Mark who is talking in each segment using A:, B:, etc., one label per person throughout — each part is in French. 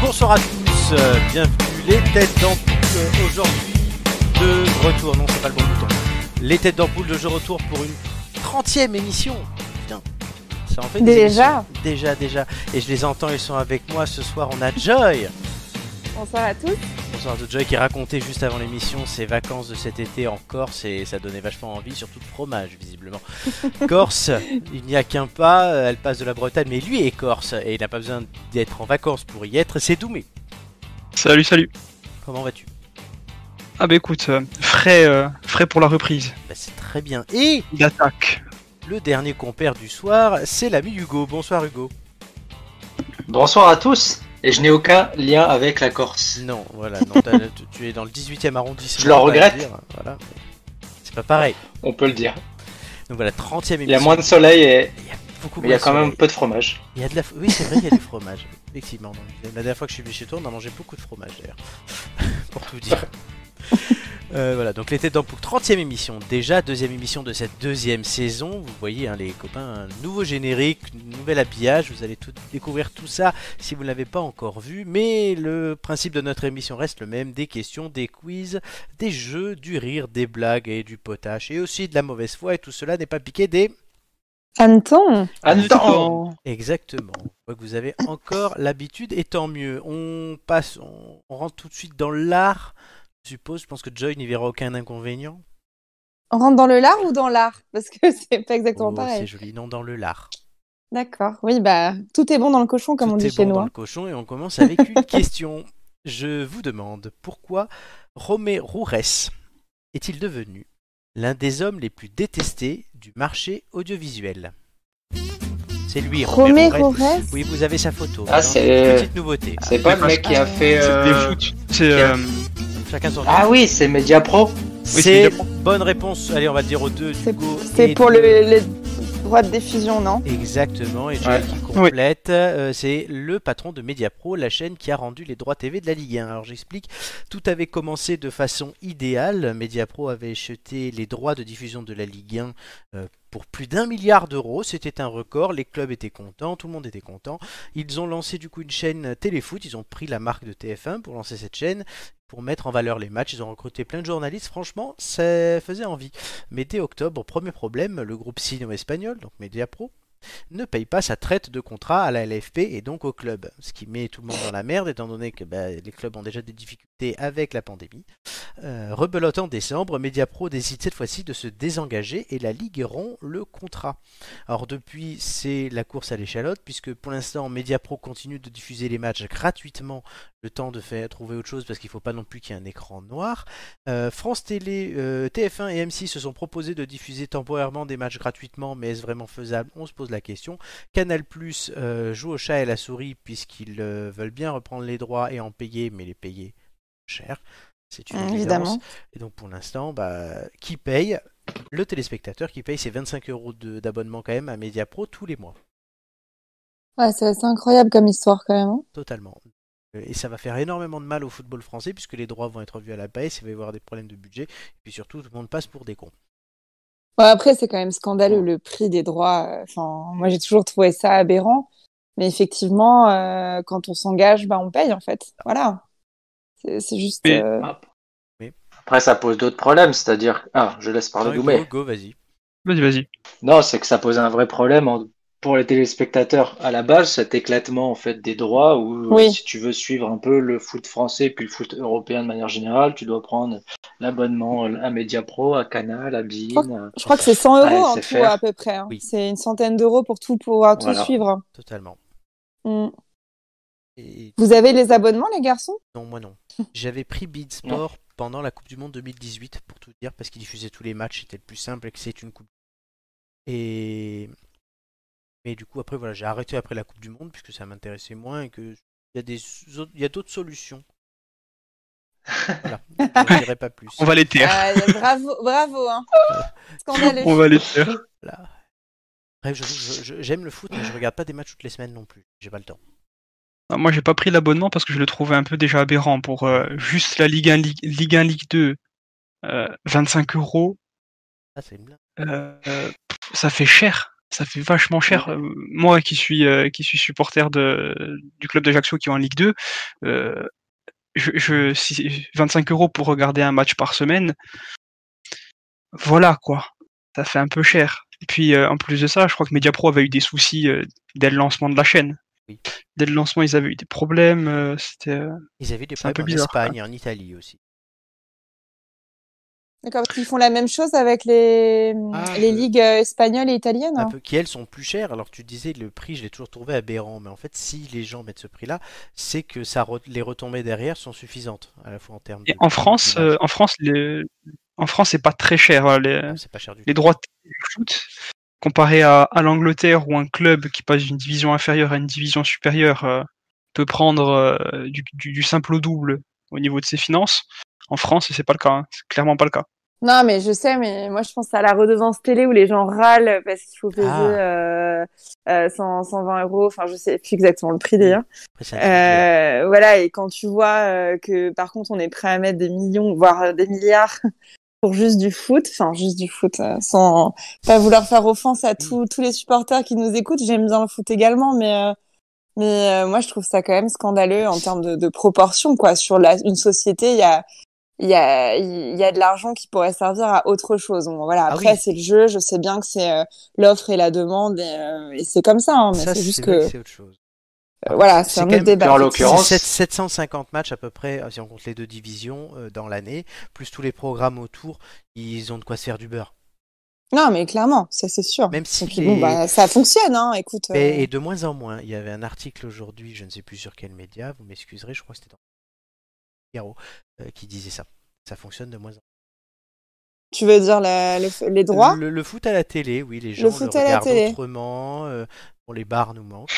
A: bonsoir à tous, euh, bienvenue les têtes d'ampoule euh, aujourd'hui de retour, non c'est pas le bon bouton, les têtes d'ampoule de jeu retour pour une 30 e émission, putain, ça en fait des
B: Déjà
A: émissions. Déjà, déjà, et je les entends, ils sont avec moi, ce soir on a Joy
B: Bonsoir à tous.
A: Bonsoir de Joy qui racontait juste avant l'émission ses vacances de cet été en Corse et ça donnait vachement envie, surtout de fromage visiblement. Corse, il n'y a qu'un pas, euh, elle passe de la Bretagne, mais lui est Corse et il n'a pas besoin d'être en vacances pour y être, c'est Doumé.
C: Salut, salut.
A: Comment vas-tu
C: Ah bah écoute, euh, frais, euh, frais pour la reprise.
A: Bah, C'est très bien. Et
C: Il attaque.
A: le dernier compère du soir, c'est l'ami Hugo. Bonsoir Hugo.
D: Bonsoir à tous, et je n'ai aucun lien avec la Corse.
A: Non, voilà, non, t'as- tu- tu es dans le 18e arrondissement.
D: Je le
A: on va
D: regrette.
A: dire, Voilà. C'est pas pareil.
D: On peut le dire.
A: Donc voilà, 30e émission.
D: Il y a moins de soleil, et...
A: Beaucoup
D: mais il y a
A: moins de
D: quand
A: soleil.
D: même peu de fromage.
A: Il y a de la... f- Oui, c'est vrai, il y a du fromage, effectivement. Donc, la dernière fois que je suis venu chez toi, on a mangé beaucoup de fromage, d'ailleurs. Pour tout dire. Euh, voilà, donc l'été d'Ampoule, 30e émission. Déjà, deuxième émission de cette deuxième saison. Vous voyez, hein, les copains, un nouveau générique, nouvel habillage. Vous allez tout découvrir tout ça si vous ne l'avez pas encore vu. Mais le principe de notre émission reste le même des questions, des quiz, des jeux, du rire, des blagues et du potache. Et aussi de la mauvaise foi. Et tout cela n'est pas piqué des.
B: Anton,
C: Ah,
D: Ah, Attends
A: Oh. Exactement. Je vois que vous avez encore l'habitude, et tant mieux. On passe, on, on rentre tout de suite dans l'art, je suppose. Je pense que Joy n'y verra aucun inconvénient.
B: on rentre dans le lard ou dans l'art Parce que c'est pas exactement
A: Oh, c'est
B: pareil.
A: joli. Non, dans le lard.
B: D'accord. Oui, bah tout est bon dans le cochon, comme
A: Tout
B: on dit
A: est
B: chez
A: bon
B: nous.
A: dans
B: hein.
A: le cochon, et on commence avec une question. Je vous demande pourquoi Romé Roures est-il devenu l'un des hommes les plus détestés du marché audiovisuel C'est lui, Romé
B: Romero
A: Roures.
B: Rest
A: Oui, vous avez sa photo.
D: Ah,
A: Alors,
D: c'est-
A: Petite nouveauté.
D: C'est pas le mec qui a fait...
C: C'est
D: euh,
C: des foot. C'est euh,
A: Chacun son
D: Ah oui, c'est Mediapro.
A: C'est
C: c'est
A: bonne réponse. Allez, on va le dire aux deux.
B: C'est-
A: Hugo
B: C'est
A: et
B: pour le,
A: Doumé.
B: le droit de diffusion, non
A: Exactement, et Joey
D: Ouais.
A: qui complète, euh, c'est le patron de Mediapro, la chaîne qui a rendu les droits TV de la Ligue 1. Alors j'explique, tout avait commencé de façon idéale, Mediapro avait acheté les droits de diffusion de la Ligue 1 euh, pour plus d'un milliard d'euros, c'était un record, les clubs étaient contents, tout le monde était content. Ils ont lancé du coup une chaîne Téléfoot, ils ont pris la marque de TF1 pour lancer cette chaîne, pour mettre en valeur les matchs, ils ont recruté plein de journalistes, franchement, ça faisait envie. Mais dès octobre, premier problème, le groupe Sino espagnol, donc Mediapro, ne paye pas sa traite de contrat à la LFP et donc au club. Ce qui met tout le monde dans la merde, étant donné que bah, les clubs ont déjà des difficultés avec la pandémie. Euh, rebelote en décembre, Mediapro décide cette fois-ci de se désengager et la Ligue rompt le contrat. Alors depuis, c'est la course à l'échalote, puisque pour l'instant, Mediapro continue de diffuser les matchs gratuitement, le temps de faire trouver autre chose, parce qu'il ne faut pas non plus qu'il y ait un écran noir. Euh, France Télé, euh, TF1 et M6 se sont proposés de diffuser temporairement des matchs gratuitement, mais est-ce vraiment faisable On se pose la question. Canal Plus euh, joue au chat et à la souris puisqu'ils euh, veulent bien reprendre les droits et en payer, mais les payer cher. C'est une
B: Hum,
A: évidence.
B: Évidemment.
A: Et donc pour l'instant, bah, qui paye Le téléspectateur qui paye ses 25 euros de- d'abonnement quand même à Mediapro tous les mois.
B: Ouais, c'est c'est incroyable comme histoire, quand même. hein.
A: Totalement. Euh, Et ça va faire énormément de mal au football français puisque les droits vont être vus à la baisse, il va y avoir des problèmes de budget, et puis surtout tout le monde passe pour des cons.
B: Ouais, après, c'est quand même scandaleux le prix des droits. euh, Enfin, moi, j'ai toujours trouvé ça aberrant. Mais effectivement, euh, quand on s'engage, bah, on paye, en fait. Voilà. C'est c'est juste.
C: Mais-
B: euh,
D: Après, ça pose d'autres problèmes, c'est-à-dire... Ah, je laisse parler
A: Jean-Hugo,
D: Doumé.
A: Hugo, vas-y.
C: Vas-y, vas-y.
D: Non, c'est que ça pose un vrai problème en- pour les téléspectateurs. À la base, cet éclatement en fait des droits où euh,
B: Oui.
D: si tu veux suivre un peu le foot français puis le foot européen de manière générale, tu dois prendre l'abonnement à Mediapro, à Canal, à BeIN.
B: Je crois que c'est 100 euros
D: Ouais,
B: en
D: c'est
B: tout,
D: faire.
B: à peu près. hein.
A: Oui.
B: C'est une centaine d'euros pour tout pouvoir tout
D: Voilà.
B: suivre.
A: Totalement.
B: Mm.
A: Et
B: Vous avez les abonnements, les garçons
A: non, moi non. J'avais pris Bein Sport pendant la Coupe du Monde 2018, pour tout dire, parce qu'il diffusait tous les matchs, c'était le plus simple et que c'est une Coupe. Et. Mais du coup, après, voilà, j'ai arrêté après la Coupe du Monde, puisque ça m'intéressait moins et que. Il y a des autres- il y a d'autres solutions. Voilà. Je ne dirai pas plus.
C: On va les taire.
B: Ah, Bravo, bravo. Hein. Scandaleux.
A: Oh.
C: On va les taire.
A: Voilà. Bref, j'avoue que je- je- j'aime le foot, mais je regarde pas des matchs toutes les semaines non plus. J'ai pas le temps.
C: Non, Ah, moi j'ai pas pris l'abonnement parce que je le trouvais un peu déjà aberrant pour euh, juste la Ligue 1, Ligue, Ligue 1, Ligue 2. euh, 25 euros.
A: Ah, c'est une blague.
C: euh, euh, ça fait cher. ça fait vachement cher. Euh, Moi qui suis euh, qui suis supporter de du club d'Ajaccio qui est en Ligue 2, euh, je, je si- 25 euros pour regarder un match par semaine, voilà quoi. Ça fait un peu cher. Et puis euh, en plus de ça, je crois que Mediapro avait eu des soucis euh, dès le lancement de la chaîne.
A: Oui.
C: Dès le lancement, ils avaient eu des problèmes. euh, C'était euh,
A: Ils avaient des
C: C'est un
A: problèmes
C: peu
A: en
C: bizarre, hein.
A: Espagne, et en Italie aussi.
B: D'accord, parce qu'ils font la même chose avec les,
A: Ah,
B: les
A: je-
B: ligues euh, espagnoles et italiennes.
A: un
B: hein.
A: peu, qui elles sont plus chères. Alors tu disais le prix, je l'ai toujours trouvé aberrant, mais en fait si les gens mettent ce prix-là, c'est que ça re- les retombées derrière sont suffisantes à la fois en termes.
C: Et
A: de
C: en
A: prix,
C: France,
A: d'image.
C: euh, en France, les- en France, c'est pas très cher. voilà, les,
A: c'est pas cher du tout.
C: euh, les droits de foot, comparé à, à l'Angleterre où un club qui passe d'une division inférieure à une division supérieure euh, peut prendre euh, du, du- du simple au double au niveau de ses finances. En France, c'est pas le cas. hein, C'est clairement pas le cas.
B: Non, mais je sais, mais moi je pense à la redevance télé où les gens râlent parce qu'il faut payer
A: Ah.
B: euh, euh, 100, 120 euros. Enfin, je sais plus exactement le prix d'ailleurs.
A: Après, c'est individuel.
B: Euh, voilà, et quand tu vois euh, que par contre on est prêt à mettre des millions, voire euh, des milliards pour juste du foot, enfin juste du foot, euh, sans pas vouloir faire offense à
A: Mm.
B: tous tous les supporters qui nous écoutent, j'aime bien le foot également, mais euh, mais euh, moi je trouve ça quand même scandaleux en termes de, de proportion quoi. Sur la, une société, il y a il y a il y a de l'argent qui pourrait servir à autre chose. Bon, voilà,
A: Ah
B: après
A: oui.
B: c'est le jeu, je sais bien que c'est euh, l'offre et la demande et, euh, et c'est comme ça, hein, mais
A: Ça,
B: c'est juste
A: vrai
B: que
A: c'est autre chose.
B: euh, voilà, c'est
A: C'est
B: un
A: quand
B: autre
A: même-
B: débat.
D: Alors, en
B: effectivement.
D: l'occurrence-
A: C'est sept- 750 matchs à peu près, euh, si on compte les deux divisions euh, dans l'année, plus tous les programmes autour, ils ont de quoi se faire du beurre.
B: Non, mais clairement, ça c'est sûr.
A: Même
B: Et
A: si
B: puis Ah, bon,
A: les-
B: bah, ça fonctionne, hein, écoute. euh,
A: Et, et de moins en moins, il y avait un article aujourd'hui, je ne sais plus sur quel média, vous m'excuserez, je crois que c'était dans Figaro, euh, qui disait ça. Ça fonctionne de moins en moins.
B: Tu veux dire la- le- les droits
A: le, le foot à la télé, oui, les gens le,
B: foot à la
A: regardent
B: télé.
A: autrement. euh, bon, les bars nous manquent,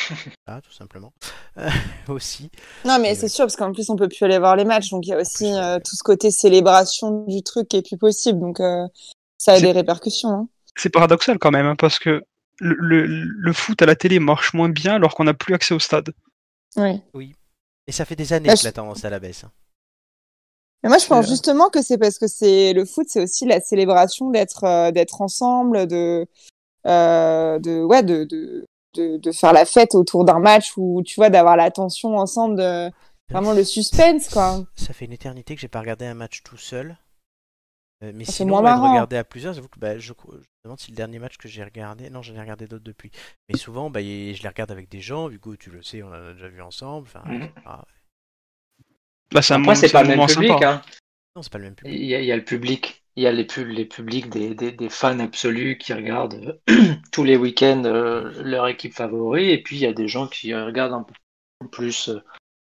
A: voilà, tout simplement. Euh, aussi.
B: Non, mais
A: Euh,
B: c'est sûr, parce qu'en plus, on peut plus aller voir les matchs. Donc, il y a aussi
A: plus,
B: euh,
A: ouais.
B: tout ce côté célébration du truc qui est plus possible. Donc, euh, ça a
C: C'est-
B: des répercussions. hein.
C: C'est paradoxal quand même, hein, parce que le, le- le foot à la télé marche moins bien alors qu'on n'a plus accès au stade.
B: Oui.
A: Et ça fait des années
B: Bah,
A: que
B: je-
A: la tendance est à la baisse. hein.
B: Mais moi, je pense
C: euh,
B: justement que c'est parce que c'est le foot, c'est aussi la célébration d'être euh, d'être ensemble, de euh, de ouais, de, de de de faire la fête autour d'un match ou tu vois d'avoir la tension ensemble, de- vraiment le suspense quoi.
A: Ça fait une éternité que j'ai pas regardé un match tout seul. Euh, mais
B: Ah, c'est
A: sinon,
B: moins
A: là, de
B: marrant.
A: regarder à plusieurs, j'avoue que bah, je, je me demande si le dernier match que j'ai regardé, non, j'en ai regardé d'autres depuis. Mais souvent, bah, y- je les regarde avec des gens. Hugo, tu le sais, on en a déjà vu ensemble. Enfin,
D: Mhm.
A: etc.
C: Là, c'est un moment-
D: Après, c'est
C: un
D: pas le même
C: moment
D: public.
C: sympa.
D: hein.
A: non, c'est pas le même public.
D: Il y, a, il y a le public, il y a les, pu- les publics des, des- des fans absolus qui regardent tous les week-ends euh, leur équipe favori, et puis il y a des gens qui regardent un peu plus, euh,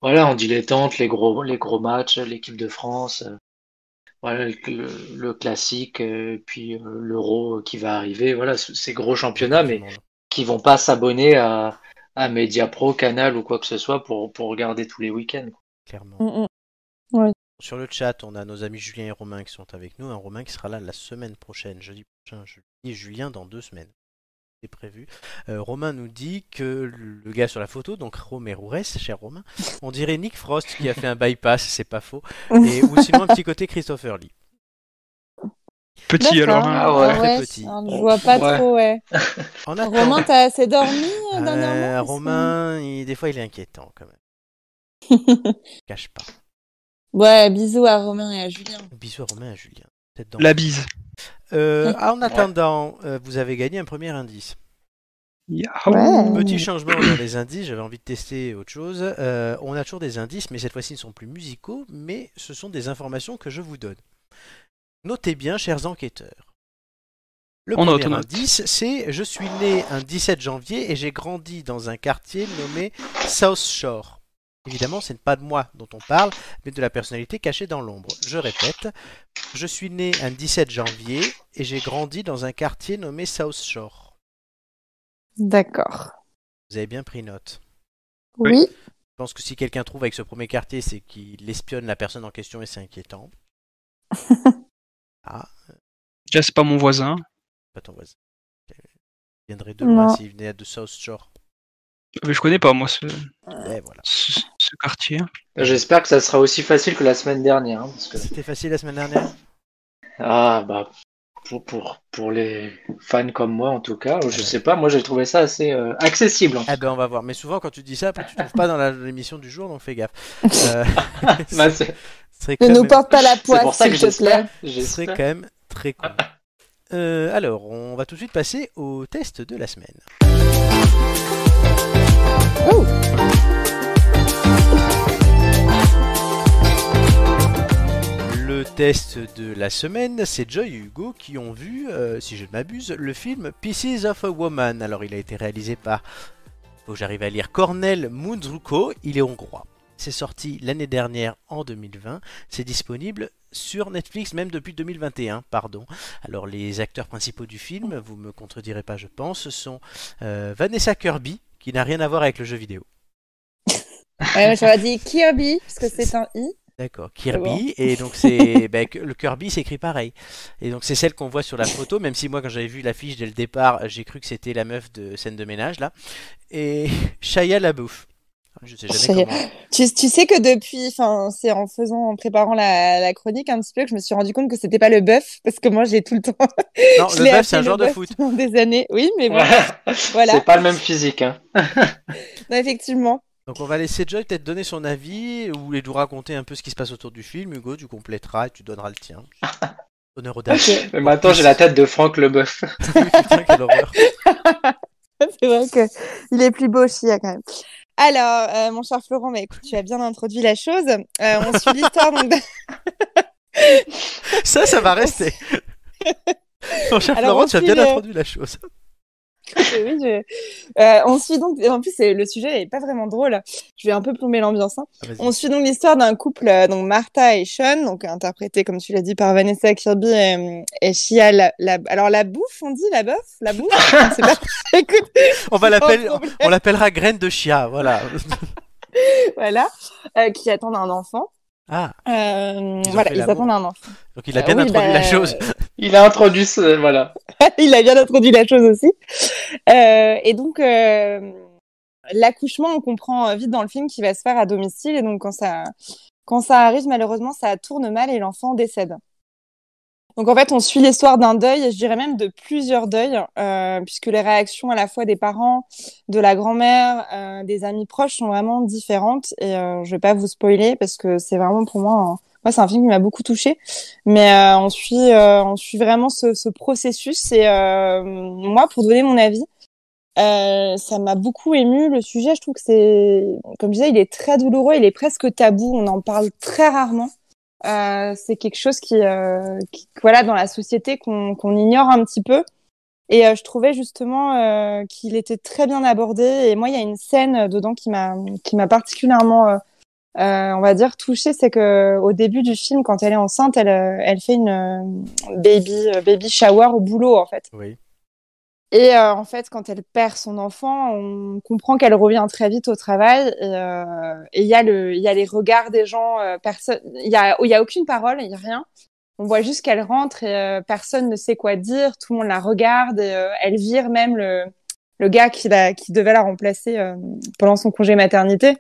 D: voilà, en dilettante, les gros, les gros matchs, l'équipe de France, euh, voilà, le, le- le classique, euh, puis euh, l'euro qui va arriver, voilà, c- ces gros championnats, mais qui vont pas s'abonner à, à Mediapro, Canal ou quoi que ce soit pour, pour regarder tous les week-ends.
A: Clairement.
B: Mm, mm.
A: Sur le chat, on a nos amis Julien et Romain qui sont avec nous. Un Romain qui sera là la semaine prochaine, jeudi prochain, jeudi, et Julien dans deux semaines. C'est prévu. Euh, Romain nous dit que le gars sur la photo, donc Romero Ress, cher Romain, on dirait Nick Frost qui a fait un bypass, c'est pas faux. Et, ou sinon un petit côté Christopher Lee.
C: Petit alors.
B: D'accord.
C: hein.
D: Ah ouais.
A: Très petit.
B: hein, je vois pas
D: Ouais.
B: trop, ouais.
A: En attendant,
B: Romain, t'as assez dormi euh,
A: euh,
B: dernièrement parce que-
A: Romain, il- des fois il est inquiétant quand même. Je cache pas.
B: Ouais, bisous à Romain et à Julien.
A: Bisous à Romain et à Julien. Peut-être dans-
C: La bise.
A: Euh, en attendant, euh, vous avez gagné un premier indice.
C: Yahoo.
B: Ouais.
A: Petit changement dans les indices, j'avais envie de tester autre chose. Euh, on a toujours des indices, mais cette fois-ci ils ne sont plus musicaux, mais ce sont des informations que je vous donne. Notez bien, chers enquêteurs. Le
C: On note,
A: premier
C: on note.
A: indice, c'est je suis né un 17 janvier et j'ai grandi dans un quartier nommé South Shore. Évidemment, ce n'est pas de moi dont on parle, mais de la personnalité cachée dans l'ombre. Je répète, je suis né un 17 janvier et j'ai grandi dans un quartier nommé South Shore.
B: D'accord.
A: Vous avez bien pris note.
C: Oui.
B: Oui.
A: Je pense que si quelqu'un trouve avec ce premier quartier, c'est qu'il espionne la personne en question et c'est inquiétant.
C: Déjà, c'est pas mon voisin.
A: Pas ton voisin. Il viendrait de loin
B: Non.
A: s'il venait de South Shore.
C: Mais je connais pas moi ce,
A: Mais voilà.
C: ce- ce quartier.
D: J'espère que ça sera aussi facile que la semaine dernière. hein, parce que...
A: C'était facile la semaine dernière
D: Ah bah pour, pour, pour les fans comme moi, en tout cas. Je sais pas, moi j'ai trouvé ça assez euh, accessible. en
A: Ah ben on va voir. Mais souvent quand tu dis ça, après tu trouves pas dans la- l'émission du jour, donc fais gaffe. Euh,
D: fait. Bah, c'est
A: c'est
B: Ne
A: quand
B: nous
A: même-
B: porte pas la
D: c'est
B: poisse,
D: pour ça que
B: s'il te plaît.
D: j'espère.
A: Ce serait
D: j'espère.
A: quand même très cool. Euh, alors, on va tout de suite passer au test de la semaine.
B: Oh.
A: Le test de la semaine, c'est Joy et Hugo qui ont vu, euh, si je ne m'abuse, le film Pieces of a Woman. Alors, il a été réalisé par, faut que j'arrive à lire, Cornel Mundruko. Il est hongrois. C'est sorti l'année dernière en 2020. C'est disponible sur Netflix même depuis 2021, pardon. Alors les acteurs principaux du film, vous me contredirez pas je pense, sont euh, Vanessa Kirby, qui n'a rien à voir avec le jeu vidéo.
B: Ouais, moi, j'aurais dit Kirby, parce que c'est un i.
A: D'accord, Kirby, et donc c'est ben, que- le Kirby s'écrit pareil. Et donc c'est celle qu'on voit sur la photo, même si moi quand j'avais vu l'affiche dès le départ, j'ai cru que c'était la meuf de scène de ménage là. Et Shia LaBeouf. Je sais jamais
B: Shia.
A: comment.
B: Tu, tu sais que depuis, enfin, c'est en faisant, en préparant la, la chronique un petit peu, que je me suis rendu compte que c'était pas le bœuf, parce que moi j'ai tout le temps.
A: Non,
B: je
A: le
B: l'ai
A: bœuf c'est un
B: appelé
A: genre
B: le
A: de
B: bœuf
A: foot.
B: pendant des années. Oui, mais bon, Voilà.
D: C'est pas le même physique. Hein.
B: Non, effectivement.
A: Donc on va laisser Joy peut-être donner son avis ou et nous raconter un peu ce qui se passe autour du film. Hugo, tu complèteras et tu donneras le tien. Honneur aux dames.
D: Mais maintenant, j'ai la tête de Franck Leboeuf.
A: Putain, quelle horreur.
B: C'est vrai que il est plus beau Chia quand même. Alors, euh, mon cher Florent, bah, écoute, tu as bien introduit la chose. Euh, on suit l'histoire donc, d'un-
A: Ça, ça va rester. Mon cher
B: Alors,
A: Florent, tu as
B: ensuite,
A: bien
B: euh,
A: introduit la chose.
B: Oui, je- Euh, on suit donc. En plus, c'est- le sujet n'est pas vraiment drôle. Je vais un peu plomber l'ambiance. hein.
A: Ah, vas-y.
B: On suit donc l'histoire d'un couple, euh, donc Martha et Sean, donc interprété comme tu l'as dit par Vanessa Kirby et, euh, et Shia. La, la- alors la bouffe, on dit la boeuf, la bouffe. Je sais pas. Écoute,
A: On va l'appeler.
B: sans oh, problème.
A: On l'appellera graine de chia, voilà.
B: voilà, euh, qui attendent un enfant.
A: Ah,
B: Euh,
A: Ils ont
B: voilà,
A: fait
B: ils
A: l'amour.
B: attendent un enfant.
A: donc il a
B: Euh,
A: bien
B: oui,
A: introduit
B: bah,
A: la chose.
D: Il a introduit ce. Voilà.
B: il a bien introduit la chose aussi. Euh, et donc, euh, l'accouchement, on comprend euh, vite dans le film qu'il va se faire à domicile. Et donc, quand ça, quand ça arrive, malheureusement, ça tourne mal et l'enfant décède. Donc, en fait, on suit l'histoire d'un deuil, et je dirais même de plusieurs deuils, euh, puisque les réactions à la fois des parents, de la grand-mère, euh, des amis proches sont vraiment différentes. Et euh, je vais pas vous spoiler parce que c'est vraiment pour moi. un- Moi, c'est un film qui m'a beaucoup touchée. Mais euh, on suit, euh, on suit vraiment ce, ce processus. Et euh, moi, pour donner mon avis, euh, ça m'a beaucoup ému le sujet. Je trouve que c'est, comme je disais, il est très douloureux, il est presque tabou. On en parle très rarement. Euh, c'est quelque chose qui, euh, qui- voilà, dans la société qu'on qu'on ignore un petit peu. Et euh, je trouvais justement euh, qu'il était très bien abordé. Et moi, il y a une scène euh, dedans qui m'a qui m'a particulièrement euh, euh, on va dire touchée, c'est que au début du film, quand elle est enceinte, elle, euh, elle fait une euh, baby euh, baby shower au boulot en fait.
A: Oui.
B: Et euh, en fait, quand elle perd son enfant, on comprend qu'elle revient très vite au travail. Et euh, et il y a le, il y a les regards des gens. euh, personne, il y a, il y a aucune parole, il y a rien. On voit juste qu'elle rentre et euh, personne ne sait quoi dire. Tout le monde la regarde. Et, euh, elle vire même le, le gars qui, la, qui devait la remplacer euh, pendant son congé maternité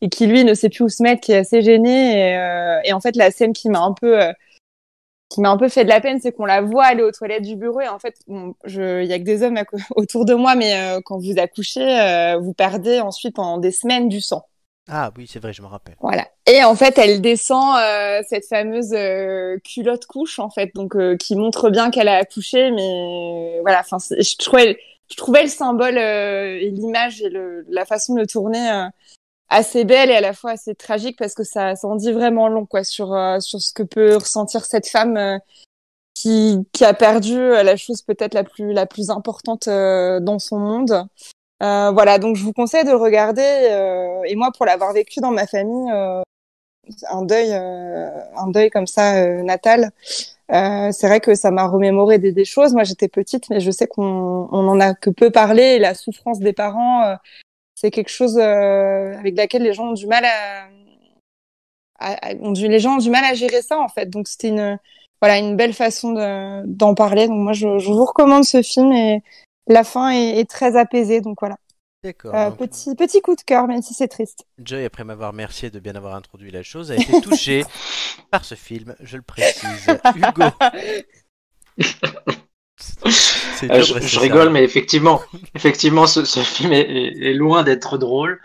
B: et qui lui ne sait plus où se mettre, qui est assez gêné. Et, euh, et en fait, la scène qui m'a un peu euh, qui m'a un peu fait de la peine, c'est qu'on la voit aller aux toilettes du bureau et en fait, bon, je, il y a que des hommes à co- autour de moi, mais euh, quand vous accouchez, euh, vous perdez ensuite pendant des semaines du sang.
A: Ah oui, c'est vrai, je me rappelle.
B: Voilà. Et en fait, elle descend euh, cette fameuse euh, culotte couche en fait, donc euh, qui montre bien qu'elle a accouché, mais voilà. Enfin, c'est- je trouvais, je trouvais le symbole euh, et l'image et le, la façon de le tourner euh, assez belle et à la fois assez tragique parce que ça, ça en dit vraiment long quoi sur euh, sur ce que peut ressentir cette femme euh, qui qui a perdu euh, la chose peut-être la plus la plus importante euh, dans son monde. Euh, voilà, donc je vous conseille de le regarder. euh, et moi, pour l'avoir vécu dans ma famille, euh, un deuil, euh, un deuil comme ça euh, natal, euh, c'est vrai que ça m'a remémoré des, des choses. Moi, j'étais petite, mais je sais qu'on on en a que peu parlé. Et la souffrance des parents, euh, c'est quelque chose euh, avec laquelle les gens ont du mal à, à- à- ont du- les gens ont du mal à gérer ça en fait. Donc c'était une voilà une belle façon de- d'en parler. Donc moi, je, je vous recommande ce film et la fin est, est très apaisée. Donc voilà.
A: D'accord.
B: Euh,
A: donc,
B: petit, petit coup de cœur, même si c'est triste.
A: Joy, après m'avoir remercié de bien avoir introduit la chose, a été touché par ce film, je le précise. Hugo, C'est
D: Euh,
A: dur
D: je,
A: de rester
D: je rigole,
A: sérieux.
D: mais effectivement, effectivement, ce, ce film est, est- est loin d'être drôle.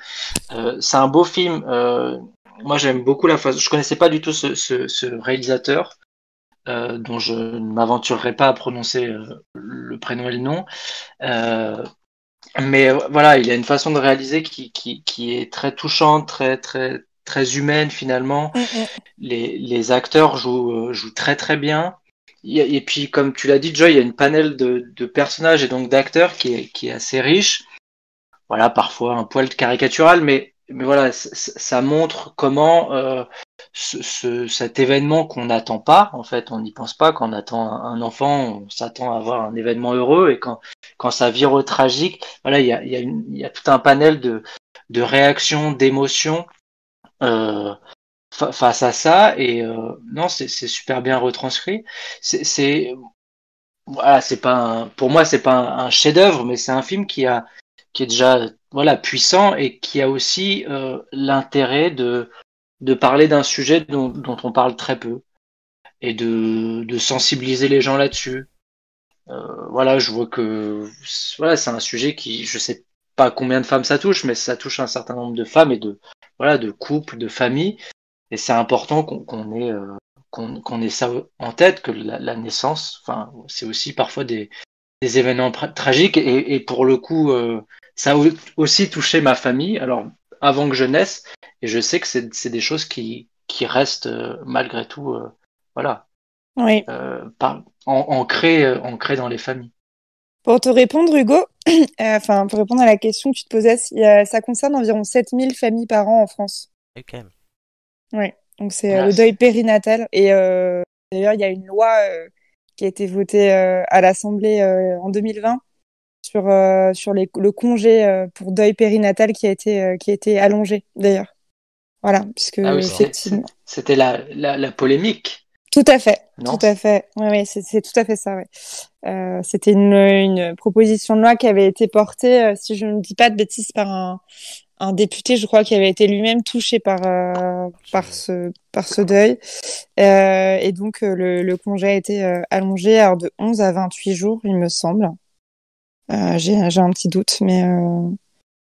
D: Euh, c'est un beau film. Euh, moi, j'aime beaucoup la façon. Je connaissais pas du tout ce, ce- ce réalisateur, euh, dont je ne m'aventurerai pas à prononcer euh, le prénom et le nom. Euh, mais euh, voilà, il a une façon de réaliser qui, qui, qui est très touchante, très, très, très humaine finalement les, les acteurs jouent, euh, jouent très très bien. Il y a- Et puis, comme tu l'as dit, Joy, il y a une panel de, de personnages et donc d'acteurs qui est, qui est assez riche. Voilà, parfois un poil caricatural, mais, mais voilà, c- c- ça montre comment euh, ce, ce- cet événement qu'on n'attend pas, en fait, on n'y pense pas. Quand on attend un un enfant, on s'attend à avoir un événement heureux, et quand, quand ça vire au tragique, voilà, il y a, il y a une- il y a tout un panel de, de réactions, d'émotions. Euh, fa- face à ça et euh, non c'est c'est super bien retranscrit c'est c'est voilà c'est pas un- pour moi c'est pas un, un chef-d'œuvre mais c'est un film qui a qui est déjà voilà puissant et qui a aussi euh, l'intérêt de de parler d'un sujet dont, dont on parle très peu et de de sensibiliser les gens là-dessus Euh, voilà je vois que voilà c'est un sujet qui je sais pas combien de femmes ça touche mais ça touche un certain nombre de femmes et de voilà de couples de familles et c'est important qu'on qu'on ait, euh, qu'on qu'on ait ça en tête, que la, la naissance, enfin, c'est aussi parfois des, des événements pra- tragiques. Et, et pour le coup, euh, ça a au- aussi touché ma famille, alors avant que je naisse. Et je sais que c'est c'est des choses qui, qui restent euh, malgré tout, euh, voilà,
B: Oui.
D: euh, par- en- ancrées, euh, ancrées dans les familles.
B: Pour te répondre, Hugo, euh, enfin, pour répondre à la question que tu te posais, si, euh, ça concerne environ 7000 familles par an en France.
A: Et quand même.
B: Donc, c'est euh,
D: Ah,
B: le
D: c'est-
B: deuil périnatal. Et euh, d'ailleurs, il y a une loi euh, qui a été votée euh, à l'Assemblée euh, en 2020 sur, euh, sur les- le congé euh, pour deuil périnatal qui a été, euh, qui a été allongé, d'ailleurs. Voilà, puisque
D: Ah oui, c'est- c'est-
B: effectivement.
D: c'était la, la, la polémique.
B: Tout à fait,
D: Non
B: tout à fait. Oui, oui, c'est c'est tout à fait ça. Ouais. Euh, C'était une, une proposition de loi qui avait été portée, euh, si je ne dis pas de bêtises, par un, un député, je crois, qui avait été lui-même touché par, euh, par, ce, par ce deuil. Euh, et donc, euh, le, le congé a été euh, allongé alors, de 11 à 28 jours, il me semble. Euh, J'ai j'ai un petit doute, mais... Euh...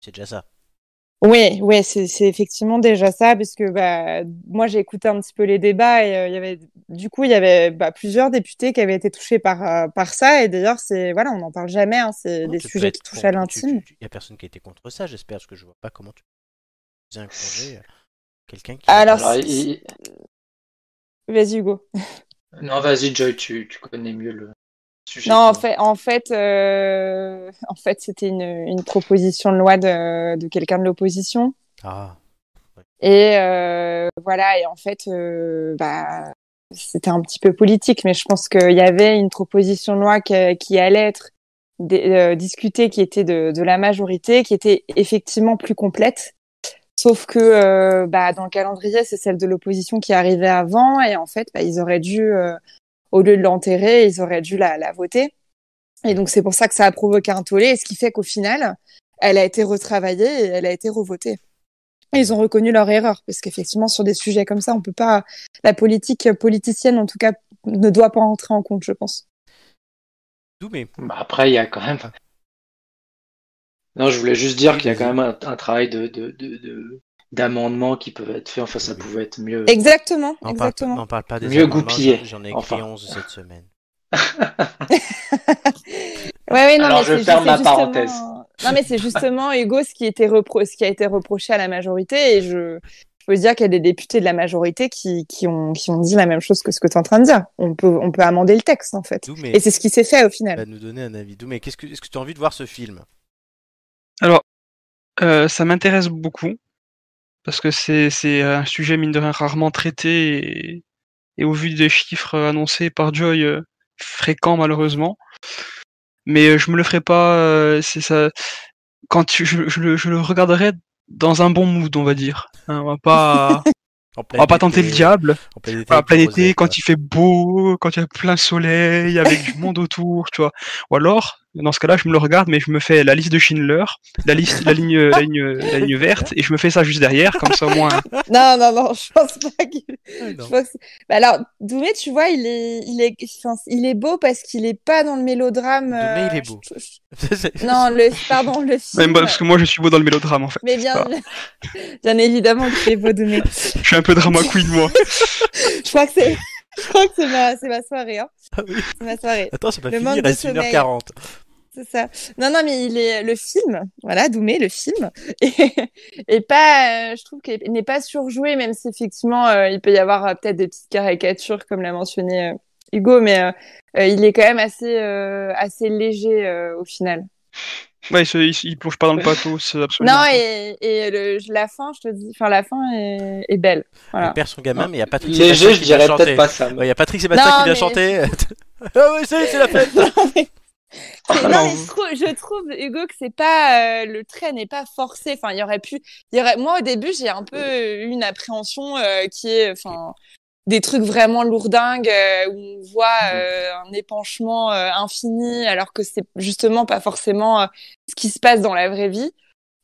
A: C'est déjà ça.
B: Oui, ouais, c'est c'est effectivement déjà ça, parce que bah, moi j'ai écouté un petit peu les débats et euh, il y avait du coup il y avait bah, plusieurs députés qui avaient été touchés par euh, par ça et d'ailleurs c'est voilà on n'en parle jamais, hein, c'est des
A: Tu peux
B: sujets
A: être
B: qui touchent à
A: contre- tu-
B: l'intime.
A: tu- tu- y a personne qui a été contre ça, j'espère, parce que je vois pas comment tu fais un congé. euh, Quelqu'un qui.
B: Alors,
D: Alors,
B: c'est-
D: il- il-
B: Vas-y Hugo.
D: non, vas-y, Joy, tu, tu connais mieux le sujet.
B: Non, en
D: que moi.
B: fait, en fait, euh, en fait, c'était une, une proposition de loi de, de quelqu'un de l'opposition.
A: Ah,
B: Et euh, voilà, et en fait, euh, bah, c'était un petit peu politique, mais je pense qu'il y avait une proposition de loi que- qui allait être dé- euh, discutée, qui était de, de la majorité, qui était effectivement plus complète. Sauf que euh, bah, dans le calendrier, c'est celle de l'opposition qui arrivait avant, et en fait, bah, ils auraient dû, euh, au lieu de l'enterrer, ils auraient dû la, la voter. Et donc, c'est pour ça que ça a provoqué un tollé, et ce qui fait qu'au final, elle a été retravaillée et elle a été revotée. Et Ils ont reconnu leur erreur, parce qu'effectivement, sur des sujets comme ça, on peut pas. La politique euh, politicienne, en tout cas, ne doit pas entrer en compte, je pense.
A: Doumé.
D: Bah, après, il y a quand même. Non, je voulais juste dire
A: Oui,
D: qu'il y a
A: vas-y.
D: quand même un, un travail de, de, de- de- d'amendement qui peut être fait. Enfin, ça
A: Oui.
D: pouvait être mieux.
B: Exactement,
A: N'en parle, pas-
B: exactement.
A: n'en parle pas des
D: Mieux
A: amendements,
D: goupillé,
A: j'en- J'en ai
D: enfin.
A: écrit 11 cette semaine.
B: Ouais, ouais, non,
D: Alors,
B: mais
D: je
B: c'est ju-
D: ferme
B: c'est
D: ma
B: justement-
D: parenthèse.
B: Non, mais c'est justement, Hugo, ce qui, était repro- ce qui a été reproché à la majorité. Et je, je peux dire qu'il y a des députés de la majorité qui, qui, ont, qui ont dit la même chose que ce que tu es en train de dire. On peut, on peut amender le texte, en fait.
A: Doumé
B: Et c'est ce qui s'est fait au final.
A: va nous donner un avis. Doumé, qu'est-ce que, est-ce que tu as envie de voir ce film
C: Alors, euh, ça m'intéresse beaucoup, parce que c'est c'est un sujet, mine de rien, rarement traité, et, et au vu des chiffres euh, annoncés par Joy, euh, fréquents malheureusement. Mais euh, je me le ferai pas, euh, c'est ça. Quand tu- je, je le, je le regarderai dans un bon mood, on va dire. Hein, on va pas,
A: En
C: on
A: plein
D: Oh,
C: va pas tenter le
A: été,
C: diable.
A: En plein été,
C: Voilà,
A: avec
C: plein
A: des
C: été,
A: rosettes,
C: quand
A: quoi.
C: il fait beau, quand il y a plein soleil, avec du monde autour, tu vois. Ou alors, Dans ce cas-là, je me le regarde, mais je me fais la liste de Schindler, la liste, la ligne, la ligne, la ligne verte, et je me fais ça juste derrière, comme ça au moins.
B: Non, non, non, je pense pas que.
A: Ah,
B: je pense que- Bah alors, Doumé, tu vois, il est, il est, enfin, il est beau parce qu'il est pas dans le mélodrame. euh,
A: Doumé, il est
B: je-
A: beau.
B: je- je-
A: C'est-
B: Non, le, pardon, le
C: Ouais,
B: film.
C: bah, parce que moi, je suis beau dans le mélodrame, en fait.
B: Mais bien,
C: ça
B: bien évidemment qu'il est beau, Doumé.
C: Je suis un peu drama queen, moi.
B: Je crois que c'est, je crois que c'est ma, c'est ma soirée, hein.
A: Ah oui.
B: C'est ma soirée.
A: Attends, ça va
B: Le
A: finir, il
B: manque de
A: reste
B: sommeil.
A: 1h40.
B: C'est ça. Non, non, mais il est le film, voilà, Doumé, le film, et, et pas, euh, je trouve qu'il n'est pas surjoué, même si effectivement euh, il peut y avoir euh, peut-être des petites caricatures, comme l'a mentionné euh, Hugo, mais euh, euh, il est quand même assez, euh, assez léger euh, au final.
C: Ouais, il, se- il se- il plonge pas dans le pathos, euh, absolument.
B: Non, et, et le, la fin, je te dis, enfin la fin est, est belle.
A: Il perd son gamin, mais il y a Patrick
D: Léger,
A: Sébastien
D: je
A: qui vient
D: dirais
A: chanter.
D: peut-être pas ça.
A: Ouais, Il y a Patrick Sébastien
B: Non,
A: qui vient
B: mais-
A: chanter. ah oui, c'est c'est la fête.
B: non, mais, mais- Ah non,
C: non.
B: mais je, trouve, je trouve, Hugo, que c'est pas euh, le trait n'est pas forcé. Enfin, il y aurait pu. il y aurait- Moi, au début, j'ai un peu eu une appréhension euh, qui est, enfin, des trucs vraiment lourdingues euh, où on voit euh, un épanchement euh, infini, alors que c'est justement pas forcément euh, ce qui se passe dans la vraie vie.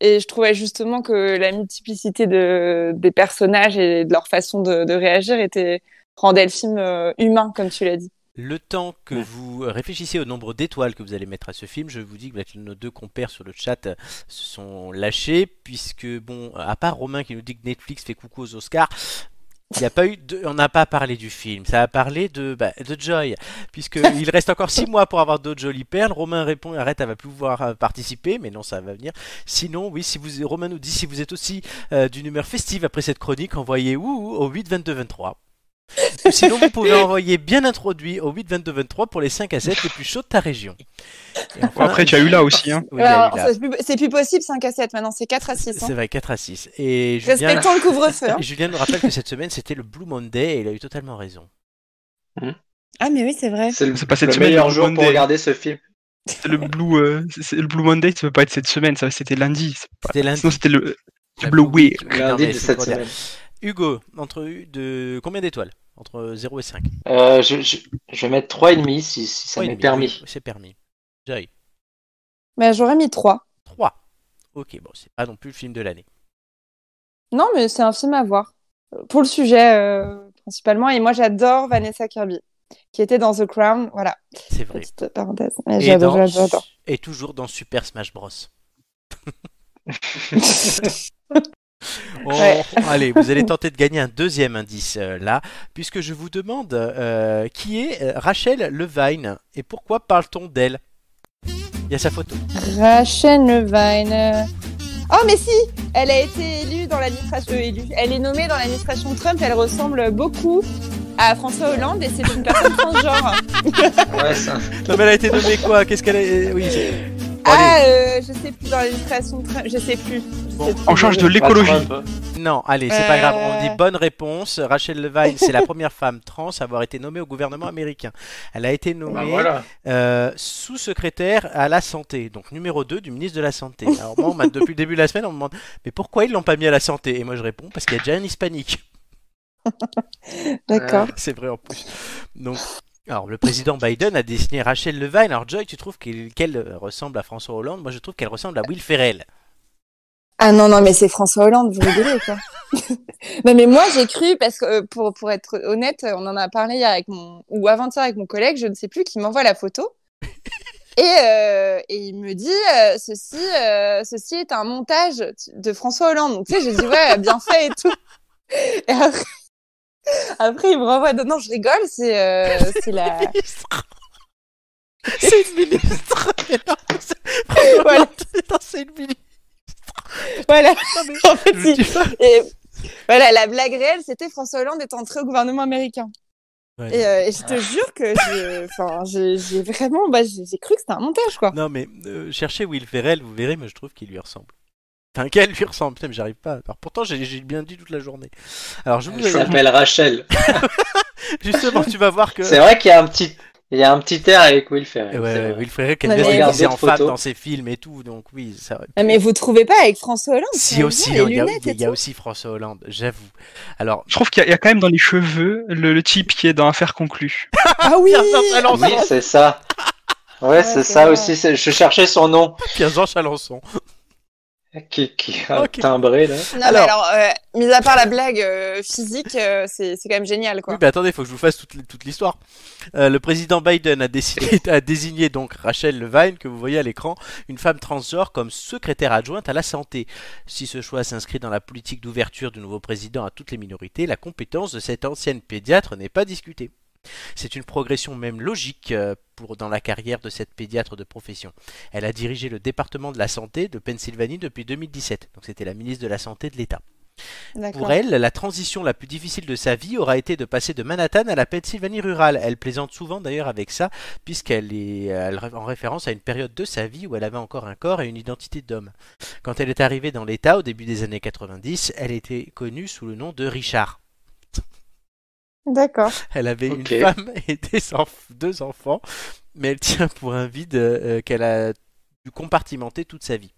B: Et je trouvais justement que la multiplicité de, des personnages et de leur façon de, de réagir était rendait le film euh, humain, comme tu l'as dit.
A: Le temps que
D: Ouais.
A: vous réfléchissez au nombre d'étoiles que vous allez mettre à ce film, je vous dis que bah, nos deux compères sur le chat euh, se sont lâchés, puisque, bon, à part Romain qui nous dit que Netflix fait coucou aux Oscars, il y a pas eu de- on n'a pas parlé du film, ça a parlé de, bah, de Joy, puisqu'il reste encore 6 mois pour avoir d'autres jolies perles. Romain répond arrête, elle va plus pouvoir euh, participer, mais non, ça va venir. Sinon, oui, si vous, Romain nous dit si vous êtes aussi euh, d'une humeur festive après cette chronique, envoyez où au 8 22 23. Ou sinon, vous pouvez envoyer bien introduit au 8 22 23 pour les 5 à 7 les plus chauds de ta région. Et
C: Bon, Après, tu as eu là aussi, hein.
A: oui, il y a
B: Alors,
A: eu là.
B: c'est plus- C'est plus possible 5 à 7, maintenant c'est 4 à 6. hein.
A: C'est vrai, 4 à 6. Et Julien,
B: Respectons le couvre-feu. hein.
A: Julien nous rappelle que cette semaine c'était le Blue Monday et il a eu totalement raison.
B: Ah, mais oui, c'est vrai.
D: C'est le,
C: C'est pas cette
D: le
C: semaine,
D: meilleur
C: le
D: jour pour
C: Monday.
D: regarder ce film.
C: C'est le Blue, euh, c'est- c'est- le Blue Monday, ça peut pas être cette semaine, ça, c'était lundi. C'est pas-
A: C'était lundi.
C: Sinon, c'était le,
A: La
C: le Blue
A: Blue
C: Week.
A: Week. Non,
D: Lundi
A: mais
D: de
A: c'est
D: cette
A: trop bien.
D: semaine.
A: Hugo, entre de combien d'étoiles Entre 0 et 5.
D: Euh, je, je, je vais mettre 3,5 si, si ça
A: Trois et
D: m'est
A: demi,
D: permis.
A: oui, c'est permis. Joy,
B: Mais j'aurais mis 3.
A: 3. Ok, bon, c'est pas non plus le film de l'année.
B: Non, mais c'est un film à voir. Euh, Pour le sujet, euh, principalement. Et moi, j'adore Vanessa Kirby, qui était dans The Crown. Voilà,
A: C'est vrai.
B: petite parenthèse. Mais
A: Et,
B: j'adore,
A: dans-
B: j'adore.
A: et toujours dans Super Smash Bros. Oh,
B: Ouais.
A: Allez, vous allez tenter de gagner un deuxième indice euh, là, puisque je vous demande euh, qui est euh, Rachel Levine et pourquoi parle-t-on d'elle Il y a sa photo.
B: Rachel Levine. euh. Oh, mais si Elle a été élue dans l'administration. euh, élue. Elle est nommée dans l'administration Trump. Elle ressemble beaucoup à François Hollande et c'est une personne transgenre.
D: Ouais, ça-
A: Non, mais elle a été nommée quoi Qu'est-ce qu'elle est Oui, c'est-
B: Ah, euh, je sais plus dans l'administration Trump. Je sais plus. Je
A: Bon.
B: sais plus.
C: En charge de l'écologie.
D: Trump.
A: non, allez, c'est pas grave. On dit bonne réponse. Rachel Levine, c'est la première femme trans à avoir été nommée au gouvernement américain. Elle a été nommée
D: Bah voilà.
A: Euh, sous-secrétaire à la santé, donc numéro 2 du ministre de la santé. Alors moi, on m'a- depuis le début de la semaine, on me demande mais pourquoi ils l'ont pas mis à la santé Et moi je réponds parce qu'il y a déjà un hispanique.
B: D'accord.
A: C'est vrai en plus. Donc, alors le président Biden a dessiné Rachel Levine. Alors Joy, tu trouves qu'il- qu'elle ressemble à François Hollande Moi je trouve qu'elle ressemble à Will Ferrell.
B: Ah non, non, mais c'est François Hollande, vous rigolez, quoi. non, mais moi, j'ai cru, parce que euh, pour, pour être honnête, euh, on en a parlé hier avec mon, ou avant-hier avec mon collègue, je ne sais plus, qui m'envoie la photo. Et, euh, et il me dit, euh, ceci, euh, ceci est un montage de François Hollande. Donc, tu sais, j'ai dit, ouais, bien fait et tout. Et après, après, il me renvoie, non, non, je rigole, c'est euh, c'est la.
A: C'est une ministre Mais non, c'est- François
B: Voilà.
A: Hollande, putain, c'est une ministre
B: Voilà.
A: Non, mais-
B: En fait,
A: Je
B: il-
A: dis pas.
B: et voilà, la blague réelle, c'était François Hollande est entré au gouvernement américain. Et, euh, et je te jure que j'ai- enfin, j'ai j'ai vraiment, bah, j'ai j'ai cru que c'était un montage, quoi.
A: Non, mais euh, cherchez Will Ferrell, vous verrez, mais je trouve qu'il lui ressemble. Enfin, qu'elle lui ressemble, putain, mais j'arrive pas. Alors, pourtant, j'ai j'ai bien dit toute la journée. Alors, je vous...
D: Elle s'appelle Rachel.
A: justement, tu vas voir que.
D: C'est vrai qu'il y a un petit, il y a un petit air avec Will
A: Ouais,
D: Ferrell.
A: ouais,
D: c'est vrai.
A: Will Ferrell, qu'elle
B: Non,
A: aime bien se
B: mais-
A: déguiser en
D: Regarde
A: femme
D: photos.
A: dans ses films et tout, donc oui, ça.
B: Ah, Mais vous trouvez pas avec François Hollande
A: Si
B: quand
A: aussi,
B: il
A: il
B: voit
A: y,
B: les
A: a-
B: lunettes et
A: il y a
B: tout
A: aussi François Hollande, j'avoue. Alors,
C: Je trouve qu'il y, a- il y a quand même dans les cheveux le, le type qui est dans Affaire conclue.
B: Ah oui
A: Pierre Jean Talon,
D: Oui, c'est ça. Ouais, c'est
B: c'est
D: ça
B: vrai.
D: aussi. c'est- Je cherchais son nom.
A: Bien Jean Chalençon.
D: Qui, qui a
A: Ok.
D: timbré, là.
B: Non,
A: Alors-
B: mais alors, euh, mis à part la blague euh, physique, euh, c'est c'est quand même génial, quoi.
A: Oui, mais attendez, il faut que je vous fasse toute, toute l'histoire. Euh, le président Biden a, décidé, a désigné donc Rachel Levine, que vous voyez à l'écran, une femme transgenre comme secrétaire adjointe à la santé. Si ce choix s'inscrit dans la politique d'ouverture du nouveau président à toutes les minorités, la compétence de cette ancienne pédiatre n'est pas discutée. C'est une progression même logique euh, pour, dans la carrière de cette pédiatre de profession. Elle a dirigé le département de la santé de Pennsylvanie depuis 2017, donc c'était la ministre de la Santé de l'État.
B: D'accord.
A: Pour elle, la transition la plus difficile de sa vie aura été de passer de Manhattan à la Pennsylvanie rurale. Elle plaisante souvent d'ailleurs avec ça, puisqu'elle est euh, elle- en référence à une période de sa vie où elle avait encore un corps et une identité d'homme. Quand elle est arrivée dans l'État au début des années 90, elle était connue sous le nom de Richard.
B: D'accord.
A: Elle avait
D: Ok.
A: une femme et des enf- deux enfants, mais elle tient pour un vide euh, qu'elle a dû compartimenter toute sa vie.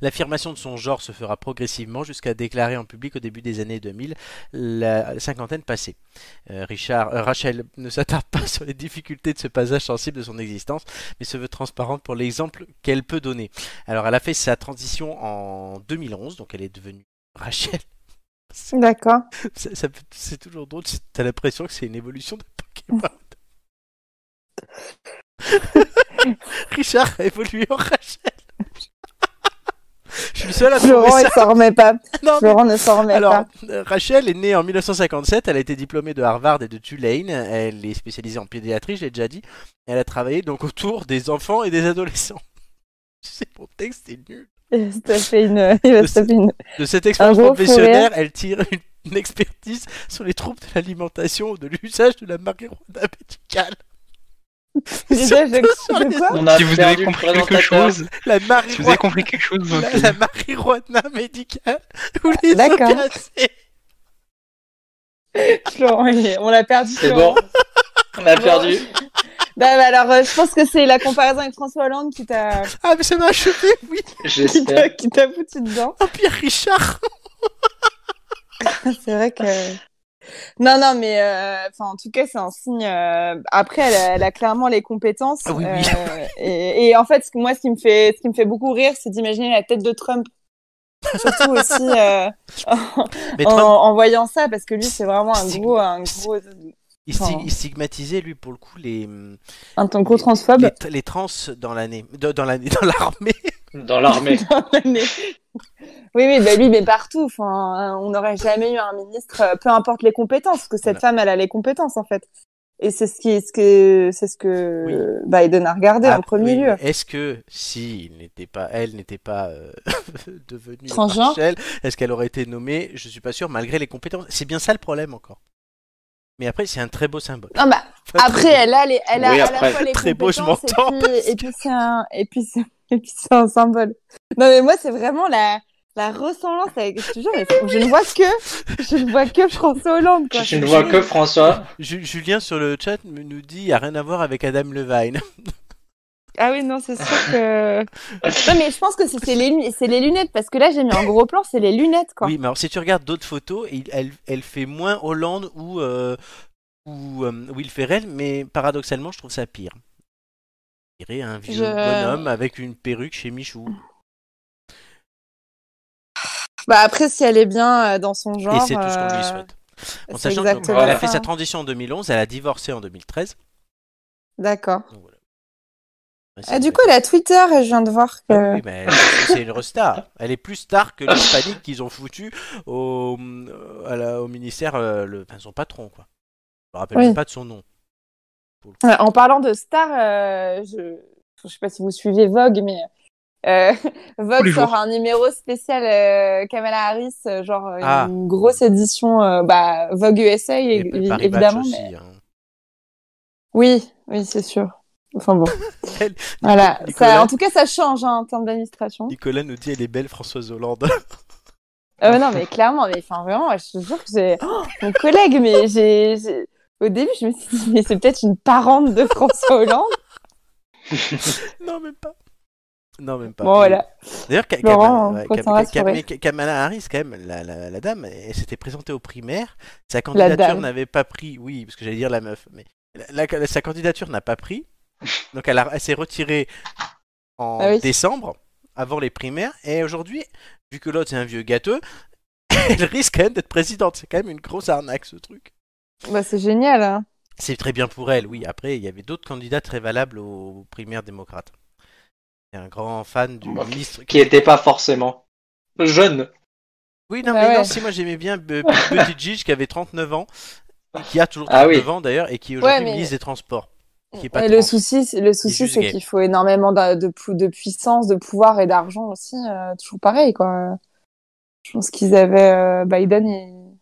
A: L'affirmation de son genre se fera progressivement jusqu'à déclarer en public au début des années 2000 la cinquantaine passée. Euh, Richard, euh, Rachel ne s'attarde pas sur les difficultés de ce passage sensible de son existence, mais se veut transparente pour l'exemple qu'elle peut donner. Alors elle a fait sa transition en 2011, donc elle est devenue Rachel
B: D'accord.
A: ça- ça peut- c'est toujours drôle, c'est- t'as l'impression que c'est une évolution de Pokémon. Richard a évolué en Rachel. Je suis le seul à trouver
B: Florent,
A: ça.
B: il s'en remet pas.
A: Non, mais-
B: Florent ne s'en remet
A: alors,
B: pas.
A: euh, Rachel est née en 1957, elle a été diplômée de Harvard et de Tulane, elle est spécialisée en pédiatrie, je l'ai déjà dit, elle a travaillé donc autour des enfants et des adolescents. C'est mon texte, c'est nul.
B: Il va se taper une, il va se taper une-
A: De cette expérience
B: gros fou
A: professionnelle, elle tire une, une expertise sur les troubles de l'alimentation ou de l'usage de la marijuana médicale.
B: Déjà, je-
A: Surtout sur
B: de
A: les-
B: quoi
D: On a
C: si vous
D: perdu
C: avez
D: le
C: compris quelque
D: présentateur.
C: chose,
A: la
C: si vous avez
A: marijuana,
C: compris quelque chose,
A: la, la marijuana médicale ou les os
B: D'accord.
A: cassés.
B: Florent, il est- on l'a perdu.
D: C'est
B: Florent.
D: bon. On a perdu.
B: Bah, bah, alors, euh, je pense que c'est la comparaison avec François Hollande qui t'a
A: Ah, mais ça m'a achevé, oui.
B: qui
D: J'espère.
B: t'a- qui t'a foutu dedans.
A: Oh, Pierre Richard.
B: C'est vrai que. Non, non, mais euh, enfin, en tout cas, c'est un signe. euh, Après, elle a, elle a clairement les compétences.
A: Ah oui, oui.
B: euh, et, et en fait, ce que, moi, ce qui me fait, ce qui me fait beaucoup rire, c'est d'imaginer la tête de Trump. Surtout aussi euh, en,
A: Mais
B: en-
A: Trump,
B: en voyant ça, parce que lui, c'est vraiment un
A: C'est-
B: gros, un gros,
A: il, sti-
B: non.
A: il stigmatisait, lui, pour le coup, les, Ah, bah.
B: un ton gros transphobe.
A: les, les trans dans l'année, de- dans l'année, dans l'armée.
D: Dans l'armée.
B: dans l'année. Oui, oui, bah lui, mais partout. Enfin, euh, on n'aurait jamais eu un ministre, euh, peu importe les compétences, parce que cette
A: Voilà.
B: femme, elle a les compétences en fait. Et c'est ce qui, ce que, c'est ce que
A: Oui.
B: euh, Biden a regardé
A: Ah,
B: en premier
A: oui,
B: lieu.
A: mais Est-ce que si il n'était pas, elle n'était pas euh, devenue
B: Transgenre
A: Rachel, est-ce qu'elle aurait été nommée Je suis pas sûr, malgré les compétences. C'est bien ça le problème encore. Mais après, c'est un très beau symbole.
B: Non, bah,
A: Enfin,
B: après,
A: très beau.
B: elle a les, elle a
D: Oui,
B: à
D: après.
B: la fois les
A: Très beau, je
B: compétences
A: m'entends,
B: et puis, et puis c'est un, et puis c'est, et puis c'est un symbole. Non, mais moi, c'est vraiment la, la ressemblance avec, je te jure, mais je ne vois que, je ne vois que François Hollande, quoi.
D: Tu ne vois que François.
A: Ju- Julien sur le chat me- nous dit, il n'y a rien à voir avec Adam Levine.
B: Ah oui, non, c'est sûr que. non, mais je pense que c'est c'est les, lu- c'est les lunettes, parce que là, j'ai mis en gros plan, c'est les lunettes, quoi.
A: Oui, mais alors si tu regardes d'autres photos, il- elle, elle fait moins Hollande ou euh, ou euh, Will Ferrell, mais paradoxalement, je trouve ça pire. Je dirais un vieux
B: Je-
A: bonhomme avec une perruque chez Michou.
B: Bah, après, si elle est bien euh, dans son genre.
A: Et c'est tout ce qu'on lui
B: euh,
A: souhaite. En
B: c'est
A: sachant qu'elle
B: exactement
A: a fait
B: ça.
A: sa transition en 2011, elle a divorcé en 2013.
B: D'accord.
A: Donc voilà.
B: Ah, du coup, elle a Twitter, je viens de voir que.
A: Ah oui, mais elle- c'est une restar. Elle est plus star que les paniques qu'ils ont foutu au, à la- au ministère, euh, le, enfin, son patron, quoi. Je me rappelle
B: Oui.
A: même pas de son nom.
B: Ouais, En parlant de stars, euh, je... je sais pas si vous suivez Vogue, mais euh,
C: Tous
B: Vogue
C: les
B: sort
C: jours.
B: un numéro spécial euh, Kamala Harris, euh, genre euh,
A: Ah.
B: une grosse édition euh, bah, Vogue USA, é-
A: Et Paris Match
B: évidemment.
A: aussi,
B: mais-
A: hein.
B: Oui, oui, c'est sûr. Enfin bon.
A: Elle-
B: voilà.
A: Nicolas-
B: Ça, en tout cas, ça change hein, en termes d'administration.
A: Nicolas nous dit elle est belle Françoise Hollande.
B: Euh, non, mais clairement, mais enfin vraiment, moi, je te jure que j'ai Oh, mon collègue, mais j'ai j'ai- au début, je me suis dit, mais c'est peut-être une parente de François Hollande.
A: non, même pas. Non, même pas.
B: Bon, voilà.
A: D'ailleurs, Ka- Kamala,
B: Laurent,
A: ouais,
B: faut
A: Kam-
B: s'en
A: Kam-
B: rassurer.
A: Kam- Kamala Harris, quand même, la, la- la dame, elle s'était présentée aux primaires. Sa
B: dame.
A: candidature n'avait pas pris. Oui, parce que j'allais dire la meuf, mais la- la- sa candidature n'a pas pris. Donc elle, a- elle s'est retirée en
B: Ah oui.
A: décembre, avant les primaires, et aujourd'hui, vu que l'autre c'est un vieux gâteux, elle risque quand même d'être présidente. C'est quand même une grosse arnaque ce truc.
B: Bah, c'est génial. hein.
A: C'est très bien pour elle, oui. Après, il y avait d'autres candidats très valables aux primaires démocrates. C'est un grand fan du
D: Bah,
A: ministre.
D: qui n'était pas forcément jeune.
A: Oui, non,
B: Ah
A: mais non,
B: ouais.
A: si moi j'aimais bien euh, Petit Gige qui avait 39 ans, et qui a toujours
D: Ah oui.
A: 39 ans d'ailleurs, et qui est aujourd'hui
B: Ouais, mais-
A: ministre des Transports. Qui est pas
B: Et le
A: trans.
B: souci, c'est- le souci,
A: juste
B: c'est
A: gay.
B: qu'il faut énormément de, de, pou- de puissance, de pouvoir et d'argent aussi. euh, toujours pareil, quoi. Je pense qu'ils avaient euh, Biden, il,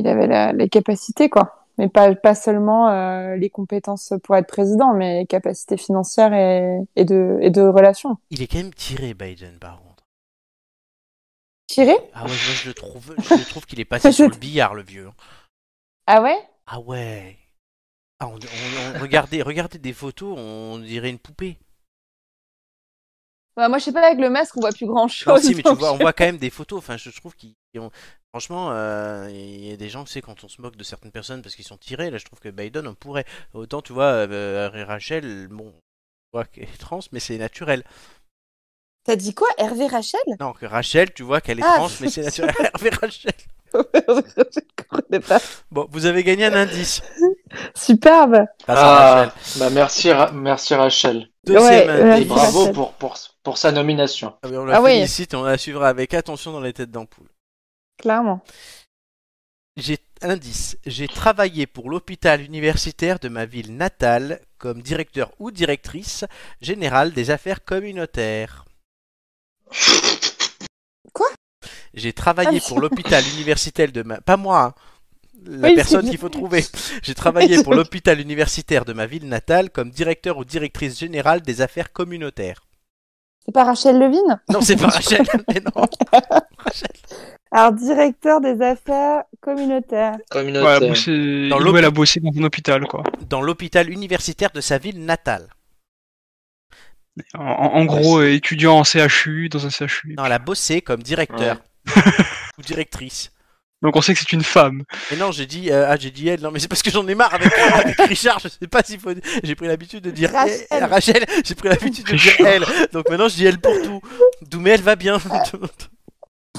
B: il avait la- les capacités, quoi. Mais pas, pas seulement euh, les compétences pour être président, mais les capacités financières et, et, de, et de relations.
A: Il est quand même tiré, Biden, par contre.
B: Tiré
A: Ah ouais, moi, je le trouve, je le trouve qu'il est passé sur le billard, le vieux.
B: Ah ouais
A: Ah ouais. Ah, on, on- on- regardez, regardez des photos, on dirait une poupée.
B: Bah, Moi, je sais pas, avec le masque, on voit plus
A: Non,
B: grand-chose.
A: si, mais tu
B: donc-
A: vois, on voit quand même des photos. Enfin, je trouve qu'ils qu'ils ont. Franchement, euh, il y a des gens, tu sais, quand on se moque de certaines personnes parce qu'ils sont tirés, là, je trouve que Biden, on pourrait. Autant, tu vois, euh, Rachel, bon, on voit qu'elle est trans, mais c'est naturel.
B: T'as dit quoi Hervé Rachel
A: Non, que Rachel, tu vois qu'elle est
B: Ah.
A: trans, mais c'est naturel. Hervé Rachel.
B: Je pas.
A: Bon, vous avez gagné un indice.
B: Superbe
A: grâce à Ah, Rachel.
D: bah merci, Ra- merci Rachel.
A: Deuxième
B: Ouais,
A: indice.
B: Merci,
D: et bravo
B: Rachel.
D: pour, pour, pour sa nomination.
A: Ah oui, On la
B: Ah oui.
A: félicite, on la suivra avec attention dans les têtes d'ampoule.
B: Clairement.
A: J'ai indice. J'ai travaillé pour l'hôpital universitaire de ma ville natale comme directeur ou directrice générale des affaires communautaires.
B: Quoi
A: J'ai
B: Ah,
A: travaillé
B: mais-
A: pour l'hôpital universitaire de ma pas moi. hein. La
B: Oui,
A: personne
B: c'est-
A: qu'il faut trouver. J'ai travaillé pour
B: je-
A: l'hôpital universitaire de ma ville natale comme directeur ou directrice générale des affaires communautaires.
B: C'est pas Rachel Levine
A: Non, c'est pas Rachel, mais non. Rachel.
B: Alors, directeur des affaires communautaires.
C: Ouais,
D: Communautaire.
C: bosser...
A: Dans
C: il ou elle a bossé dans un hôpital, quoi.
A: Dans l'hôpital universitaire de sa ville natale.
C: En, en- en gros, euh, étudiant en CHU, dans un CHU.
A: Non, elle a bossé comme directeur ou directrice.
C: Donc on sait que c'est une femme.
A: Mais non, j'ai dit, euh, ah, j'ai dit elle, non, mais c'est parce que j'en ai marre avec, euh, avec Richard, je sais pas s'il faut. J'ai pris l'habitude de dire
B: Rachel.
A: elle, Rachel, j'ai pris l'habitude de dire elle, donc maintenant je dis elle pour tout. D'où mais elle va bien.
B: Ah.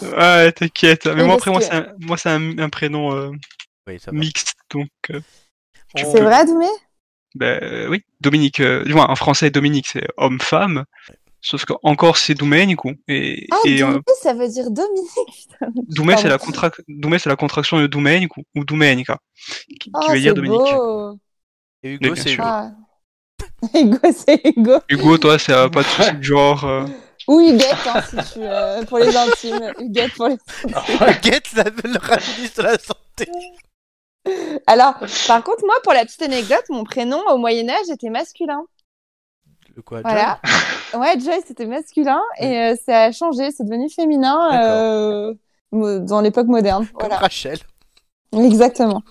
C: Ouais, t'inquiète. Mais
B: Oui,
C: moi,
B: parce
C: après, moi,
B: que-
C: c'est un, moi, c'est un, un prénom euh,
A: oui, ça va.
C: mixte. Donc, euh,
A: On-
B: C'est vrai, Doumé
C: bah, euh, oui, Dominique, euh, du moins, en français, Dominique, c'est homme-femme. Sauf qu'encore, c'est Doumé, du coup. Et,
B: Ah,
C: et, euh,
B: Doumé, ça veut dire Dominique. putain.
C: Doumé, c'est la,
B: Pardon.
C: contrac- Doumé, c'est la contraction de Doumé, ou Douménica, qui, qui
B: Oh,
C: veut
B: c'est
C: dire Dominique.
B: beau.
A: Et
C: Mais
A: Hugo,
C: bien
A: c'est
C: sûr.
B: Ah. Hugo, c'est Hugo.
C: Hugo, toi, c'est euh, pas de souci de genre. euh,
B: Ou Huguette, hein, si tu, euh, pour les intimes. Huguette pour les...
A: Guette, la, le ministre de la santé.
B: Alors, par contre, moi, pour la petite anecdote, mon prénom au Moyen-Âge était masculin.
A: Le quoi
B: Voilà. Ouais, Joyce, c'était masculin et
C: Mm.
B: euh, ça a changé, c'est devenu féminin euh, mo- dans l'époque moderne.
A: John Comme
B: Voilà,
A: Rachel.
B: exactement.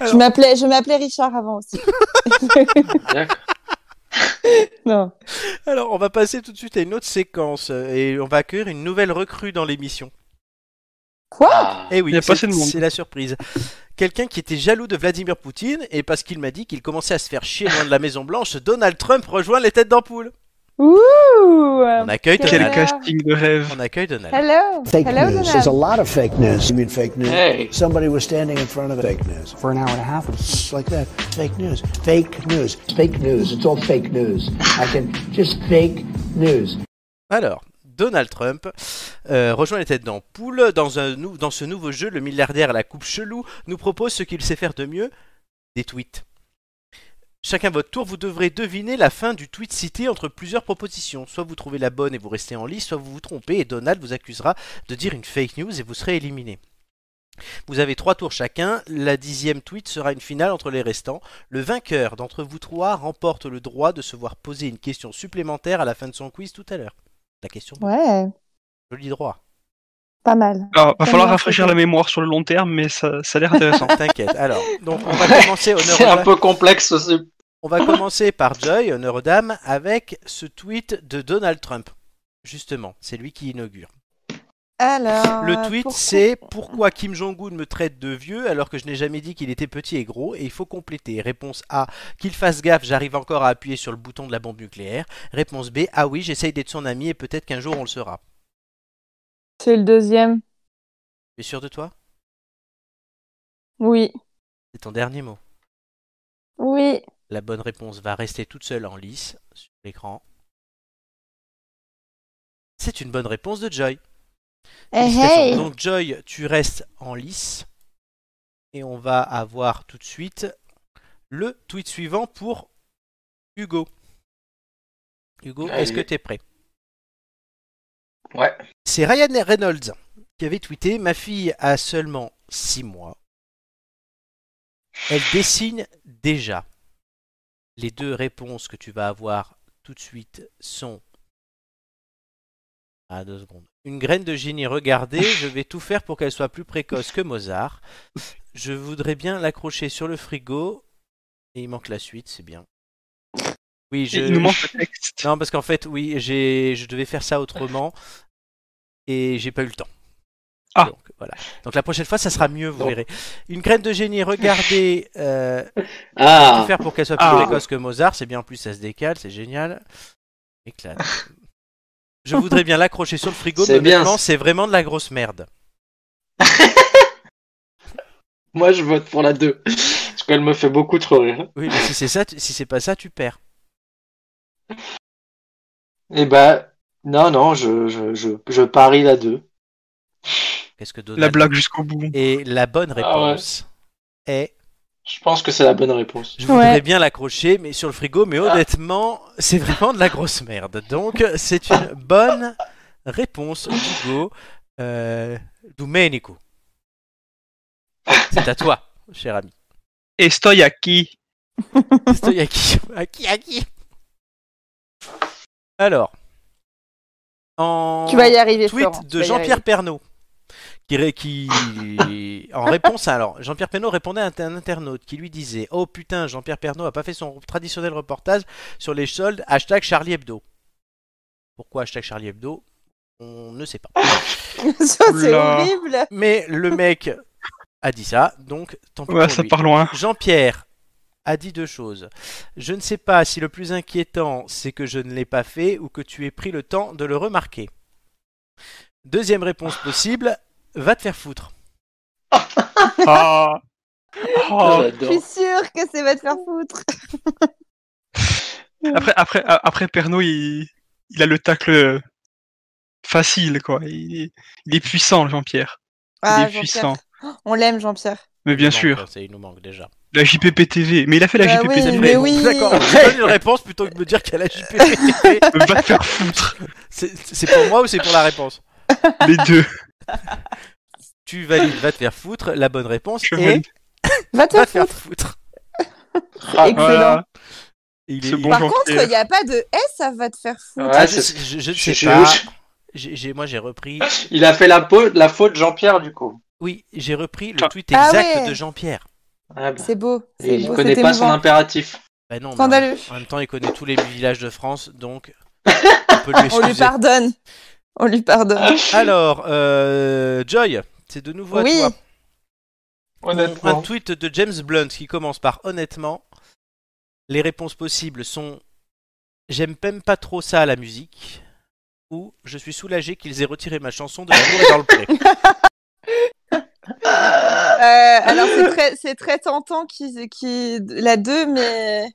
A: Alors-
B: Je m'appelais, je m'appelais Richard avant aussi.
D: D'accord.
B: non.
A: Alors, on va passer tout de suite à une autre séquence euh, et on va accueillir une nouvelle recrue dans l'émission.
B: Quoi
D: Ah.
A: Eh oui,
C: Il y a pas
A: c'est
C: assez de monde.
A: c'est la surprise. Quelqu'un qui était jaloux de Vladimir Poutine et parce qu'il m'a dit qu'il commençait à se faire chier loin de la Maison Blanche, Donald Trump rejoint les têtes d'ampoule.
B: Ouh
A: On accueille
B: Quel
C: Quel
A: Donald.
B: Voilà.
C: casting de rêve.
A: On accueille Donald.
B: Hello,
E: Fake
B: hello
E: news.
B: Donald.
E: There's a lot of fake news. You mean fake news?
D: Hey.
E: Somebody was standing in front of fake news for an hour and a half, just like that. Fake news. Fake news. Fake news. It's all fake news. I can just fake news.
A: Alors, Donald Trump euh, rejoint les têtes d'ampoule. Dans, un nou- dans ce nouveau jeu, le milliardaire à la coupe chelou nous propose ce qu'il sait faire de mieux des tweets. Chacun votre tour, vous devrez deviner la fin du tweet cité entre plusieurs propositions. Soit vous trouvez la bonne et vous restez en lice, soit vous vous trompez et Donald vous accusera de dire une fake news et vous serez éliminé. Vous avez trois tours chacun, la dixième tweet sera une finale entre les restants. Le vainqueur d'entre vous trois remporte le droit de se voir poser une question supplémentaire à la fin de son quiz tout à l'heure. La question de
B: Ouais,
A: joli droit.
B: pas mal.
C: Alors, va
B: Quel
C: falloir
B: nom,
C: rafraîchir
B: c'est
C: la mémoire sur le long terme, mais ça, ça a l'air intéressant.
A: T'inquiète. Alors, donc on va commencer honneur
D: C'est
A: aux
D: un
A: dames.
D: peu complexe aussi.
A: On va commencer par Joy, honneur aux dames, avec ce tweet de Donald Trump. Justement, c'est lui qui inaugure.
B: Alors,
A: Le tweet,
B: Euh, pourquoi-
A: c'est pourquoi Kim Jong-un me traite de vieux alors que je n'ai jamais dit qu'il était petit et gros et il faut compléter. Réponse A, qu'il fasse gaffe, j'arrive encore à appuyer sur le bouton de la bombe nucléaire. Réponse B, ah oui, j'essaye d'être son ami et peut-être qu'un jour on le sera.
B: C'est le deuxième.
A: Tu es sûr de toi
B: Oui.
A: C'est ton dernier mot.
B: Oui.
A: La bonne réponse va rester toute seule en lice sur l'écran. C'est une bonne réponse de Joy. Félicitations.
B: Eh, hey.
A: Donc Joy, tu restes en lice. Et on va avoir tout de suite le tweet suivant pour Hugo. Hugo,
D: Allez.
A: est-ce que tu es prêt
D: Ouais.
A: C'est Ryan Reynolds qui avait tweeté Ma fille a seulement 6 mois. Elle dessine déjà. Les deux réponses que tu vas avoir tout de suite sont. Ah, deux secondes. Une graine de génie, regardez, je vais tout faire pour qu'elle soit plus précoce que Mozart. Je voudrais bien l'accrocher sur le frigo. Et il manque la suite, c'est bien. Oui, je.
C: Il nous manque le texte.
A: Non, parce qu'en fait, oui, j'ai, je devais faire ça autrement et j'ai pas eu le temps.
C: Ah.
A: Donc, voilà. Donc la prochaine fois, ça sera mieux, vous
D: Bon.
A: verrez. Une graine de génie, regardez. Euh, tout
D: Ah
A: faire pour qu'elle soit plus
C: Ah.
A: précoce que Mozart, c'est bien. En plus, ça se décale, c'est génial. Éclate. Je voudrais bien l'accrocher sur le frigo, mais
D: C'est bien.
A: honnêtement, c'est vraiment de la grosse merde.
D: Moi, je vote pour la 2. Parce qu'elle me fait beaucoup trop rire.
A: Oui, mais si c'est ça, tu- si c'est pas ça, tu perds.
D: Eh ben, non, non, je, je, je, je parie la 2.
A: Qu'est-ce que Donald
C: La blague jusqu'au bout.
A: Et la bonne
D: Ah ouais.
A: réponse est
D: Je pense que c'est la bonne réponse.
A: Je voudrais
B: Ouais.
A: bien l'accrocher, mais sur le frigo,
D: Ah.
A: mais honnêtement, c'est vraiment de la grosse merde. Donc, c'est une bonne réponse, Hugo. Euh, Domenico. C'est à toi, cher ami.
C: Et Stoyaki.
A: Stoï à qui À qui À qui Alors. En
B: Tu vas y arriver,
A: tweet
B: Florent, tu
A: de
B: vas y
A: Jean-Pierre
B: arriver.
A: Pernaud. Qui, ré- qui- en réponse à- alors Jean-Pierre Pernaud répondait à un internaute qui lui disait oh putain Jean-Pierre Pernaud a pas fait son traditionnel reportage sur les soldes hashtag Charlie Hebdo pourquoi hashtag Charlie Hebdo on ne sait pas
B: Ça, c'est
C: Oula.
B: horrible.
A: mais le mec a dit ça donc tant pis
C: Ouais,
A: pour
C: ça
A: lui.
C: part loin.
A: Jean-Pierre a dit deux choses. Je ne sais pas si le plus inquiétant, c'est que je ne l'ai pas fait ou que tu aies pris le temps de le remarquer. Deuxième réponse possible, va te faire foutre.
C: Ah.
A: hein.
C: Ah.
B: Je
D: J'adore.
B: suis sûre que c'est va te faire foutre.
C: Après, après, a- après Pernod, il, il a le tacle euh, facile, quoi. Il, il est puissant, le Jean-Pierre.
B: Ah,
C: il est puissant.
B: Jean-Pierre. Oh, On l'aime, Jean-Pierre.
C: Mais bien sûr,
A: Il nous manque déjà.
C: la JPPTV. Mais il a fait la
B: Bah oui,
C: JPPTV.
B: mais oui.
A: D'accord, je donne une réponse plutôt que de me dire qu'elle a JPPTV.
C: Va te faire foutre,
A: C'est c'est pour moi ou c'est pour la réponse
C: les deux.
A: Tu valides, va te faire foutre. La bonne réponse
C: Je
A: est
C: valide.
B: Va te
A: va
B: faire
A: te faire
B: foutre.
A: foutre.
D: Ah,
B: Excellent.
C: Voilà.
A: Il Ah,
C: C'est bon.
B: Par
C: Jean-Pierre.
B: contre, il n'y a pas de S à va te faire foutre.
D: Ouais,
A: je,
D: c'est-
A: je- je ne
D: je-
A: sais
D: je-
A: pas.
D: je-
A: J'ai- j'ai- moi, j'ai repris.
D: Il a fait la, peau- la faute Jean-Pierre, du coup.
A: Oui, j'ai repris le
C: Ah.
A: tweet
B: Ah
A: exact
B: ouais.
A: de Jean-Pierre.
D: Ah bah.
B: C'est beau.
D: Et
B: C'est
D: il
B: beau.
D: connaît
B: C'est
D: pas son
B: émouvant.
D: impératif.
A: Bah non, mais
B: Scandaleux.
A: En, en même temps, il connaît tous les villages de France, donc on peut lui
B: On lui
A: excuser.
B: pardonne. On lui
A: Ah,
B: pardonne.
A: Alors, euh, Joy, c'est de nouveau à
B: Oui.
A: toi. Un
D: Honnêtement.
A: tweet de James Blunt qui commence par honnêtement. Les réponses possibles sont j'aime même pas trop ça à la musique ou je suis soulagé qu'ils aient retiré ma chanson de l'amour est dans le pré.
B: Euh, alors, c'est très, c'est très tentant qui, qui, la 2, mais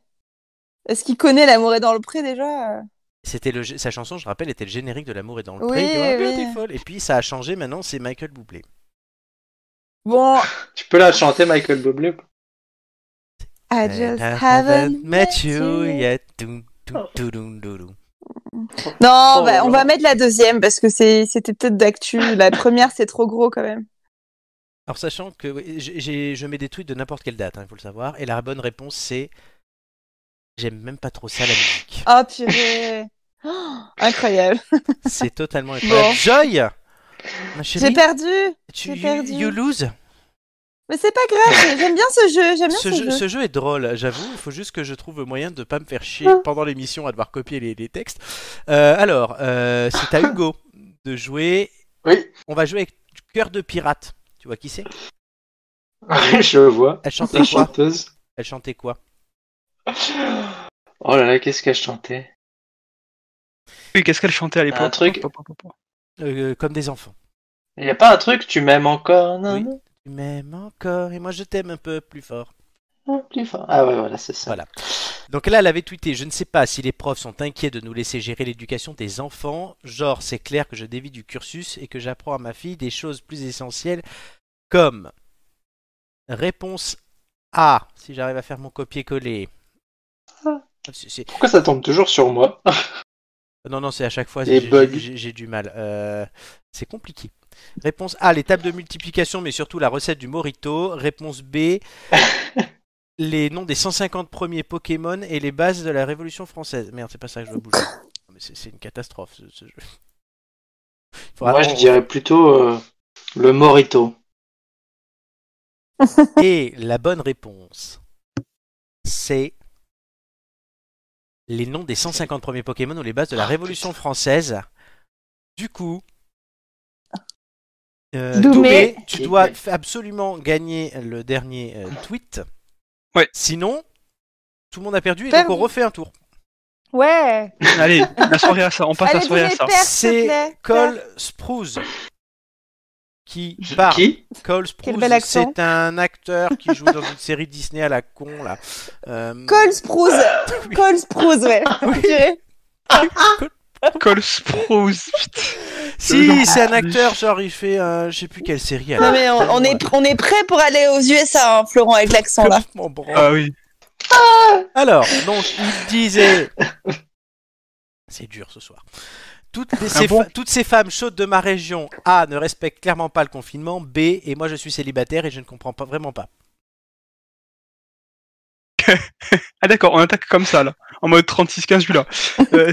B: est-ce qu'il connaît l'amour est dans le pré déjà
A: C'était le gé- sa chanson, je rappelle, était le générique de l'amour est dans le
B: Oui,
A: pré. You are
B: oui.
A: beautiful. Et puis ça a changé maintenant, c'est Michael Bublé.
B: Bon,
D: Tu peux la chanter, Michael Bublé
B: I
A: And
B: just
A: I
B: haven't
A: met you
B: yet.
A: yet. Dun, dun, dun, dun, dun, dun.
B: Non,
D: Oh
B: bah, on
D: là.
B: va mettre la deuxième parce que c'est- c'était peut-être d'actu. La première, c'est trop gros quand même.
A: Alors sachant que oui, j'ai- j'ai- je mets des tweets de n'importe quelle date, hein, il faut le savoir, et la bonne réponse c'est j'aime même pas trop ça la musique.
B: Oh purée. Oh, incroyable.
A: c'est totalement incroyable.
B: Bon.
A: Joy, ma chérie,
B: J'ai perdu.
A: tu,
B: j'ai
A: you-
B: perdu.
A: you lose.
B: Mais c'est pas grave. J'aime bien ce jeu. J'aime bien
A: Ce
B: ce,
A: jeu,
B: jeu.
A: ce jeu est drôle, j'avoue. Il faut juste que je trouve le moyen de pas me faire chier
B: Ah.
A: pendant l'émission à devoir copier les, les textes. Euh, alors, euh, c'est à Hugo de jouer
D: Oui,
A: On va jouer avec Cœur de Pirate. Tu vois qui c'est
D: je vois.
A: Elle chantait
D: La
A: quoi
D: chanteuse.
A: Elle chantait quoi
D: Oh là là, qu'est-ce qu'elle chantait
C: Oui, qu'est-ce qu'elle chantait à l'époque
D: Un truc.
C: Pop, pop, pop, pop.
A: Euh, Comme des enfants.
D: Il n'y a pas un truc, tu m'aimes encore, non,
A: Oui.
D: non,
A: Tu m'aimes encore et moi je t'aime un peu plus fort.
D: non, plus fort. Ah ouais, voilà, c'est ça.
A: Voilà. Donc là, elle avait tweeté Je ne sais pas si les profs sont inquiets de nous laisser gérer l'éducation des enfants. Genre, c'est clair que je dévie du cursus et que j'apprends à ma fille des choses plus essentielles comme. Réponse A, si j'arrive à faire mon copier-coller. C'est- c'est-
D: Pourquoi ça tombe toujours sur moi
A: Euh, Non, non, c'est à chaque fois,
D: Les
A: j'ai- j'ai-
D: bugs.
A: j'ai j'ai du mal. Euh, c'est compliqué. Réponse A, les tables de multiplication, mais surtout la recette du Morito. Réponse B, les noms des 150 premiers Pokémon et les bases de la Révolution française. Merde, c'est pas ça que je dois bouger. Non, mais C'est c'est une catastrophe, ce, ce jeu. Il faudra-
D: Moi, je dirais plutôt euh, le Morito.
A: Et la bonne réponse, c'est les noms des 150 premiers Pokémon ou les bases de la Révolution française. Du coup, euh,
B: Doumé.
A: Doumé, tu dois f- absolument gagner le dernier euh, tweet.
C: Ouais.
A: Sinon, tout le monde a perdu et
B: Perdu.
A: donc on refait un tour.
B: Ouais.
C: Allez, la soirée à ça, on passe la
B: Allez,
C: soirée à
B: Doumé,
C: ça.
B: perds, s'il te
A: C'est
B: plaît.
A: Cole Sprouse qui part.
D: Qui
A: Cole
B: Quel
A: Sprouse,
B: bel accent.
A: c'est un acteur qui joue dans une série Disney à la con là. Euh,
B: Cole Sprouse. Cole Sprouse, ouais.
A: Oui.
B: Purée.
C: Cole Sprouse. putain.
A: Si, c'est un acteur, genre il fait, euh, je sais plus quelle série. elle a-
B: Non mais on, on est on est prêt pour aller aux USA, hein, Florent, avec l'accent là.
A: Complètement branle.
C: Ah oui.
A: Euh, Alors, donc il disait, c'est dur ce soir. Toutes, les- ces
C: bon
A: fa- toutes ces femmes chaudes de ma région, A, ne respectent clairement pas le confinement, B, et moi je suis célibataire et je ne comprends pas vraiment pas.
C: Ah d'accord, on attaque comme ça là, en mode 36-15 vu là. Euh,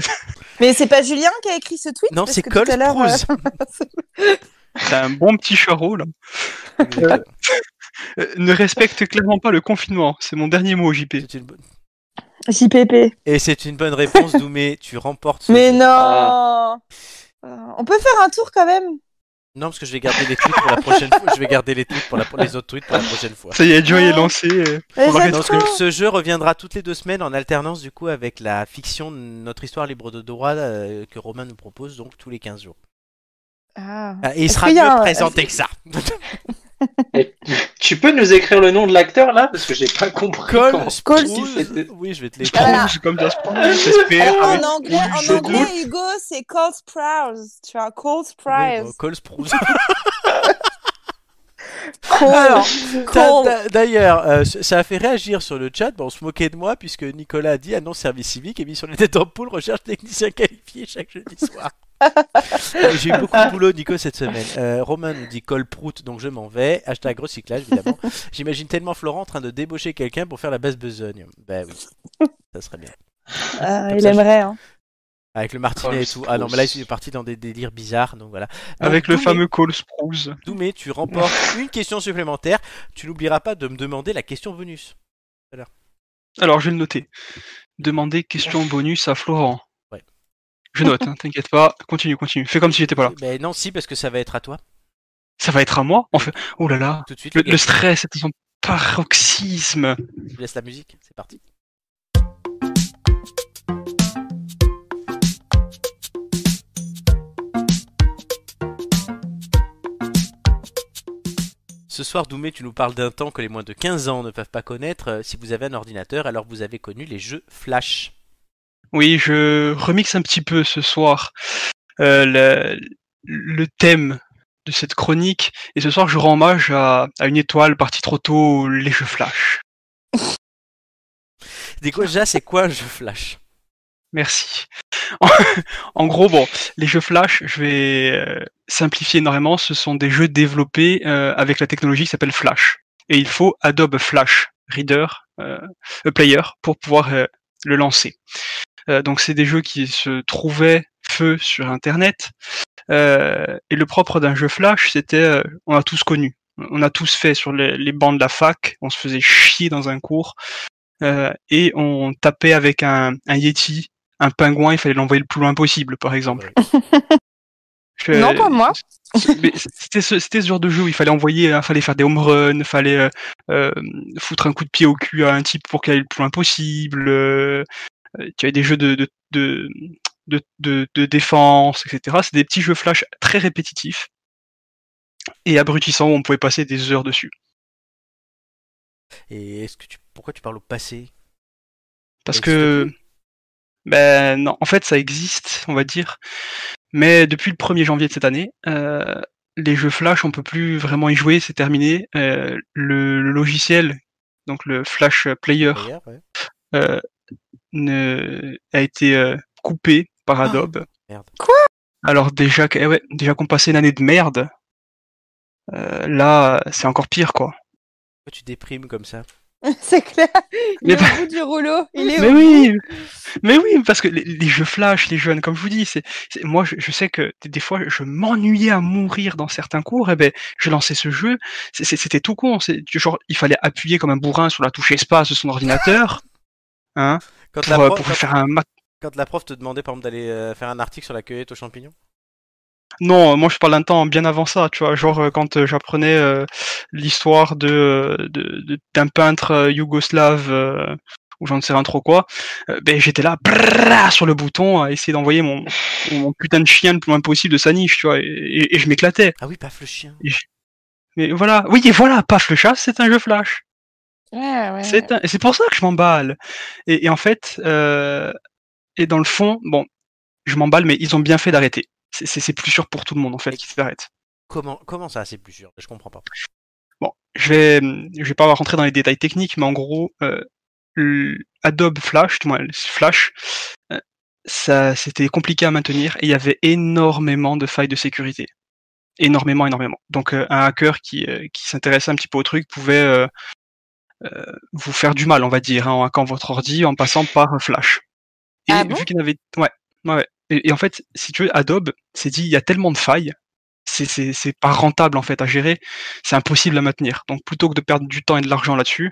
B: Mais c'est pas Julien qui a écrit ce tweet
A: Non,
B: Parce
A: c'est
B: que tout
A: Cole
B: à l'heure, euh,
A: Sprouse.
C: T'as un bon petit charreau là.
A: Euh,
C: Euh, ne respecte clairement pas le confinement. C'est mon dernier mot, JP.
A: c'est une bonne-
B: euh, JPP.
A: Et c'est une bonne réponse, Doumé, tu remportes. ce
B: Mais
A: jeu.
B: non.
C: Ah.
B: Euh, On peut faire un tour quand même.
A: Non, parce que je vais garder les tweets pour la prochaine fois. Je vais garder les tweets pour la les autres tweets pour la prochaine fois.
C: Ça y est, Joy est lancé.
B: Mais
C: euh, on va
B: j'aime
C: regarder
A: Non,
C: ce
A: parce
B: trop.
A: que ce jeu reviendra toutes les deux semaines en alternance du coup avec la fiction de Notre histoire libre de droit euh, que Romain nous propose donc tous les 15 jours.
B: Ah.
A: Ah, Et il
B: Est-ce
A: sera
B: qu'il y
A: mieux
B: a un-
A: présenté que ça.
D: Et Tu peux nous écrire le nom de l'acteur là Parce que j'ai pas compris. comment-
A: Cole,
B: Cole,
A: Sprouse.
D: si, c'était-
A: Oui, je vais te
C: Sprouse,
A: l'écrire.
B: Voilà.
C: comme ça, Sprouse, j'espère.
A: Ah,
B: En,
C: avec-
B: anglais, en
C: je
B: anglais, Hugo, c'est Cole Sprouse. Tu vois,
A: Oui,
B: Cole
A: bah,
B: Sprouse.
A: bon, Cole Sprouse.
B: Cole.
A: Alors, D'a-
B: Cole.
A: d'a- D'ailleurs, euh, c- ça a fait réagir sur le chat. Bon, on se moquait de moi puisque Nicolas a dit annonce service civique et mis sur les têtes en poule recherche technicien qualifié chaque jeudi soir. Et J'ai eu beaucoup de boulot, Nico, cette semaine. Euh, Romain nous dit col prout, donc je m'en vais. Hashtag recyclage, évidemment. J'imagine tellement Florent en train de débaucher quelqu'un pour faire la basse besogne. Ben oui, ça serait bien.
B: Ah,
A: comme
B: il
A: ça, je-
B: aimerait. Hein.
A: Avec le
C: Oh,
A: martinet
D: Col
A: et tout. Ah non, mais là, il
D: Sprouse.
A: est parti dans des délires bizarres, donc voilà. Donc,
C: Avec le
A: Doumé-
C: fameux Cole Sprouse.
A: Doumé, tu remportes une question supplémentaire. Tu n'oublieras pas de me demander la question bonus.
C: Alors, je vais le noter. Demander question bonus à Florent.
A: Ouais.
C: Je note, hein, t'inquiète pas. Continue, continue. Fais comme si j'étais pas là.
A: Ben non, si, parce que ça va être à toi.
C: Ça va être à moi On fait... Oh là là.
A: Tout de suite,
C: Le,
A: le,
C: le stress, c'est son paroxysme.
A: gars, je laisse la musique, c'est parti. Ce soir, Doumé, tu nous parles d'un temps que les moins de 15 ans ne peuvent pas connaître. Euh, Si vous avez un ordinateur, alors vous avez connu les jeux Flash.
C: Oui, je remixe un petit peu ce soir euh, le, le thème de cette chronique. Et ce soir, je rends hommage à, à une étoile partie trop tôt, les jeux Flash.
A: Des déjà, c'est quoi un jeu Flash
C: Merci. en gros, bon, les jeux Flash, je vais euh, simplifier énormément. Ce sont des jeux développés euh, avec la technologie qui s'appelle Flash. Et il faut Adobe Flash Reader, euh, euh, Player, pour pouvoir euh, le lancer. Euh, donc, c'est des jeux qui se trouvaient feu sur Internet. Euh, et le propre d'un jeu Flash, c'était, euh, on a tous connu. On a tous fait sur les, les bancs de la fac. On se faisait chier dans un cours. euh, et on tapait avec un, un Yeti un pingouin, il fallait l'envoyer le plus loin possible, par exemple. Je-
B: Non, pas moi.
C: Mais c'était ce, c'était ce genre de jeu où il fallait envoyer, euh, fallait faire des home runs, fallait euh, euh, foutre un coup de pied au cul à un type pour qu'il aille le plus loin possible. euh, euh, tu avais des jeux de, de, de, de, de- de défense, etc. C'est des petits jeux flash très répétitifs et abrutissants où on pouvait passer des heures dessus.
A: Et est-ce que tu... pourquoi tu parles au passé
C: Parce
A: Ça
C: que,
A: existe
C: ben non, en fait, ça existe, on va dire. Mais depuis le 1er janvier de cette année, euh, les jeux Flash, on peut plus vraiment y jouer, c'est terminé. Euh, le, le logiciel, donc le Flash Player,
A: D'ailleurs, ouais.
C: euh, ne, a été euh, coupé par
A: Ah,
C: Adobe.
A: merde.
B: Quoi
C: Alors déjà, que- eh ouais, déjà qu'on passait une année de merde, euh, là, c'est encore pire, quoi.
A: Pourquoi tu déprimes comme ça
B: C'est clair. Il
C: Mais
B: est
C: pas-
B: au bout du rouleau. Il est
C: Mais
B: au
C: oui, mais oui, parce que les, les jeux flash, les jeunes, comme je vous dis, c'est, c'est- moi, je, je sais que des- des fois, je m'ennuyais à mourir dans certains cours. Et ben, je lançais ce jeu, c'est- c'est- c'était tout con. C'est du genre, il fallait appuyer comme un bourrin sur la touche espace de son ordinateur, hein,
A: quand la,
C: pour, euh,
A: prof,
C: pour
A: quand-
C: faire un ma-
A: quand la prof te demandait par exemple d'aller euh, faire un article sur la cueillette aux champignons
C: Non, euh, moi, je parle d'un temps bien avant ça, tu vois. Genre euh, quand euh, j'apprenais euh, l'histoire de, euh, de- de- d'un peintre euh, yougoslave. euh, ou j'en sais rien trop quoi, euh, ben j'étais là brrrra, sur le bouton à essayer d'envoyer mon, mon putain de chien le plus loin possible de sa niche, tu vois, et, et- et je m'éclatais.
A: Ah oui, paf le chien.
C: Mais voilà, oui, et voilà, Paf le chat, c'est un jeu Flash.
B: bout. Ah, Ouais, ouais.
C: C'est un- et c'est pour ça que je m'emballe. Et, et en fait, euh, et dans le fond, bon, je m'emballe, mais ils ont bien fait d'arrêter. C'est- C'est c'est plus sûr pour tout le monde, en fait, qu'ils s'arrêtent.
A: Comment, comment ça, c'est plus sûr Je comprends pas.
C: Bon, je vais, je vais pas rentrer dans les détails techniques, mais en gros, euh, le- Adobe Flash, du moins le Flash, euh, ça, c'était compliqué à maintenir et il y avait énormément de failles de sécurité, énormément, énormément. Donc, euh, un hacker qui, euh, qui s'intéressait un petit peu au truc pouvait euh, euh, vous faire du mal, on va dire, hein, en hackant votre ordi, en passant par euh, Flash. Et
B: Ah bon
C: vu qu'il avait, ouais, ouais, ouais. Et, et en fait, si tu veux, Adobe s'est dit, il y a tellement de failles, c'est- c'est c'est pas rentable en fait à gérer c'est impossible à maintenir. Donc plutôt que de perdre du temps et de l'argent là-dessus,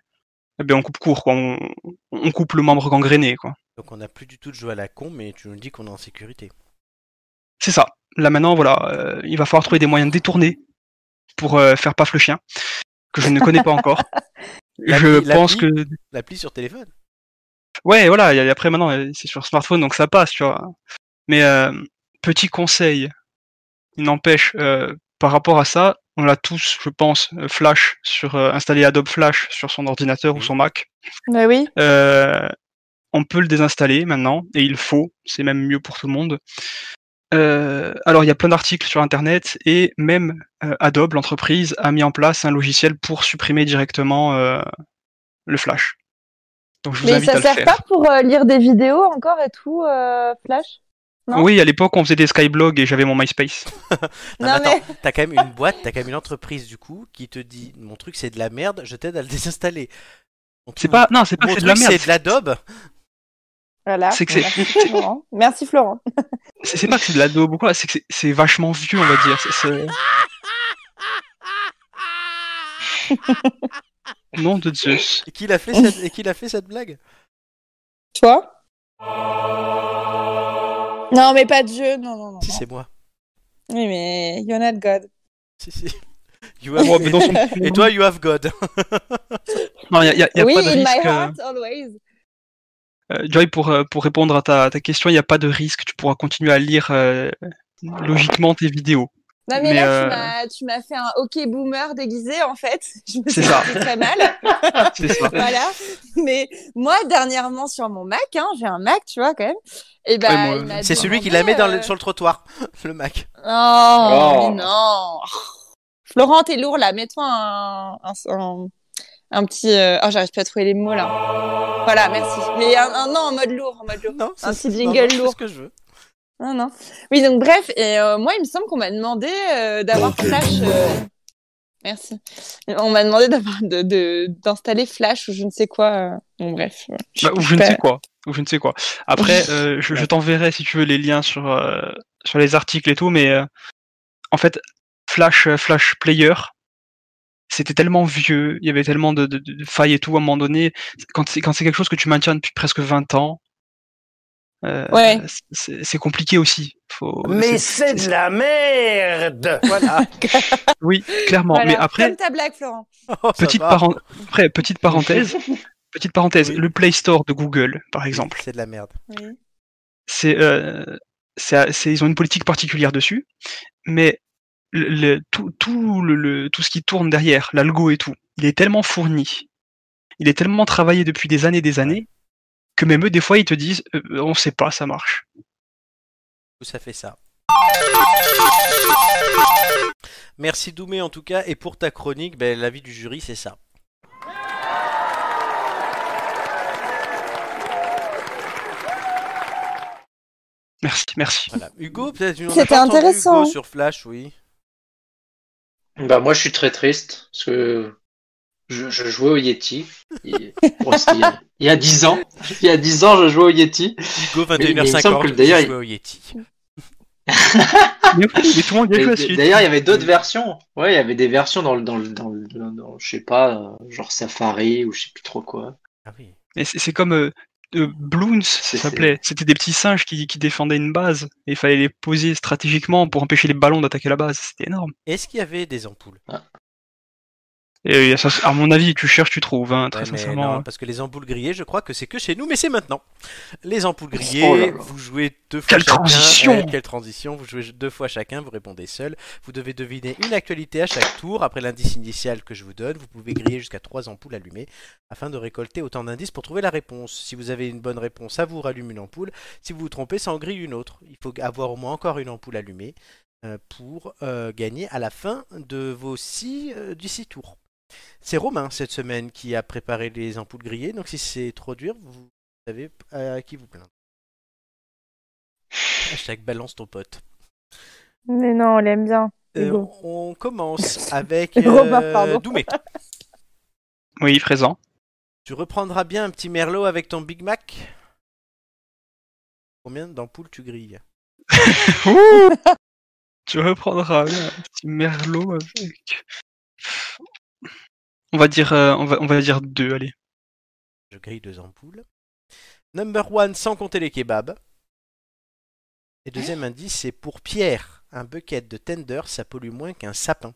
C: eh ben on coupe court, quoi. On, on coupe le membre gangréné, quoi.
A: Donc on n'a plus du tout de jeu à la con, mais tu nous dis qu'on est en sécurité.
C: C'est ça. Là maintenant, voilà, euh, il va falloir trouver des moyens détournés pour euh, faire paf le chien, que je ne connais pas encore. je
A: L'appli-
C: pense que
A: l'appli L'appli sur téléphone
C: ouais, voilà. et Après maintenant, euh, c'est sur smartphone, donc ça passe, tu vois. Mais euh, petit conseil, il n'empêche, euh, par rapport à ça, on l'a tous, je pense, euh, Flash sur euh, installer Adobe Flash sur son ordinateur ou son Mac.
B: Bah oui.
C: Euh, on peut le désinstaller maintenant, et il faut, c'est même mieux pour tout le monde. Euh, alors, il y a plein d'articles sur Internet, et même euh, Adobe, l'entreprise, a mis en place un logiciel pour supprimer directement euh, le Flash. Donc, je vous
B: Mais
C: invite à
B: ça
C: le
B: sert
C: faire.
B: pas pour euh, lire des vidéos encore et tout, euh, Flash non
C: oui, à l'époque, on faisait des Skyblog et j'avais mon MySpace.
A: Non,
B: Non,
A: mais attends, t'as quand même une boîte, t'as quand même une entreprise du coup qui te dit mon truc c'est de la merde, je t'aide à le désinstaller. Mon
C: C'est
A: truc-
C: pas, non, c'est pas
A: mon
C: c'est de
A: truc
C: la merde.
A: c'est de l'Adobe.
B: Voilà.
C: C'est que c'est-
B: Merci Florent. Merci Florent.
C: C'est c'est pas que c'est de l'Adobe ou quoi, c'est que c'est- c'est vachement vieux, on va dire. c'est- c'est-
B: Ah
C: Nom de Zeus.
A: Et qui l'a fait cette, et qui l'a fait cette blague
B: Toi Non, mais pas de jeu. Non, non, non.
A: Si c'est moi.
B: Oui, mais you're not God.
A: Si si. You have-
C: Oh, mais dans son-
A: Et toi you have God.
C: Non, il y a, il y a- il y a
B: oui,
C: pas de
B: in
C: risque.
B: my
C: euh,
B: heart, always.
C: Euh, Joy, pour, euh, pour répondre à ta, ta question, il n'y a pas de risque. Tu pourras continuer à lire euh, logiquement tes vidéos.
B: Non, mais,
C: mais,
B: là,
C: euh,
B: tu m'as- tu m'as fait un hockey boomer déguisé, en fait. Je me
C: C'est
B: suis
C: ça.
B: sentie très mal.
C: C'est ça.
B: voilà. Mais moi, dernièrement, sur mon Mac, hein, j'ai un Mac, tu vois, quand même. Et ben,
C: Ouais, moi,
B: il m'a
A: C'est celui qui la
B: demandé,
A: met dans le-
B: euh,
A: sur le trottoir, le Mac.
B: Oh,
D: Oh.
B: mais non. Florent, t'es lourd là, mets-toi un, un, un- un petit. euh, Oh, j'arrive pas à trouver les mots là. Voilà, merci. Mais un, un non en mode lourd, en mode lourd.
A: Non,
B: Un
A: Ah, c'est-
B: petit
A: non, non,
B: Ah, jingle
A: c'est
B: lourd.
A: ce que je veux.
B: Non, non. Oui, donc bref, et euh, moi, il me semble qu'on m'a demandé euh, d'avoir Flash. euh, Merci. On m'a demandé d'avoir de- de- d'installer Flash ou je ne sais quoi. euh. Bon, bref. ouais.
C: Bah, ou je ne
B: pas-
C: sais quoi. Ou je ne sais quoi. Après, euh, je, je t'enverrai si tu veux les liens sur, euh, sur les articles et tout, mais euh, en fait, Flash, euh, Flash Player, c'était tellement vieux, il y avait tellement de, de- de failles et tout à un moment donné. Quand c'est quand c'est quelque chose que tu maintiens depuis presque 20 ans, euh,
B: Ouais.
C: c'est c'est compliqué aussi. Faut,
F: Mais
C: c'est-
F: c'est de la merde
A: Voilà.
C: oui, clairement.
B: Voilà.
C: Mais après,
B: Comme ta blague, Florent.
A: Oh, ça
C: petite,
A: va.
C: parenthèse après petite parenthèse, petite parenthèse, le Play Store de Google, par exemple,
A: C'est de la merde.
B: Oui.
C: c'est, euh, c'est- c'est- ils ont une politique particulière dessus, mais le, le- tout, tout, le, le- tout ce qui tourne derrière, l'algo et tout, il est tellement fourni, il est tellement travaillé depuis des années et des années, que même eux, des fois, ils te disent, euh, on sait pas, ça marche.
A: Ça fait ça. Merci Doumé en tout cas, et pour ta chronique, ben, l'avis du jury c'est ça.
C: Merci, merci.
A: Voilà. Hugo, peut-être tu n'en as
B: C'était
A: pas entendu,
B: intéressant,
A: Hugo,
B: hein.
A: sur Flash, oui.
D: Bah moi je suis très triste parce que je, je jouais au Yeti. Et- bon, c'était il, y a, il y a 10 ans. Il y a 10 ans je jouais au Yeti.
A: Hugo
D: mais il me semble
A: 21h50,
D: que d'ailleurs,
A: je jouais au
B: Mm.
A: Yeti.
C: Mais, oui, mais tout le monde y a
D: Et-
C: joué à
D: et-
C: celui-ci.
D: D'ailleurs il y avait d'autres versions. Ouais il y avait des versions dans le dans le dans, le- dans- dans- je sais pas euh, genre Safari ou je sais plus trop quoi.
A: Ah oui.
C: Mais c'est c'est comme euh, euh, Bloons, ça
D: C'est-
C: s'appelait. C'était des petits singes qui, qui défendaient une base et il fallait les poser stratégiquement pour empêcher les ballons d'attaquer la base. C'était énorme.
A: Est-ce qu'il y avait des ampoules
C: Et euh, ça, à mon avis, tu cherches, tu trouves, hein, très
A: Ouais, mais
C: sincèrement.
A: non, parce que les ampoules grillées, je crois que c'est que chez nous, mais c'est maintenant. Les ampoules grillées,
D: Oh là là.
A: vous jouez deux fois
C: Quelle
A: chacun.
C: transition
A: Ouais, quelle transition Vous jouez deux fois chacun, vous répondez seul. Vous devez deviner une actualité à chaque tour. Après l'indice initial que je vous donne, vous pouvez griller jusqu'à trois ampoules allumées afin de récolter autant d'indices pour trouver la réponse. Si vous avez une bonne réponse, ça vous rallume une ampoule. Si vous vous trompez, ça en grille une autre. Il faut avoir au moins encore une ampoule allumée euh, pour euh, gagner à la fin de vos six, euh, du six tours. C'est Romain cette semaine qui a préparé les ampoules grillées, donc si c'est trop dur, vous savez à qui vous plaindre. Hashtag balance ton pote.
B: Mais non, on l'aime bien.
A: Euh,
B: Hugo.
A: on commence avec
B: Romain,
A: euh,
B: pardon.
A: Doumé.
C: Oui, présent.
A: Tu reprendras bien un petit merlot avec ton Big Mac Combien d'ampoules tu grilles
C: Tu reprendras ouais, un petit merlot avec. On va dire, euh, on va, on va dire deux, allez.
A: Je grille deux ampoules. Number one, sans compter les kebabs. Et deuxième indice, c'est pour Pierre. Un bucket de tender, ça pollue moins qu'un sapin.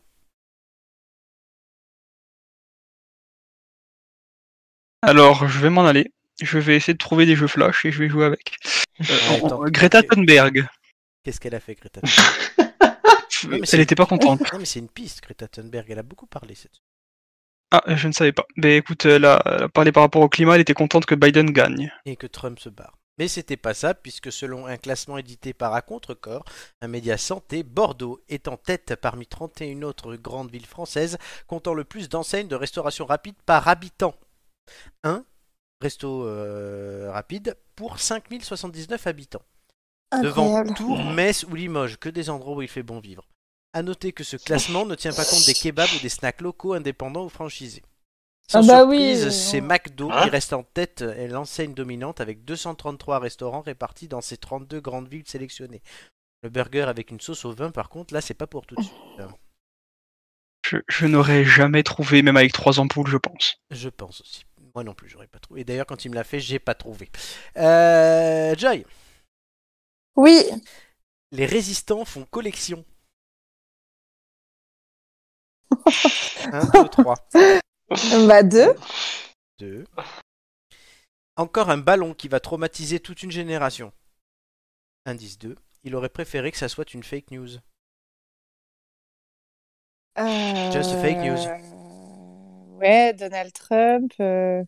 C: Alors, je vais m'en aller. Je vais essayer de trouver des jeux flash et je vais jouer avec. Euh,
A: Ouais,
C: on-
A: attends.
C: Greta Thunberg.
A: Qu'est-ce qu'elle a fait, Greta mais c'est-
C: Elle était pas contente.
A: Non, mais c'est une piste, Greta Thunberg, elle a beaucoup parlé cette
C: Ah, je ne savais pas. Ben écoute, elle a, elle a parlé par rapport au climat, elle était contente que Biden gagne.
A: et que Trump se barre. Mais c'était pas ça, puisque selon un classement édité par À Contre-Corps, un média santé, Bordeaux est en tête parmi 31 autres grandes villes françaises, comptant le plus d'enseignes de restauration rapide par habitant. 1 resto euh, rapide pour 5079 habitants. devant
B: Incroyable.
A: Tours, Metz ou Limoges, que des endroits où il fait bon vivre. À noter que ce classement ne tient pas compte des kebabs ou des snacks locaux indépendants ou franchisés. Sans
B: Ah bah
A: surprise,
B: oui.
A: c'est McDo
D: Hein
A: qui reste en tête et l'enseigne dominante avec 233 restaurants répartis dans ces 32 grandes villes sélectionnées. Le burger avec une sauce au vin, par contre, là, c'est pas pour tout de suite.
C: Je, je n'aurais jamais trouvé, même avec trois ampoules, je pense.
A: Je pense aussi. Moi non plus, j'aurais pas trouvé. Et D'ailleurs, quand il me l'a fait, j'ai pas trouvé. Euh, Joy,
B: Oui,
A: les résistants font collection. 1, 2, 3.
B: bah deux.
A: Deux. Encore un ballon qui va traumatiser toute une génération. Indice 2. Il aurait préféré que ça soit une fake news.
B: Euh,
A: Just a fake news.
B: Ouais, Donald Trump. euh,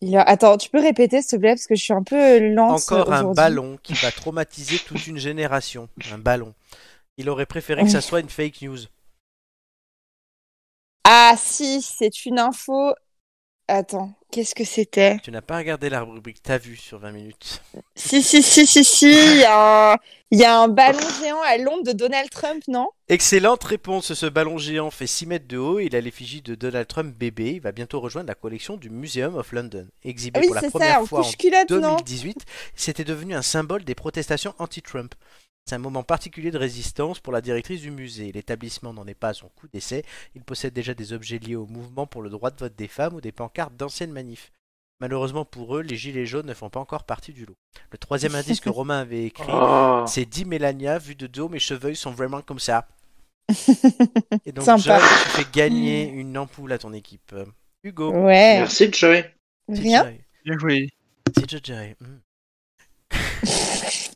B: Il a... Attends, tu peux répéter s'il te plaît parce que je suis un peu lente
A: Encore un
B: aujourd'hui.
A: ballon qui va traumatiser toute une génération. Un ballon. Il aurait préféré que ça soit une fake news.
B: Ah si, c'est une info. Attends, qu'est-ce que c'était?
A: Tu n'as pas regardé la rubrique T'as vu sur 20 minutes.
B: Si, si, si, si, si, il y a un, il y a un ballon géant à l'ombre de Donald Trump, non?
A: Excellente réponse. Ce ballon géant fait 6 mètres de haut. Il a l'effigie de Donald Trump bébé. Il va bientôt rejoindre la collection du Museum of London.
B: Ah
A: Exhibé
B: oui,
A: pour la
B: c'est ça,
A: première
B: en
A: fois en
B: couche-culotte, non?
A: 2018, c'était devenu un symbole des protestations anti-Trump. C'est un moment particulier de résistance pour la directrice du musée. L'établissement n'en est pas à son coup d'essai. Il possède déjà des objets liés au mouvement pour le droit de vote des femmes ou des pancartes d'anciennes manifs. Malheureusement pour eux, les gilets jaunes ne font pas encore partie du lot. Le troisième indice que Romain avait écrit,
D: Oh.
A: c'est dit Mélania, vu de dos, mes cheveux ils sont vraiment comme ça. Et donc,
B: Sympa. Mm.
A: Joy, tu fais gagner une ampoule à ton équipe. Hugo.
B: Ouais,
D: Merci, Joey.
B: rien.
A: Joy.
C: Bien joué.
A: Petit Joy. Hmm.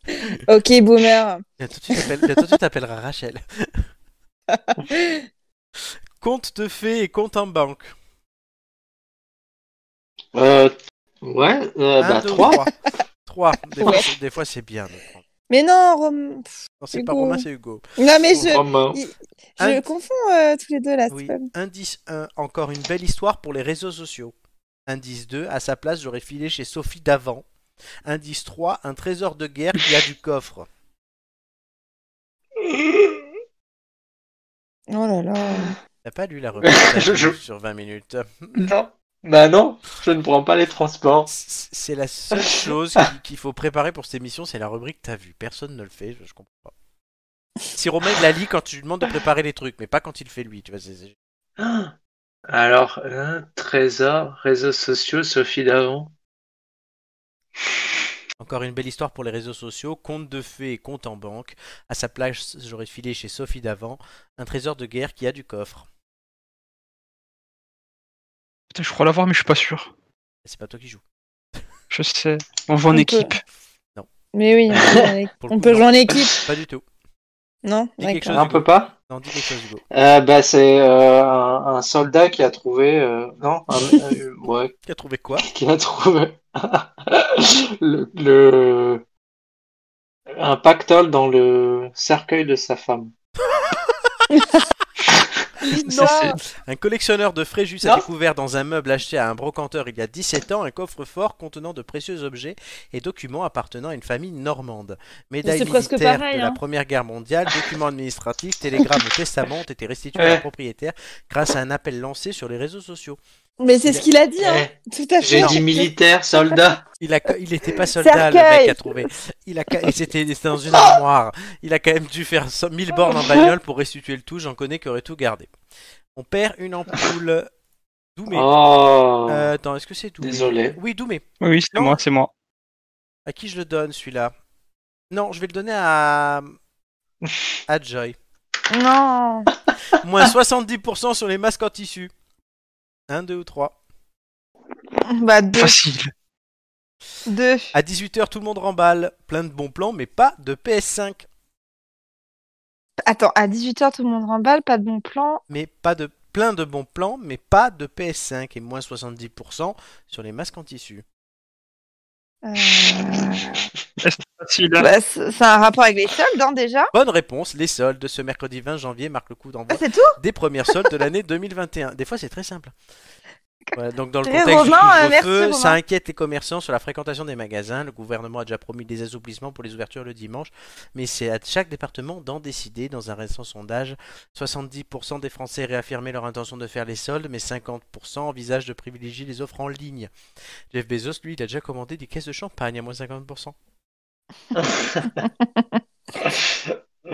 B: ok, boomer.
A: Bientôt tu t'appelles- bientôt, tu t'appelleras Rachel. compte de fées et compte en banque.
D: Euh, ouais, euh,
A: Un,
D: bah,
A: deux,
D: 3.
A: trois. Trois. Des fois,
B: Ouais.
A: c'est- des fois, c'est bien. de prendre.
B: Mais non, Rom... Pff,
A: Non, c'est pas
B: Hugo.
A: Romain, c'est Hugo.
B: non mais je, je
A: Un-
B: confonds euh, tous les deux là. c'est
A: Oui.
B: pas-
A: Indice 1, encore une belle histoire pour les réseaux sociaux. Indice 2, à sa place, j'aurais filé chez Sophie d'avant. Indice 3, un trésor de guerre qui a du coffre.
B: Oh là là.
A: T'as pas lu la remarque
D: Je- je-
A: sur 20 minutes.
D: Non. Bah non, je ne prends pas les transports.
A: C'est la seule chose qui- qu'il faut préparer pour cette émission, c'est la rubrique T'as vu. Personne ne le fait, je, je comprends pas. Si Romain il la lit quand tu lui demandes de préparer les trucs, mais pas quand il le fait lui, tu vois. c'est- c'est-
D: Ah. Alors, un trésor, réseaux sociaux, Sophie d'avant.
A: Encore une belle histoire pour les réseaux sociaux, compte de fées et compte en banque. À sa place, j'aurais filé chez Sophie d'avant un trésor de guerre qui a du coffre.
C: Putain, je crois l'avoir, mais je suis pas sûr.
A: C'est pas toi qui joues.
C: Je sais. On joue en
B: On peut-
C: équipe.
B: Mais oui, on peut jouer en équipe.
A: Pour le
B: on
A: coup,
B: peut
A: non.
B: jouer en équipe,
A: Pas du tout.
B: non
A: Dis quelque
B: D'accord.
A: chose.
D: On peut pas
A: Non, dis quelque chose, Hugo.
D: Euh, Bah c'est euh, un, un soldat qui a trouvé... euh, non un- euh, Ouais,
A: Qui a trouvé quoi
D: qui a trouvé... le, le- Un pactole dans le cercueil de sa femme.
C: Ça, c'est-
A: Un collectionneur de Fréjus a
D: Non.
A: découvert dans un meuble acheté à un brocanteur il y a 17 ans un coffre-fort contenant de précieux objets et documents appartenant à une famille normande. Médaille
B: c'est presque
A: militaire
B: pareil,
A: de la
B: hein.
A: Première Guerre mondiale, documents administratifs, télégrammes ou testaments ont été restitués
D: Ouais.
A: au propriétaire grâce à un appel lancé sur les réseaux sociaux.
B: Mais c'est ce qu'il a dit, hein. Tout à fait.
D: Eh, J'ai dit militaire, soldat.
A: Il a, il n'était pas soldat le
B: Cercueil.
A: mec à trouver. Il a, ca- et c'était c'était dans une armoire. Il a quand même dû faire 1000 bornes en bagnole pour restituer le tout. J'en connais qui aurait tout gardé. On perd une ampoule. Doumé.
D: Oh.
A: Euh, attends, est-ce que c'est Doumé
D: Désolé.
A: Oui, Doumé.
C: Oui, oui, c'est
A: Non.
C: moi, c'est moi.
A: À qui je le donne celui-là Non, je vais le donner à. à Joy.
B: Non.
A: Moins 70% sur les masques en tissu. 1, 2 ou 3.
B: Bah deux,
C: Facile.
B: deux.
A: À 18h, tout le monde remballe. Plein de bons plans, mais pas de PS5.
B: Attends, à 18h tout le monde remballe, pas de bon plan.
A: Mais pas de. Plein de bons plans, mais pas de PS5. Et moins 70% sur les masques en tissu.
B: Euh,
C: Facile.
B: bah, c'est c'est un rapport avec les soldes, hein, déjà.
A: Bonne réponse, les soldes ce mercredi 20 janvier marquent le coup
B: Ah,
A: d'envoi
B: c'est tout.
A: des premières soldes de l'année 2021. Des fois, c'est très simple. Voilà, donc dans le
B: Très
A: contexte du
B: Romain, euh, merci,
A: couvre-feu,
B: Romain.
A: ça inquiète les commerçants sur la fréquentation des magasins. Le gouvernement a déjà promis des assouplissements pour les ouvertures le dimanche, mais c'est à chaque département d'en décider. Dans un récent sondage, 70% des Français réaffirmaient leur intention de faire les soldes, mais 50% envisagent de privilégier les offres en ligne. Jeff Bezos, lui, il a déjà commandé des caisses de champagne à moins 50%.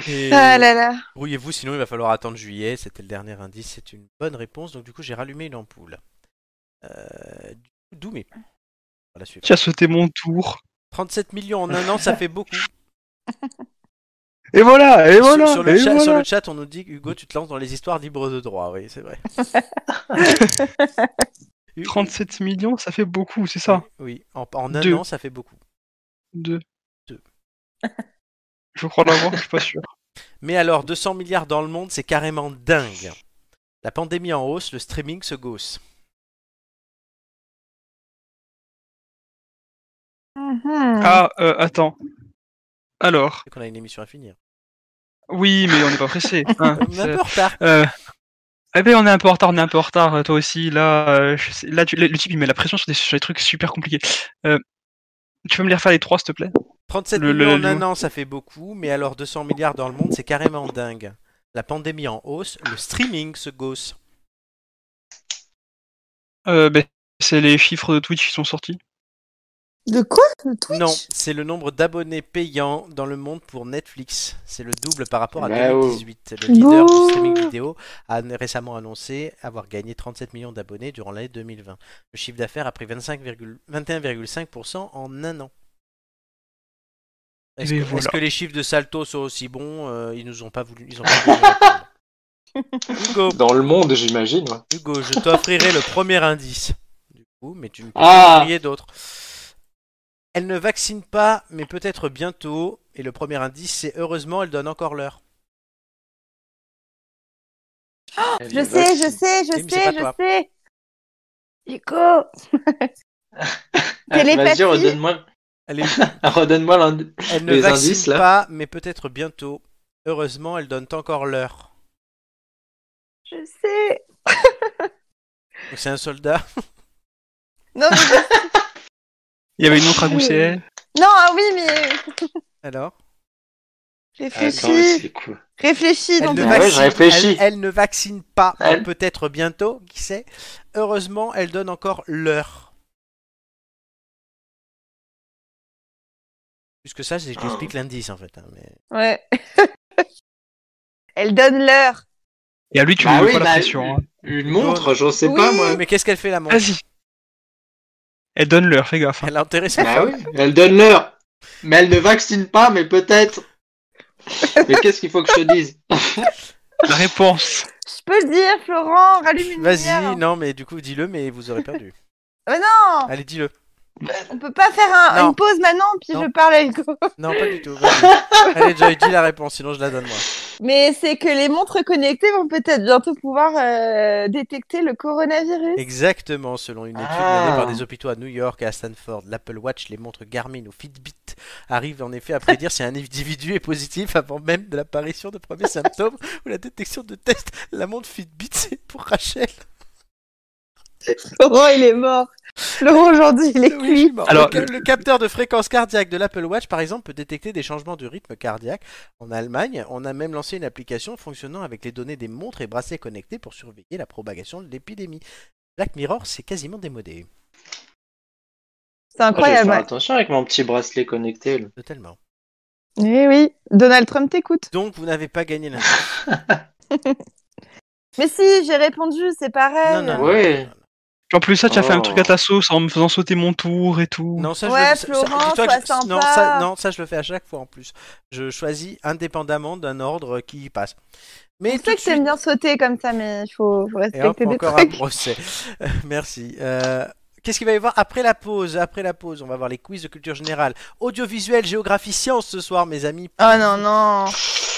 A: Et-
B: Ah là là.
A: Brouillez-vous, sinon il va falloir attendre juillet. C'était le dernier indice, c'est une bonne réponse. Donc du coup, j'ai rallumé une ampoule. Euh, du coup, Doumé. Voilà, suivante.
C: Tu as sauté mon tour.
A: 37 millions en un an, ça fait beaucoup.
C: Et voilà, et
A: Sur-
C: voilà,
A: sur, le
C: et
A: chat,
C: voilà.
A: sur le chat, on nous dit Hugo, tu te lances dans les histoires libres de droit. Oui, c'est vrai.
C: 37 millions, ça fait beaucoup, c'est ça
A: Oui, en, en un
C: Deux.
A: an, ça fait beaucoup.
C: Deux.
A: Deux.
C: Je crois l'avoir, je suis pas sûr.
A: Mais alors, 200 milliards dans le monde, c'est carrément dingue. La pandémie en hausse, le streaming se gausse.
B: Mhm.
C: Ah, euh, attends. Alors,
A: C'est qu'on a une émission à finir.
C: oui, mais on n'est pas pressé. hein,
A: On est un
C: c'est-
A: peu en retard.
C: Euh, Eh ben on est un peu en retard, on est un peu en retard, euh, toi aussi, là, euh, je sais- là tu- le, le type il met la pression sur des, sur des trucs super compliqués. Euh, tu peux me les refaire les trois s'il te plaît
A: 37
C: Le- le-
A: millions en
C: le-
A: un an, ça fait beaucoup, mais alors 200 milliards dans le monde, c'est carrément dingue. La pandémie en hausse, le streaming se gausse.
C: euh, ben, C'est les chiffres de Twitch qui sont sortis.
B: De quoi Le Twitch
A: Non, c'est le nombre d'abonnés payants dans le monde pour Netflix. C'est le double par rapport à
D: Bah, oh.
A: 2018. Le leader
B: Non.
A: du streaming vidéo a récemment annoncé avoir gagné 37 millions d'abonnés durant l'année 2020. Le chiffre d'affaires a pris 25, 21,5% en un an. Est-ce que,
C: Mais
A: est-ce
C: voilà.
A: que les chiffres de Salto sont aussi bons Euh, Ils nous ont pas voulu. Ils ont pas voulu répondre. Hugo,
D: Dans le monde, j'imagine. ouais.
A: Hugo, je t'offrirai le premier indice. Du coup, mais tu me peux
D: Ah.
A: oublier d'autres. Elle ne vaccine pas, mais peut-être bientôt. Et le premier indice, c'est heureusement, elle donne encore l'heure.
D: Elle
B: Je
D: est
B: sais, je
D: vaccine.
B: sais,
A: Oui,
B: je
A: mais c'est pas
B: sais, je
A: toi.
B: sais. Hugo
D: Ah, Vas-y,
B: Télépathie.
D: redonne-moi
A: Elle, est-
D: redonne l'indice.
A: elle ne
D: Les
A: vaccine
D: indices, là.
A: pas, mais peut-être bientôt. Heureusement, elle donne encore l'heure.
B: Je sais.
A: Donc, C'est un soldat.
B: Non, mais je-
C: Il y avait une autre à Gousset.
B: non, ah oui, mais
A: Alors
D: Attends, c'est
B: réfléchis,
D: quoi
B: réfléchis.
A: elle
B: donc
A: ne,
D: Ah ouais,
A: vaccine,
D: je réfléchis.
A: elle- elle ne vaccine pas, mais
D: Elle-
A: peut-être bientôt, qui sait. Heureusement, elle donne encore l'heure. Plus que ça, c'est que j'explique
D: Oh.
A: l'indice en fait. hein, mais-
B: Ouais. Elle donne l'heure.
C: Et à lui, tu lui
D: Bah
C: mets
D: oui,
C: pas la
D: bah,
C: pression. hein.
D: Une une montre, je sais
B: Oui.
D: pas moi.
A: Mais qu'est-ce qu'elle fait la montre
C: Vas-y. Elle donne l'heure, fais gaffe. hein.
A: Elle a enterré son
D: Bah oui, elle donne l'heure. Mais elle ne vaccine pas, mais peut-être. Mais qu'est-ce qu'il faut que je te dise
C: La réponse.
B: Je peux le dire, Florent, rallume une lumière.
A: Vas-y, non, mais du coup, dis-le, mais vous aurez perdu.
B: Mais non,
A: Allez, dis-le.
B: on peut pas faire un-
A: Non.
B: une pause maintenant, puis
A: Non.
B: je parle à Hugo.
A: Non, pas du tout. vas-y. Allez, Joy, dis la réponse, sinon je la donne moi.
B: Mais c'est que les montres connectées vont peut-être bientôt pouvoir euh, détecter le coronavirus.
A: Exactement, selon une étude
D: Ah.
A: menée par des hôpitaux à New York et à Stanford, l'Apple Watch, les montres Garmin ou Fitbit arrivent en effet à prédire si un individu est positif avant même de l'apparition de premiers symptômes ou la détection de tests. La montre Fitbit, c'est pour Rachel.
B: Florent, il est mort. Florent, aujourd'hui, il est
A: Oui, je
B: cuit.
A: suis mort.
C: Alors-
A: le, ca- le capteur de fréquence cardiaque de l'Apple Watch, par exemple, peut détecter des changements de rythme cardiaque. En Allemagne, on a même lancé une application fonctionnant avec les données des montres et bracelets connectés pour surveiller la propagation de l'épidémie. Black Mirror, c'est quasiment démodé.
B: C'est
D: Moi, Je vais faire
B: incroyable.
D: attention avec mon petit bracelet connecté. là.
A: Totalement.
B: Oui, oui. Donald Trump t'écoute.
A: Donc, vous n'avez pas gagné l'indice.
B: Mais si, j'ai répondu, c'est pareil.
A: Non, non,
D: Ouais.
A: non,
C: Puis En plus, ça, tu as fait un
D: Oh.
C: truc à ta sauce en me faisant sauter mon tour et tout.
A: non. Non, ça,
B: Ouais,
A: je le...
B: Florent,
A: dis-toi que
B: sois
A: je-
B: sympa.
A: Non, ça, non, ça, je le fais à chaque fois en plus. Je choisis indépendamment d'un ordre qui passe. Mais
B: Je
A: tout de
B: sais que t'aimes
A: suite-
B: bien sauter comme ça, mais il faut, faut
A: Et hop,
B: respecter des
A: encore
B: trucs.
A: un procès. Euh, Merci. Euh, Qu'est-ce qu'il va y avoir après la pause Après la pause, on va voir les quiz de culture générale, audiovisuel, géographie, science ce soir, mes amis.
B: Oh non, non.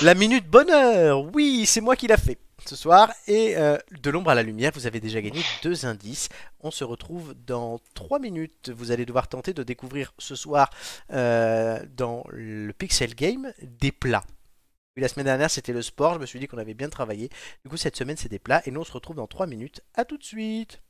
A: La minute bonheur. Oui, c'est moi qui l'a fait ce soir. Et euh, de l'ombre à la lumière, vous avez déjà gagné deux indices. On se retrouve dans trois minutes. Vous allez devoir tenter de découvrir ce soir euh, dans le Pixel Game des plats. Oui, la semaine dernière, c'était le sport. Je me suis dit qu'on avait bien travaillé. Du coup, cette semaine, c'est des plats. Et nous, on se retrouve dans trois minutes. À tout de suite.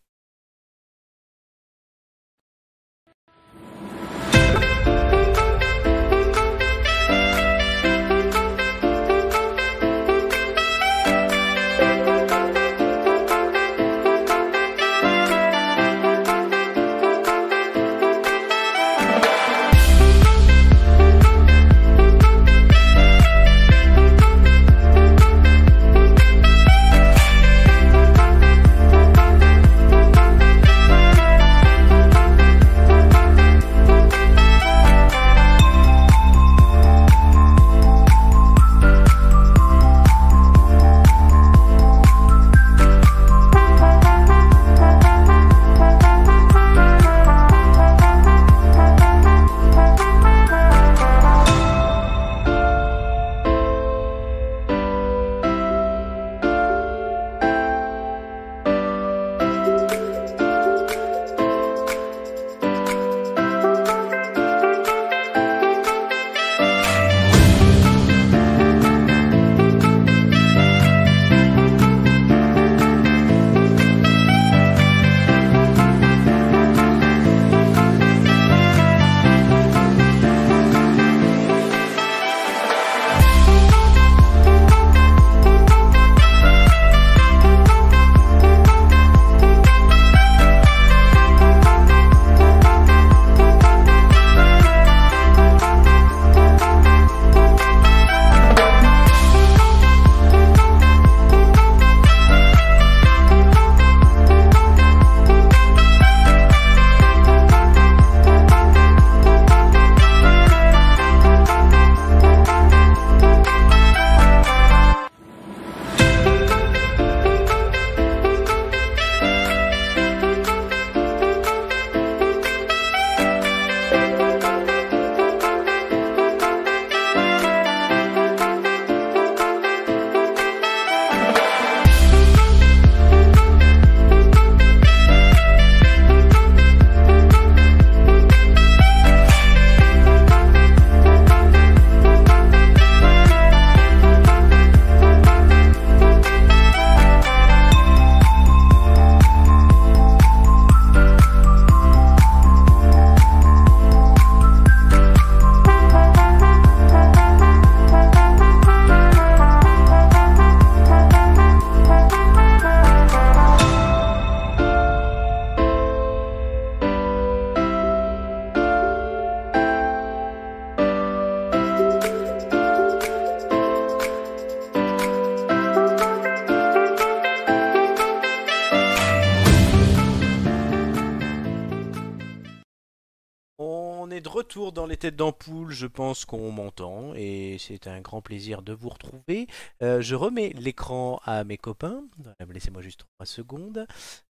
A: retour dans les têtes d'ampoule, je pense qu'on m'entend et c'est un grand plaisir de vous retrouver. Euh, je remets l'écran à mes copains. Voilà, Laissez-moi juste 3 secondes.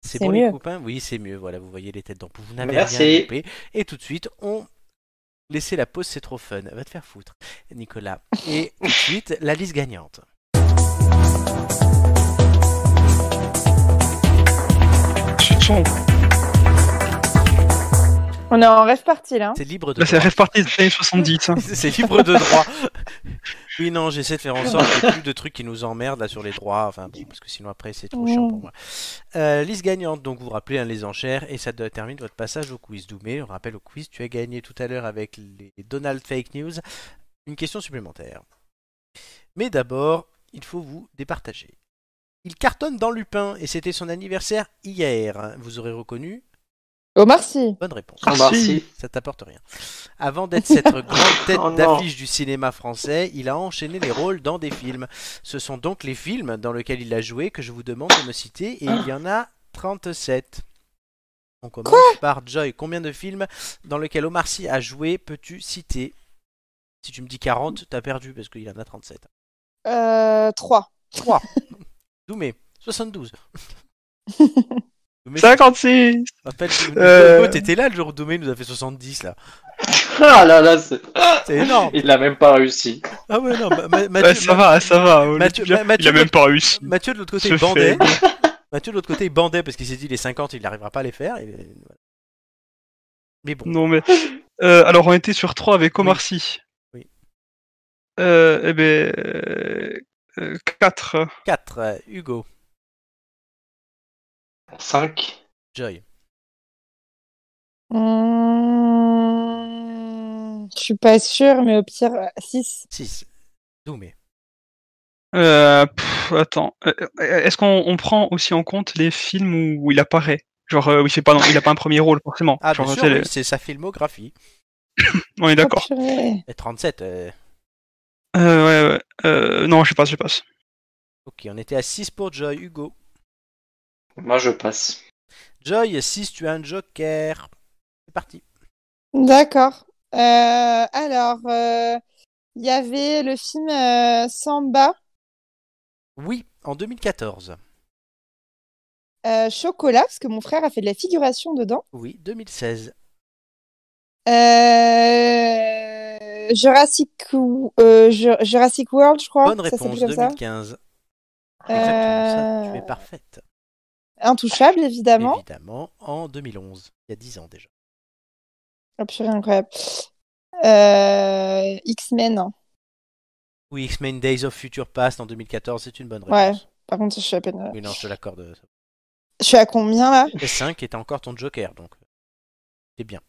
A: C'est
B: C'est
A: bon les
B: mieux.
A: copains Oui, c'est mieux. Voilà, vous voyez les têtes d'ampoule. Vous n'avez
D: Merci.
A: rien coupé. Et tout de suite, on laissez la pause, c'est trop fun. Va te faire foutre, Nicolas. Et tout de suite, la liste gagnante.
C: Chut, son.
B: On est en rêve parti là.
A: C'est libre de
C: Là, Bah, c'est
A: droit.
C: rêve partie des années 70. hein.
A: C'est libre de droit. Oui, non, j'essaie de faire en sorte qu'il n'y ait plus de trucs qui nous emmerdent là sur les droits. Enfin, bon, parce que sinon après, c'est trop chiant pour moi. Euh, liste gagnante, donc vous vous rappelez hein, les enchères et ça de- termine votre passage au quiz. Doumé, on rappelle au quiz, tu as gagné tout à l'heure avec les Donald Fake News une question supplémentaire. Mais d'abord, il faut vous départager. Il cartonne dans Lupin et c'était son anniversaire hier. Vous aurez reconnu
B: Omar Sy.
A: Bonne réponse.
C: Ah,
D: Bah,
C: si.
D: si.
A: Ça t'apporte rien. Avant d'être cette grande tête
D: Oh non.
A: d'affiche du cinéma français, il a enchaîné les rôles dans des films. Ce sont donc les films dans lesquels il a joué que je vous demande de me citer, et il y en a 37. On commence par Joy. Combien de films dans lesquels Omar Sy a joué peux-tu citer Si tu me dis 40, t'as perdu parce qu'il y en a 37.
B: Euh, 3.
A: 3. Doumé, 72. Doumé,
C: 56
A: en fait, Doumé,
C: Euh.
A: Hugo, t'étais là le jour où Doumé nous a fait 70 là.
D: Ah là là, c'est-
A: C'est énorme.
D: il n'a même pas réussi.
A: Ah ouais, non, Ma- Ma-
C: Ouais,
A: Mathieu,
C: Ça va, ça va. au lieu de
A: Mathieu-
C: dire,
A: Mathieu-
C: Il a même pas réussi.
A: Mathieu de l'autre côté
C: Ce
A: il bandait.
C: faible.
A: Mathieu de l'autre côté il bandait parce qu'il s'est dit les 50 il n'arrivera pas à les faire. et, euh, voilà. Mais bon,
C: Non mais euh, alors on était sur 3 avec Omar Sy.
A: Oui.
C: Euh, eh ben euh, euh, 4
A: 4, euh, Hugo,
D: 5.
A: Joy,
B: Hmm, Je suis pas sûre, mais au pire, euh, 6.
A: 6, Doumé.
C: euh, pff, attends. Euh, euh, Est-ce qu'on on prend aussi en compte les films où, où il apparaît Genre euh, où il fait pas non, il a pas un premier rôle forcément.
A: Ah,
C: Genre,
A: bien sûr,
C: c'est le-
A: oui, c'est sa filmographie.
C: On est d'accord.
B: Oh,
A: Et 37, euh,
C: Euh, ouais, ouais. Euh, non, je passe, je passe.
A: ok, on était à 6 pour Joy, Hugo.
D: Moi, je passe.
A: Joy, 6, tu as un joker. C'est parti.
B: D'accord. Euh, alors, euh, il y avait le film euh, Samba,
A: Oui, en 2014.
B: euh, Chocolat, parce que mon frère a fait de la figuration dedans.
A: Oui, 2016.
B: Euh, Jurassic, Wo- euh, Ju- Jurassic World, je crois.
A: Bonne
B: Oh, ça s'appelle
A: réponse,
B: comme ça.
A: 2015. Exactement ça, tu
B: Euh,
A: es parfaite.
B: Intouchable, évidemment.
A: Évidemment, en 2011, il y a 10 ans déjà.
B: Oh, purée, incroyable. Euh, X-Men.
A: Oui, X-Men Days of Future Past en 2014, c'est une bonne
B: Ouais.
A: réponse.
B: Par contre, je suis à peine. euh,
A: Oui, non, je te l'accorde.
B: Je suis à combien là?
A: Et 5 était encore ton Joker, donc euh, c'est bien.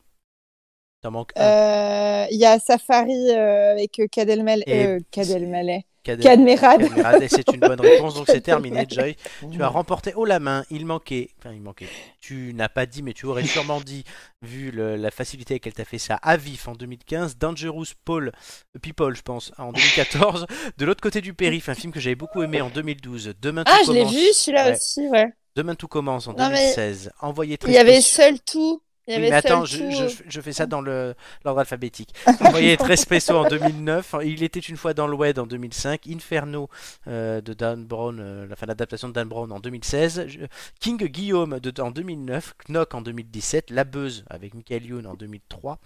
A: T'en manques un.
B: Euh, Il y a Safari euh, avec euh, Kad Elmaleh.
A: Et-
B: euh, Kad Elmaleh.
A: Kad-
B: Kad Merad.
A: Kad Merad, et c'est une bonne réponse, donc c'est terminé, Joy. Tu as
B: Mmh.
A: remporté haut la main. Il manquait, enfin il manquait. Tu n'as pas dit, mais tu aurais sûrement dit, vu le- la facilité avec laquelle t'as fait ça à vif en 2015, Dangerous Paul euh, People, je pense, en 2014. De l'autre côté du périph, un film que j'avais beaucoup aimé en 2012. Demain tout
B: Ah, je l'ai
A: commence.
B: vu, celui-là
A: Ouais.
B: aussi, ouais.
A: Demain tout commence en
B: Non, mais
A: 2016. Envoyé très
B: Il y avait
A: spécial.
B: Seul Tout. Il y
A: Oui,
B: avait
A: mais attends,
B: Seul
A: je,
B: Tout.
A: je- je fais ça dans le- l'ordre alphabétique. Vous voyez, Trespesso en 2009, il était une fois dans le WED en 2005, Inferno euh, de Dan Brown, euh, enfin l'adaptation de Dan Brown en 2016, je- King Guillaume de, en 2009, Knock en 2017, La Beuse avec Michael Youn en 2003,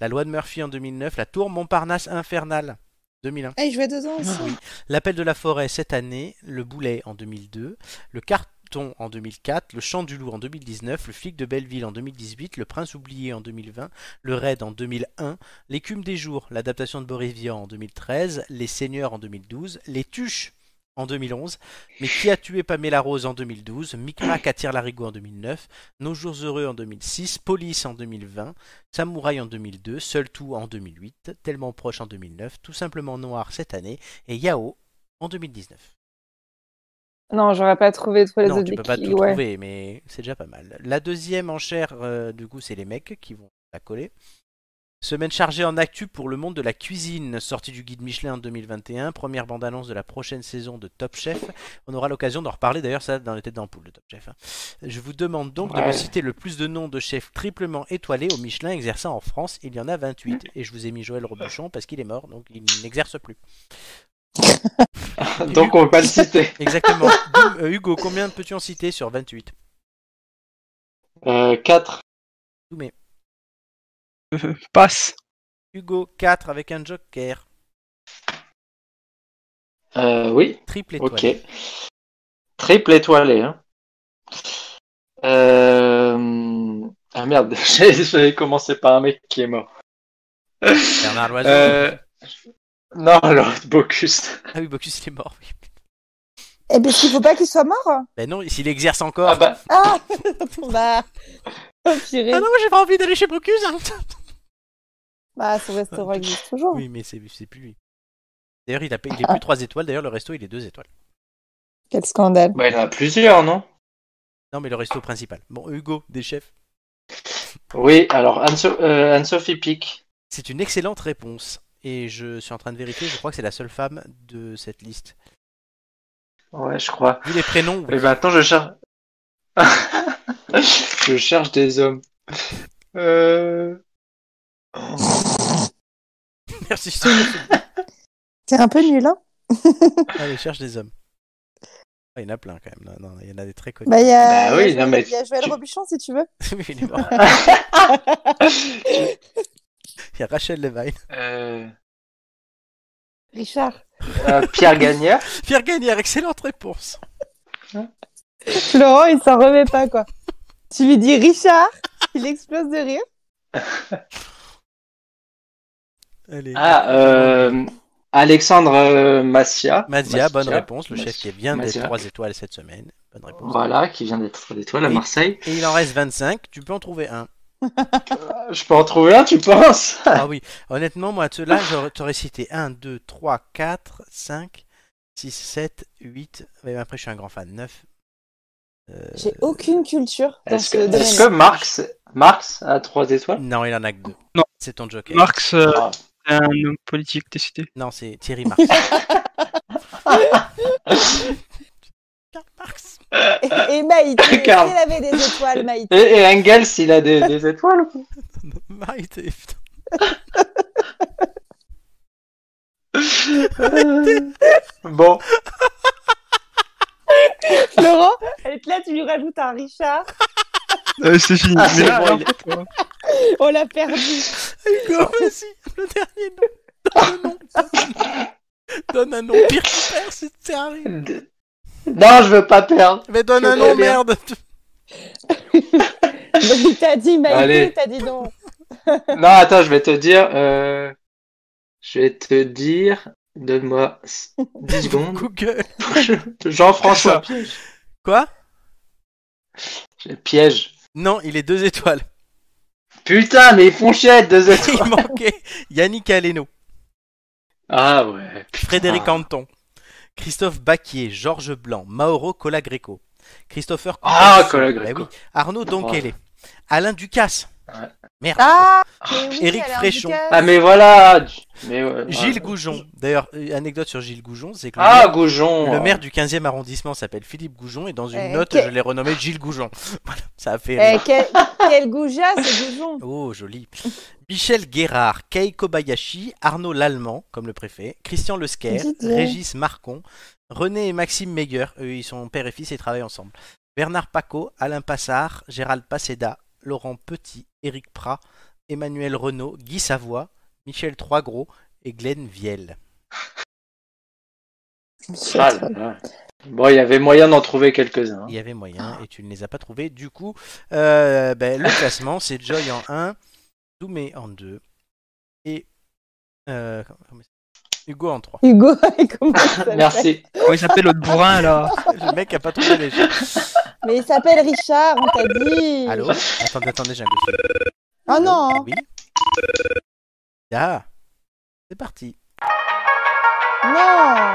A: La Loi de Murphy en 2009, La Tour Montparnasse Infernale 2001.
B: Ah, il jouait dedans aussi.
A: L'appel de la forêt cette année, le boulet en 2002, le carton en 2004, le chant du loup en 2019, le flic de Belleville en 2018, le prince oublié en 2020, le raid en 2001, l'écume des jours, l'adaptation de Boris Vian en 2013, les seigneurs en 2012, les tuches en 2011, mais qui a tué Pamela Rose en 2012, Micmac attire l'arigot en 2009, Nos jours heureux en 2006, Police en 2020, Samouraï en 2002, Seul tout en 2008, Tellement proche en 2009, Tout simplement noir cette année et Yao en 2019.
B: Non, j'aurais pas trouvé tous les
A: Ah. non,
B: autres
A: tu peux
B: des
A: pas
B: qui-
A: tout
B: ouais.
A: trouver, mais c'est déjà pas mal. La deuxième enchère, euh, du coup, c'est les mecs qui vont la coller. Semaine chargée en actu pour le monde de la cuisine. Sortie du guide Michelin en 2021, première bande-annonce de la prochaine saison de Top Chef. On aura l'occasion d'en reparler d'ailleurs, ça, dans les têtes d'ampoule de Top Chef. hein. Je vous demande donc de
D: Ouais.
A: me citer le plus de noms de chefs triplement étoilés au Michelin exerçant en France. Il y en a 28. Et je vous ai mis Joël Robuchon parce qu'il est mort, donc il n'exerce plus.
D: Donc on va pas le citer.
A: Exactement. Doom- euh, Hugo, combien peux-tu en citer sur 28
D: Euh, 4.
C: Euh, passe.
A: Hugo, 4 avec un joker.
D: Euh, oui,
A: Triple étoile.
D: ok. Triple étoilé. Hein. Euh... Ah merde, j'ai- j'avais commencé par un mec qui est mort.
A: Bernard Loiseau.
D: Euh, Non, l'autre Bocuse.
A: Ah oui, Bocuse, il est mort. oui.
B: Eh bien, il faut pas qu'il soit mort hein.
A: Ben non, s'il exerce encore.
D: Ah bah,
B: Ah Bah, au pire,
A: Ah non, j'ai pas envie d'aller chez Bocuse. hein.
B: bah, son restaurant existe toujours.
A: Ah, Oui, mais c'est c'est plus lui. D'ailleurs, il, a, il est plus 3 étoiles. D'ailleurs, le resto, il est 2 étoiles.
B: Quel scandale.
D: bah, il y en a plusieurs, non
A: Non, mais le resto principal. Bon, Hugo, des chefs.
D: Oui, alors Anne-So- euh, Anne-Sophie Pic.
A: C'est une excellente réponse. Et je suis en train de vérifier, je crois que c'est la seule femme de cette liste.
D: Ouais, je crois.
A: Vu les prénoms, oui.
D: Et maintenant, je cherche. je cherche des hommes. Euh...
A: merci. Sophie.
B: C'est un peu nul, hein
A: Allez, cherche des hommes. Ah, il y en a plein quand même. Non, non, il y en a des très connus.
B: Bah, il y a,
D: Bah oui,
B: il y a
D: non, mais
B: Joël- il y a Joël
D: tu-
B: Robuchon, si tu veux.
D: Bah.
A: Oui, il est mort. Il y a Rachel Levine.
D: Euh,
B: Richard.
D: euh, Pierre Gagnard.
A: Pierre Gagnard, excellente réponse.
B: Florent, il s'en remet pas, quoi. Tu lui dis Richard, il explose de rire.
A: Allez.
D: Ah, euh, Alexandre euh, Massia.
A: Mazia, bonne réponse. Le
D: Massia.
A: chef qui vient des
D: Mazia.
A: 3 étoiles cette semaine. Bonne réponse.
D: Voilà, qui vient d'être d'étoile à
A: Oui.
D: Marseille.
A: Et il en reste 25. Tu peux en trouver un.
D: Euh, Je peux en trouver un, tu penses
A: Ah oui, honnêtement, moi, de ceux-là, j'aurais- t'aurais cité 1, 2, 3, 4, 5, 6, 7, 8. Mais après, je suis un grand fan. Euh, 9.
B: J'ai aucune culture dans
D: Est-ce que,
B: ce domaine.
D: est-ce que Marx, Marx a trois étoiles
A: Non, il en a que 2.
C: Non.
A: C'est ton joker.
C: Marx, euh,
D: Ah.
C: c'est un homme politique décidé.
A: Non, c'est Thierry Marx. Karl Marx.
B: Et, et Maïté, si
D: Carl.
B: elle avait des étoiles, Maïté.
D: et, et Engels, il a des, des étoiles ou pas
A: Maïté, putain.
D: Bon,
B: Florent, elle est là, tu lui rajoutes un Richard.
C: Euh, c'est fini.
D: Ah,
C: Mais
D: c'est
C: là,
D: bon,
C: alors,
D: il
C: toi,
B: On l'a perdu.
A: Hugo, vas-y, le dernier nom. Donne un nom. Donne un nom. Pire que père, c'est terrible.
D: D- non, je veux pas perdre.
A: Mais donne un
D: Je
A: nom,
D: sais bien.
A: merde.
B: Donc, t'as dit Maïté,
D: Allez.
B: t'as dit non.
D: Non, attends, je vais te dire. euh, Je vais te dire. Donne-moi 10 secondes.
A: Google.
D: Jean-François.
A: Quoi
D: J'ai- Piège.
A: Non, il est deux étoiles.
D: Putain, mais ils font chier, deux
A: Il
D: étoiles.
A: manquait Yannick Aleno,
D: Ah ouais.
A: Frédéric
D: Ah.
A: Anton, Christophe Baquier, Georges Blanc, Mauro Colagreco, Christopher
D: Ah,
A: Coupeau,
D: Colagreco.
A: bah oui, Arnaud Donkele, Alain Ducasse,
D: Ouais.
A: merde,
B: Ah mais oui,
A: Éric
B: elle a un
A: Fréchon.
B: bouquin.
D: Ah, mais voilà. Mais, ouais,
A: Gilles
D: ouais.
A: Goujon. D'ailleurs, euh, anecdote sur Gilles Goujon, c'est que le
D: Ah,
A: maire- le,
D: Goujon.
A: maire, du 15e arrondissement s'appelle Philippe Goujon et dans une
B: Eh,
A: note,
B: que-
A: je l'ai renommé Gilles Goujon. Voilà, ça a fait
B: Eh,
A: rire.
B: quel, quel goujat, ce goujon.
A: Oh, joli. Michel Guérard, Kei Kobayashi, Arnaud Lallemand, comme le préfet, Christian Lesquer,
B: Didier.
A: Régis Marcon, René et Maxime Meyer, eux, ils sont père et fils et travaillent ensemble. Bernard Paco, Alain Passard, Gérald Passeda, Laurent Petit, Éric Prat, Emmanuel Renaud, Guy Savoie, Michel Troisgros et Glenn Vielle.
D: Ah, là, là. Bon, il y avait moyen d'en trouver quelques-uns.
A: Il y avait moyen et tu ne les as pas trouvés. Du coup, euh, ben, le classement, c'est Joy en 1, Doumé en 2 et euh, comment- comment c'est- Hugo en 3.
B: Hugo, comment il s'appelle
D: Merci.
C: Comment il s'appelle l'autre bourrin là
A: Le mec a pas trouvé les gens.
B: Mais il s'appelle Richard, on t'a dit.
A: Allô Attendez, attendez, j'ai un coup de fil.
B: Oh
A: Allô
B: non.
A: Oui. Ah C'est parti.
B: Non.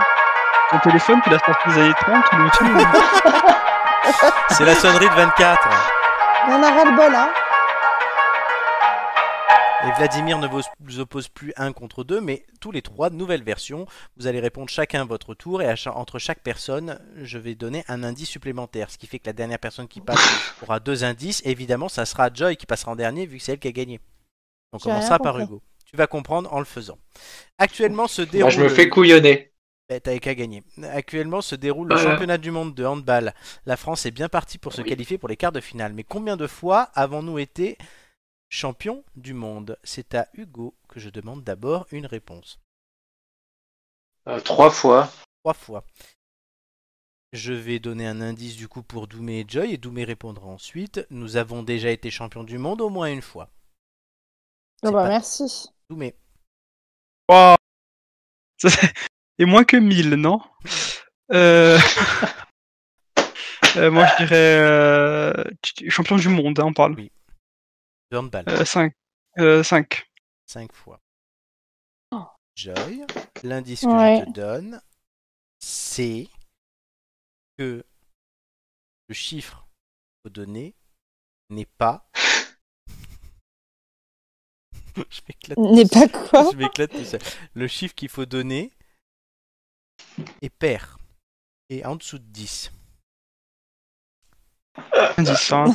C: Ton téléphone, tu l'as sorti des années 30 ou l'outil
A: C'est la sonnerie de 24.
B: On en a ras le bol, hein.
A: Et Vladimir ne vous oppose plus un contre deux, mais tous les trois, nouvelle version. Vous allez répondre chacun votre tour et à cha- entre chaque personne, je vais donner un indice supplémentaire. Ce qui fait que la dernière personne qui passe aura deux indices. évidemment, ça sera Joy qui passera en dernier vu que c'est elle qui a gagné. On
B: J'ai rien
A: commencera par
B: compris.
A: Hugo. Tu vas comprendre en le faisant. Actuellement se déroule.
D: Moi, je me fais couillonner.
A: Ben, t'avais qu'à gagner. Actuellement se déroule le
D: Voilà.
A: championnat du monde de handball. La France est bien partie pour se
D: Oui.
A: qualifier pour les quarts de finale. Mais combien de fois avons-nous été champions du monde C'est à Hugo que je demande d'abord une réponse.
D: Euh, trois fois.
A: Trois fois. Je vais donner un indice du coup pour Doumé et Joy et Doumé répondra ensuite. Nous avons déjà été champions du monde au moins une fois.
B: Oh
A: C'est
B: bah
A: pas-
B: merci.
A: Doumé,
C: Wow. Ça, c'est- Oh. et moins que 1000, non Euh, euh, Moi, je dirais euh, tu- tu- champion du monde, hein, on parle. Euh,
A: de handball,
C: 5. 5.
A: cinq fois.
B: Oh.
A: Joy, l'indice que
B: Ouais.
A: je te donne, c'est que le chiffre que vous donnez n'est pas. je m'éclate.
B: N'est pas quoi
A: Je m'éclate tout seul. Le chiffre qu'il faut donner est pair. Et en dessous de 10.
C: Indice, hein.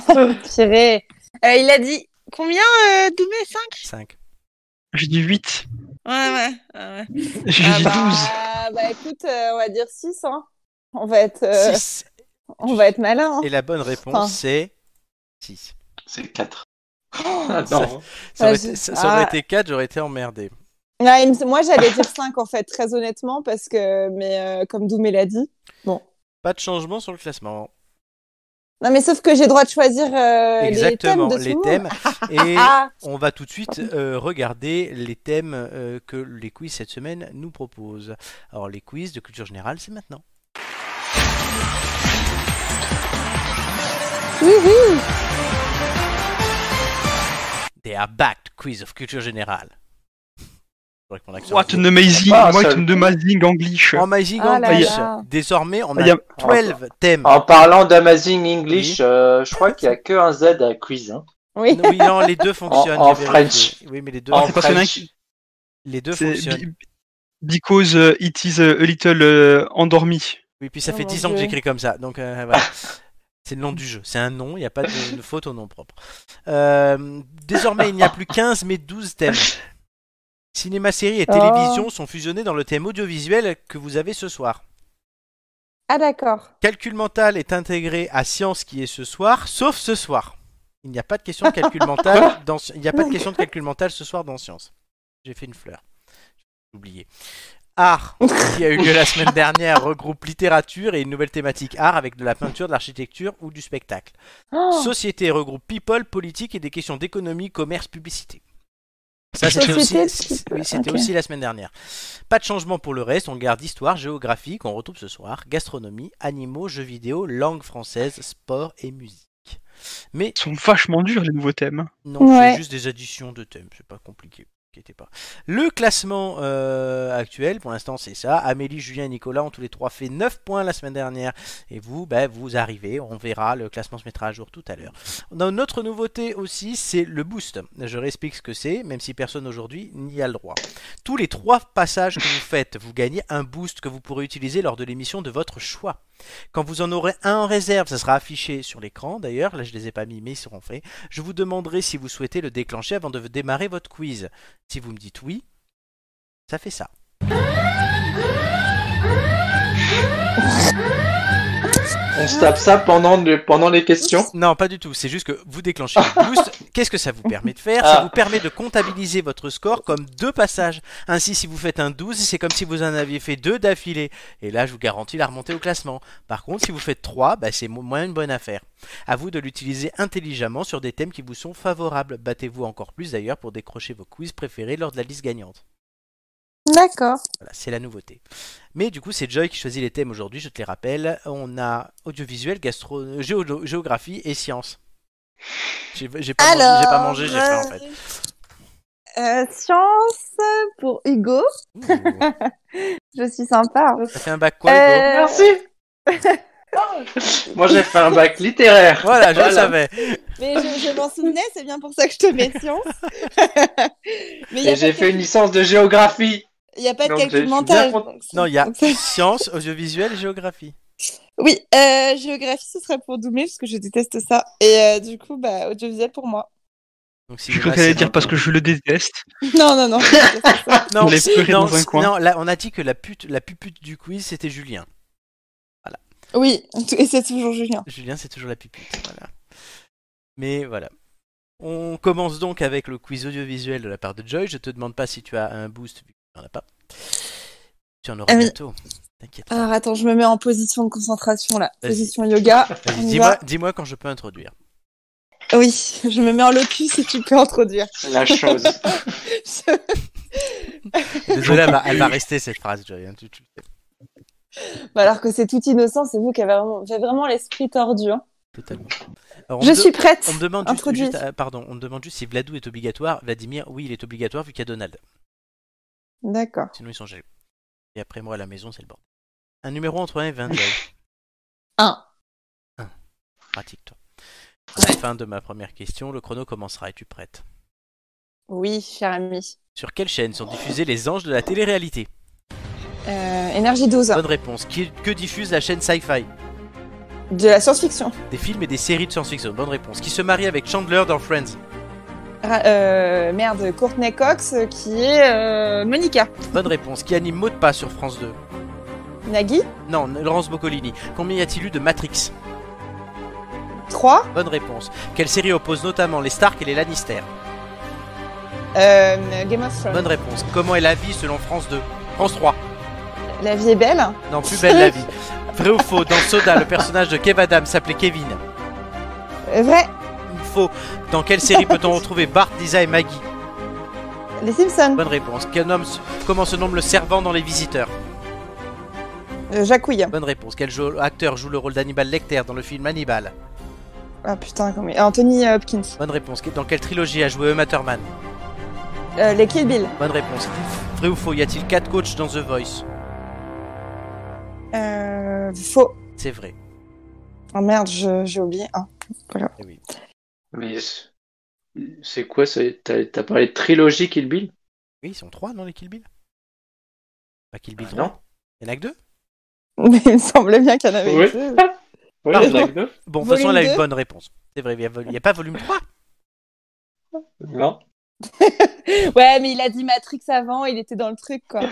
B: Purée. Euh, il a dit combien euh, Doumé 5
A: 5.
C: J'ai dit 8.
B: Ouais, ouais. ouais, ouais.
C: J'ai
B: Ah
C: dit
B: bah,
C: 12.
B: bah écoute, euh, on va dire 6. Hein. On va être, euh,
A: 6.
B: on va être malin. hein.
A: Et la bonne réponse,
B: Enfin.
A: c'est 6.
D: C'est quatre. Oh,
A: ça-
D: non.
A: Ça aurait
B: Ah,
A: été- ça-
B: c'est-
A: ça aurait
B: ah.
A: été 4, j'aurais été emmerdé.
B: Ouais, il me- moi, j'allais dire 5 en fait, très honnêtement, parce que, mais euh, comme Doumé l'a dit.
A: Pas de changement sur le classement.
B: Non, mais sauf que j'ai droit de choisir euh,
A: Exactement,
B: les thèmes. De
A: les
B: tout le
A: thèmes.
B: monde.
A: Et
B: Ah,
A: on va tout de suite euh, regarder les thèmes euh, que les quiz cette semaine nous proposent. Alors les quiz de culture générale, c'est maintenant.
B: wouhou.
A: They are back to quiz of culture générale. Je crois que mon accent
C: What
A: est-
C: an amazing,
D: Ah,
C: what
D: ça-
C: an amazing English.
A: Amazing
B: Ah là
A: English.
B: là. Ah
A: Désormais, on
C: Il y
A: a
C: a-
A: 12 thèmes.
D: En parlant d'Amazing English, euh, je crois qu'il n'y a que un Z à quiz.
A: Ah,
D: hein.
B: Oui.
A: Oui, non, les deux fonctionnent.
D: en
A: j'ai vérifié. Oui, mais les deux,
D: En
C: c'est parce qu'il y en a un
D: French.
A: les deux
C: C'est
A: fonctionnent.
C: be- because euh, it is a little euh, endormi.
A: Oui, puis ça
B: Oh
A: fait
B: mon
A: 10 ans que
B: Dieu.
A: j'écris comme ça. Donc euh, voilà. C'est le nom du jeu. C'est un nom, il n'y a pas de, de faute au nom propre. Euh, désormais, il n'y a plus 15 mais 12 thèmes. Cinéma, série et
B: Oh.
A: télévision sont fusionnés dans le thème audiovisuel que vous avez ce soir.
B: Ah, d'accord.
A: Calcul mental est intégré à science qui est ce soir, sauf ce soir. Il n'y a pas de question de calcul mental dans il n'y a pas de question de calcul mental ce soir dans science. J'ai fait une fleur. J'ai oublié. Art, qui a eu lieu la semaine dernière, regroupe littérature et une nouvelle thématique art avec de la peinture, de l'architecture ou du spectacle.
B: Oh,
A: Société regroupe people, politique et des questions d'économie, commerce, publicité. Ça, c'était aussi,
B: Société,
A: c'est- oui, c'était
B: ok.
A: aussi la semaine dernière. Pas de changement pour le reste, on garde histoire, géographie, qu'on retrouve ce soir, gastronomie, animaux, jeux vidéo, langue française, sport et musique. Mais
C: Ils sont vachement durs, les nouveaux thèmes. hein.
A: non,
B: Ouais.
A: c'est juste des additions de thèmes, c'est pas compliqué. vous inquiétez Pas. Le classement euh, actuel, pour l'instant, c'est ça. Amélie, Julien et Nicolas ont tous les trois fait 9 points la semaine dernière. Et vous, ben, vous arrivez. On verra. Le classement se mettra à jour tout à l'heure. On a une autre nouveauté aussi, c'est le boost. Je réexplique ce que c'est, même si personne aujourd'hui n'y a le droit. Tous les trois passages que vous faites, vous gagnez un boost que vous pourrez utiliser lors de l'émission de votre choix. Quand vous en aurez un en réserve, ça sera affiché sur l'écran d'ailleurs. Là, je les ai pas mis, mais ils seront faits. Je vous demanderai si vous souhaitez le déclencher avant de démarrer votre quiz. Si vous me dites oui, ça fait ça.
D: On se tape ça pendant, le- pendant les questions.
A: Non, pas du tout. C'est juste que vous déclenchez le boost. Qu'est-ce que ça vous permet de faire Ça
D: Ah.
A: vous permet de comptabiliser votre score comme deux passages. Ainsi, si vous faites un 12, c'est comme si vous en aviez fait deux d'affilée. Et là, je vous garantis la remontée au classement. Par contre, si vous faites 3, bah, c'est mo- moins une bonne affaire. À vous de l'utiliser intelligemment sur des thèmes qui vous sont favorables. Battez-vous encore plus d'ailleurs pour décrocher vos quiz préférés lors de la liste gagnante.
B: D'accord.
A: Voilà, c'est la nouveauté. Mais du coup, c'est Joy qui choisit les thèmes aujourd'hui, je te les rappelle. On a audiovisuel, gastro... euh, géolo- géographie et sciences. J'ai Ah, j'ai pas, mangé- j'ai pas mangé, j'ai faim en fait.
B: euh, science pour Hugo.
A: Ouh,
B: Je suis sympa. hein. euh,
A: T'as fait un bac quoi, Hugo
B: Merci.
D: Moi, j'ai fait un bac littéraire.
A: Voilà, je le
D: Voilà.
A: savais.
B: Mais je, je m'en souvenais, c'est bien pour ça que je te mets science. Mais il
D: Et j'ai fait une licence de géographie.
B: n'y a pas de
D: donc je
B: calcul
D: suis
B: mental.
D: bien content.
B: donc c'est-
A: Non, il y a
B: donc c'est-
A: science, audiovisuel, géographie.
B: Oui, euh, géographie, ce serait pour Doumé, parce que je déteste ça. Et euh, du coup, bah, audiovisuel pour moi.
A: Donc, si
C: Je
A: vous
C: crois qu'elle
A: restez-
C: dire parce que je le déteste.
B: Non, non, non. je déteste ça.
A: Non,
C: les pleurer
A: non,
C: dans un
A: c-
C: coin.
A: non, là, on a dit que la pute, la pupute du quiz, c'était Julien.
B: oui, tout- et c'est toujours Julien.
A: Julien, c'est toujours la pupute. Voilà. Mais voilà. On commence donc avec le quiz audiovisuel de la part de Joy. Je te demande pas si tu as un boost, vu que tu n'en as pas. Tu en auras
B: Ah, mais-
A: bientôt. T'inquiète. pas.
B: Alors attends, je me mets en position de concentration là.
A: Vas-y.
B: Position yoga.
A: Vas-y,
B: on y
A: dis-moi,
B: va.
A: dis-moi quand je peux introduire.
B: Oui, je me mets en locus si tu peux introduire. Bah,
D: La chose.
B: Je-
A: Désolé, elle va, elle va rester cette phrase, Joy. hein, tu- tu-
B: Bah, alors que c'est tout innocent, c'est vous qui avez vraiment, j'ai vraiment l'esprit tordu. hein.
A: totalement. Alors, on
B: Je
A: me de-
B: suis prête.
A: On me demande juste-
B: Introduis.
A: juste, ah, pardon, on me demande juste si Vladou est obligatoire. Vladimir, oui, il est obligatoire vu qu'il y a Donald.
B: D'accord.
A: Sinon, ils sont jaloux. Et après moi, à la maison, c'est le bordel. Un numéro entre 1 et 20, Joy.
B: Un.
A: Pratique, toi. À la fin de ma première question, le chrono commencera. Es-tu prête
B: Oui, cher ami.
A: Sur quelle chaîne sont diffusés les anges de la télé-réalité
B: Euh, énergie 12.
A: Bonne réponse. Qui- que diffuse la chaîne Sci-Fi
B: De la science-fiction.
A: Des films et des séries de science-fiction. Bonne réponse. Qui se marie avec Chandler dans Friends
B: Ra- euh, merde, Courtney Cox euh, qui est euh, Monica.
A: Bonne réponse. Qui anime mot de passe sur France 2
B: Nagui.
A: Non, Laurence Boccolini. Combien y a-t-il eu de Matrix
B: 3.
A: Bonne réponse. Quelle série oppose notamment les Stark et les Lannister
B: Euh, Game of Thrones.
A: Bonne réponse. Comment est la vie selon France 2 France 3.
B: La vie est belle.
A: Non, plus belle la vie. Vrai ou faux Dans Soda, le personnage de Kev Adams s'appelait Kevin.
B: Euh, Vrai.
A: Faux. Dans quelle série peut-on retrouver Bart, Lisa et Maggie
B: Les Simpsons.
A: Bonne réponse. Quel nom- comment se nomme le servant dans Les Visiteurs
B: Euh, Jacouille.
A: Bonne réponse. Quel jo- acteur joue le rôle d'Hannibal Lecter dans le film Hannibal
B: Ah putain, comment... Anthony euh, Hopkins.
A: Bonne réponse. Dans quelle trilogie a joué Uma Thurman
B: Euh, les Kill Bill.
A: Bonne réponse. Vrai ou faux Y a-t-il 4 coachs dans The Voice
B: Euh, faux.
A: C'est vrai.
B: Oh merde, je- j'ai oublié. Ah. un.
D: Mais c'est- c'est quoi c'est- T'as t'as parlé de trilogie Kill Bill
A: Oui, ils sont 3 dans les Kill Bill Pas Kill Bill
D: Ah,
A: 3
D: non.
A: Il y en a que 2
B: Mais il me semblait bien qu'il y en avait
D: Oui.
B: deux.
D: Oui,
A: Pardon.
D: Black Dog
A: Bon, de toute façon, elle
B: Volume
A: a une
B: deux.
A: bonne réponse. C'est vrai, il n'y a, pas volume 3
D: Non.
B: Ouais, mais il a dit Matrix avant, il était dans le truc, quoi.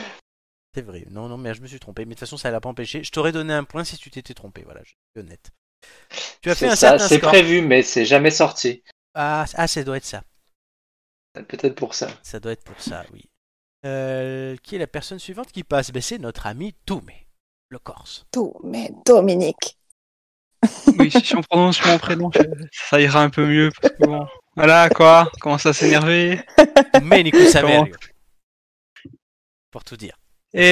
A: C'est vrai. Non, non, mais je me suis trompé. Mais de toute façon, ça l'a pas empêché. Je t'aurais donné un point si tu t'étais trompé. Voilà, je suis honnête. Tu as fait
D: C'est
A: un
D: ça,
A: certain
D: c'est
A: score.
D: prévu, mais c'est jamais sorti.
A: Ah, ah, ça doit être ça.
D: C'est Peut-être pour ça.
A: Ça doit être pour ça, oui. Euh, qui est la personne suivante qui passe ben, C'est notre ami Toumé, le Corse.
B: Tout, mais Dominique.
C: Oui, si si on prononce mon prénom, ça ira un peu mieux. parce que bon, Voilà quoi, commence à s'énerver.
A: Mais Nico Saver,
C: Comment
A: lui. Pour tout dire.
C: Et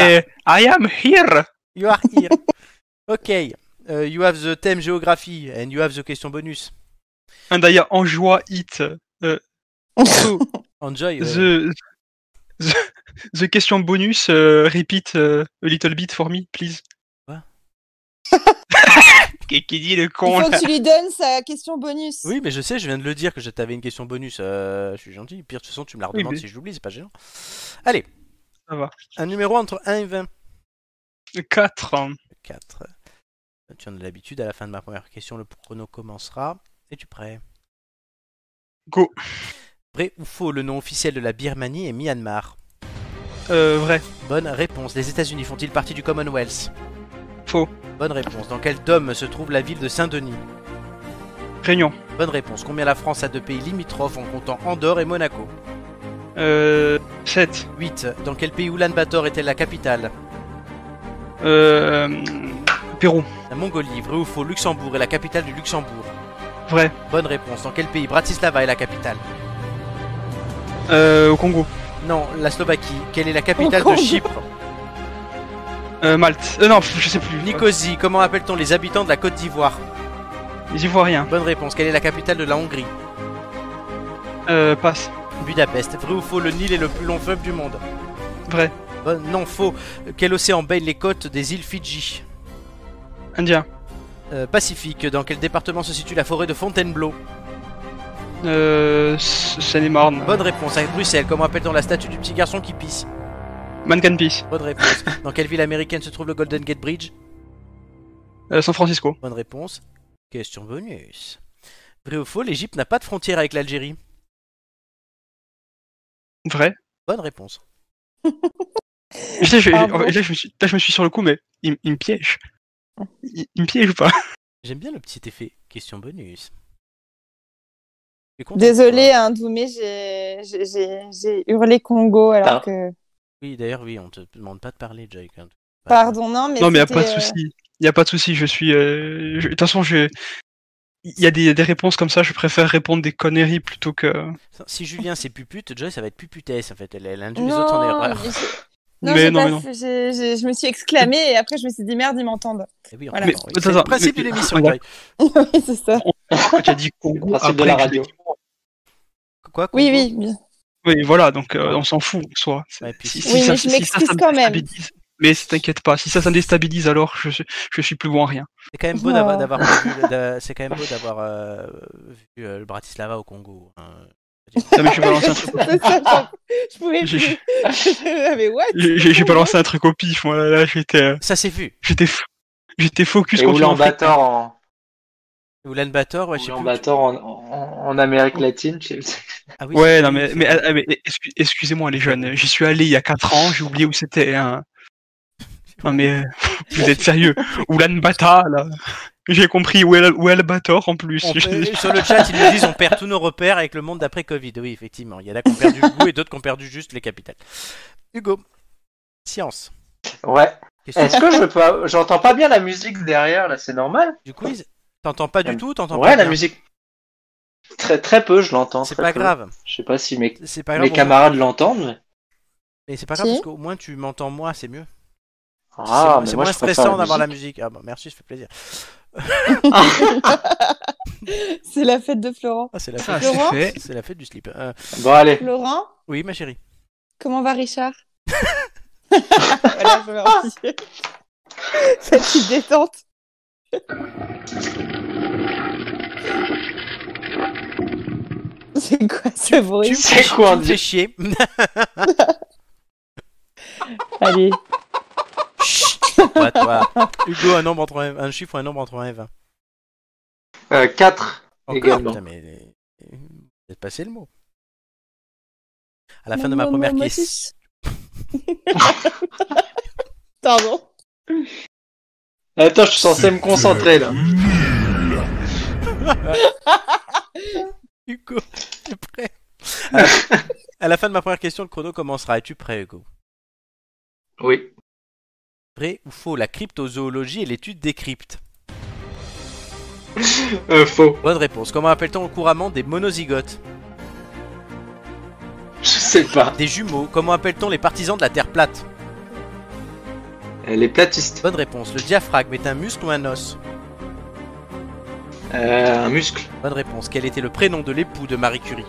C: I am here.
A: You are here. ok. Euh, you have the theme géographie and you have the question bonus.
C: And I enjoy it. So,
A: Enjoy. euh,
C: the, the, the question bonus, euh, repeat euh, a little bit for me, please.
A: Quoi
C: qui, qui dit le
B: Il
C: con
B: faut
C: là
B: que tu lui donnes sa question bonus.
A: Oui, mais je sais, je viens de le dire que je t'avais une question bonus. euh, je suis gentil. Pire, de toute façon, tu me la
C: Oui,
A: redemandes
C: mais-
A: si je l'oublie, c'est pas gênant. Allez.
C: Ça va.
A: Un numéro entre 1 et 20.
C: 4.
A: 4. Euh, Tu en as l'habitude, à la fin de ma première question, le chrono commencera. Es-tu prêt
C: Go.
A: Vrai ou faux, le nom officiel de la Birmanie est Myanmar
C: Euh, vrai.
A: Bonne réponse. Les États-Unis font-ils partie du Commonwealth
C: Faux.
A: Bonne réponse. Dans quel dôme se trouve la ville de Saint-Denis
C: Réunion.
A: Bonne réponse. Combien la France a de pays limitrophes en comptant Andorre et Monaco
C: Euh, 7.
A: 8. Dans quel pays Oulan Bator est-elle la capitale
C: Euh, Pérou.
A: La Mongolie, vrai ou faux, Luxembourg est la capitale du Luxembourg.
C: Vrai.
A: Bonne réponse. Dans quel pays Bratislava est la capitale
C: Euh, au Congo.
A: Non, la Slovaquie. Quelle est la capitale
B: Encore
A: de Chypre
C: Euh, Malte. Euh, non, pff, je sais plus.
A: Nicosie, comment appelle-t-on les habitants de la Côte d'Ivoire
C: Les Ivoiriens.
A: Bonne réponse. Quelle est la capitale de la Hongrie
C: Euh, passe.
A: Budapest. Vrai ou faux, le Nil est le plus long fleuve du monde
C: Vrai.
A: Bonne- Non, faux. Quel océan baigne les côtes des îles Fidji
C: Indien.
A: Euh, Pacifique, dans quel département se situe la forêt de Fontainebleau
C: Euh, Seine-et-Marne.
A: Bonne réponse. À Bruxelles, comment appelle-t-on la statue du petit garçon qui pisse
C: Man Can Peace.
A: Bonne réponse. dans quelle ville américaine se trouve le Golden Gate Bridge
C: Euh, San Francisco.
A: Bonne réponse. Question bonus. Vrai ou faux, l'Égypte n'a pas de frontière avec l'Algérie
C: Vrai.
A: Bonne réponse.
C: Putain, je,
B: Ah bon
C: là, je me suis, putain, je me suis sur le coup, mais il, il me piège. Il, il me piège ou pas
A: J'aime bien le petit effet. Question bonus. Je suis content de
B: Désolée,
A: toi.
B: hein, Doumé, j'ai- j'ai j'ai- j'ai hurlé Congo alors
C: Bah,
D: Ah.
B: que.
A: Oui, d'ailleurs, oui, on te demande pas de parler, Joy. quand-
B: Pardon, non, mais.
C: Non, mais y a
B: c'était,
C: pas de
B: euh,
C: souci. Y a pas de souci. Je suis. euh, je- De toute façon, je. Y a des, des réponses comme ça. Je préfère répondre des conneries plutôt que.
A: Si Julien c'est pupute, Joy ça va être puputesse en fait. Elle, elle induit les autres en
B: Non,
A: erreur.
B: mais j'ai- non,
C: mais
B: j'ai
C: non,
B: pas
C: mais non.
B: fait- j'ai- j'ai- je me suis exclamée et après je me suis dit merde, ils m'entendent.
A: Eh oui, on
B: Voilà.
A: comprend, oui.
C: Mais-
A: C'est le
C: attends,
A: principe
C: mais-
A: de l'émission.
C: regarde.
A: Joy.
B: oui, c'est ça.
C: Quand tu as dit Congo,
D: principe de
C: après,
D: la
C: que je
D: radio.
C: l'ai dit.
A: Quoi
B: Oui,
A: Congo
B: oui, bien.
C: Oui, voilà. Donc, euh, on s'en fout, soit.
A: Ouais, puis-
B: Oui, mais je m'excuse quand même.
C: déstabilise- Mais t'inquiète pas. Si ça, ça me déstabilise, alors je, suis- je suis plus bon à rien.
A: C'est quand même beau d'avoir,
B: Oh.
A: d'avoir vu, le- d'a- c'est quand même beau d'avoir euh, vu euh, le Bratislava au Congo. hein.
C: Non, mais je vais balancer un truc.
B: C'est ça, je- je pouvais
C: J'ai-
B: plus. Ah, mais what
C: J'ai j'ai balancé un truc au pif. Moi, là, là, j'étais. euh,
A: Ça s'est vu.
C: J'étais. f- J'étais focus
D: Et
C: quand tu m'as fait-
D: Oulan-Bator en,
A: Oulan Bator, ouais, je sais plus. où tu-
D: Oulan-Bator en, en- en Amérique latine. je sais-
A: Ah oui,
C: Ouais,
A: c'est-
C: non, mais, mais, ah, mais excu- excusez-moi les jeunes, j'y suis allé il y a 4 ans, j'ai oublié où c'était. hein. Non mais euh, vous êtes sérieux Oulan Bata, là J'ai compris où est, la- où est Albator en plus.
A: On peut- sur le chat, ils nous disent on perd tous nos repères avec le monde d'après Covid. Oui, effectivement, il y en a qui ont perdu le goût et d'autres qui ont perdu juste les capitales. Hugo, science.
D: Ouais.
A: Question
D: Est-ce que je peux. J'entends pas bien la musique derrière, là, c'est normal
A: du quiz. T'entends pas du tout, t'entends
D: Euh, Ouais,
A: pas
D: la
A: bien.
D: musique. Très, très peu, je l'entends.
A: C'est
D: très
A: pas
D: peu.
A: grave.
D: Je sais pas si mes,
A: C'est pas grave.
D: mes
A: on-
D: camarades l'entendent. mais-
A: Mais c'est pas grave
B: Si.
A: parce qu'au moins tu m'entends moi, c'est mieux.
D: Ah,
A: c'est
D: mais
A: c'est
D: moi,
A: moins
D: je préfère
A: stressant d'avoir la musique. Ah bah merci, ça fait plaisir.
B: C'est la fête de Florent.
A: Ah, c'est la
C: Ça,
A: fête.
B: Laurent
C: c'est fait.
A: C'est la fête du slip. Euh,
D: musique. Bon, allez.
B: Laurent,
A: oui, ma chérie.
B: comment va Richard Voilà, je vais en dire. Cette petite détente. C'est quoi ce bruit
A: Tu me
D: C'est
A: fais-
D: quoi,
A: tu me
D: on
A: fais
D: dit
A: chier.
B: Allez.
A: Chut, toi, toi. Hugo, un nombre entre un, un chiffre ou un nombre entre 1 et 20.
D: Euh, 4. Également.
A: putain, mais euh, vous êtes passé le mot. À la fin
B: Maman,
A: de ma première
B: maman,
A: question.
B: Pardon.
D: Attends, je suis censé me concentrer, là.
A: Hugo, t'es prêt à la, à la fin de ma première question, le chrono commencera. Es-tu prêt, Hugo
D: Oui.
A: Vrai ou faux La cryptozoologie est l'étude des cryptes.
D: Euh, faux.
A: Bonne réponse. Comment appelle-t-on couramment des monozygotes
D: Je sais pas.
A: Des jumeaux Comment appelle-t-on les partisans de la Terre plate
D: Elle est platiste.
A: Bonne réponse. Le diaphragme est un muscle ou un os
D: Euh, un muscle.
A: Bonne réponse. Quel était le prénom de l'époux de Marie Curie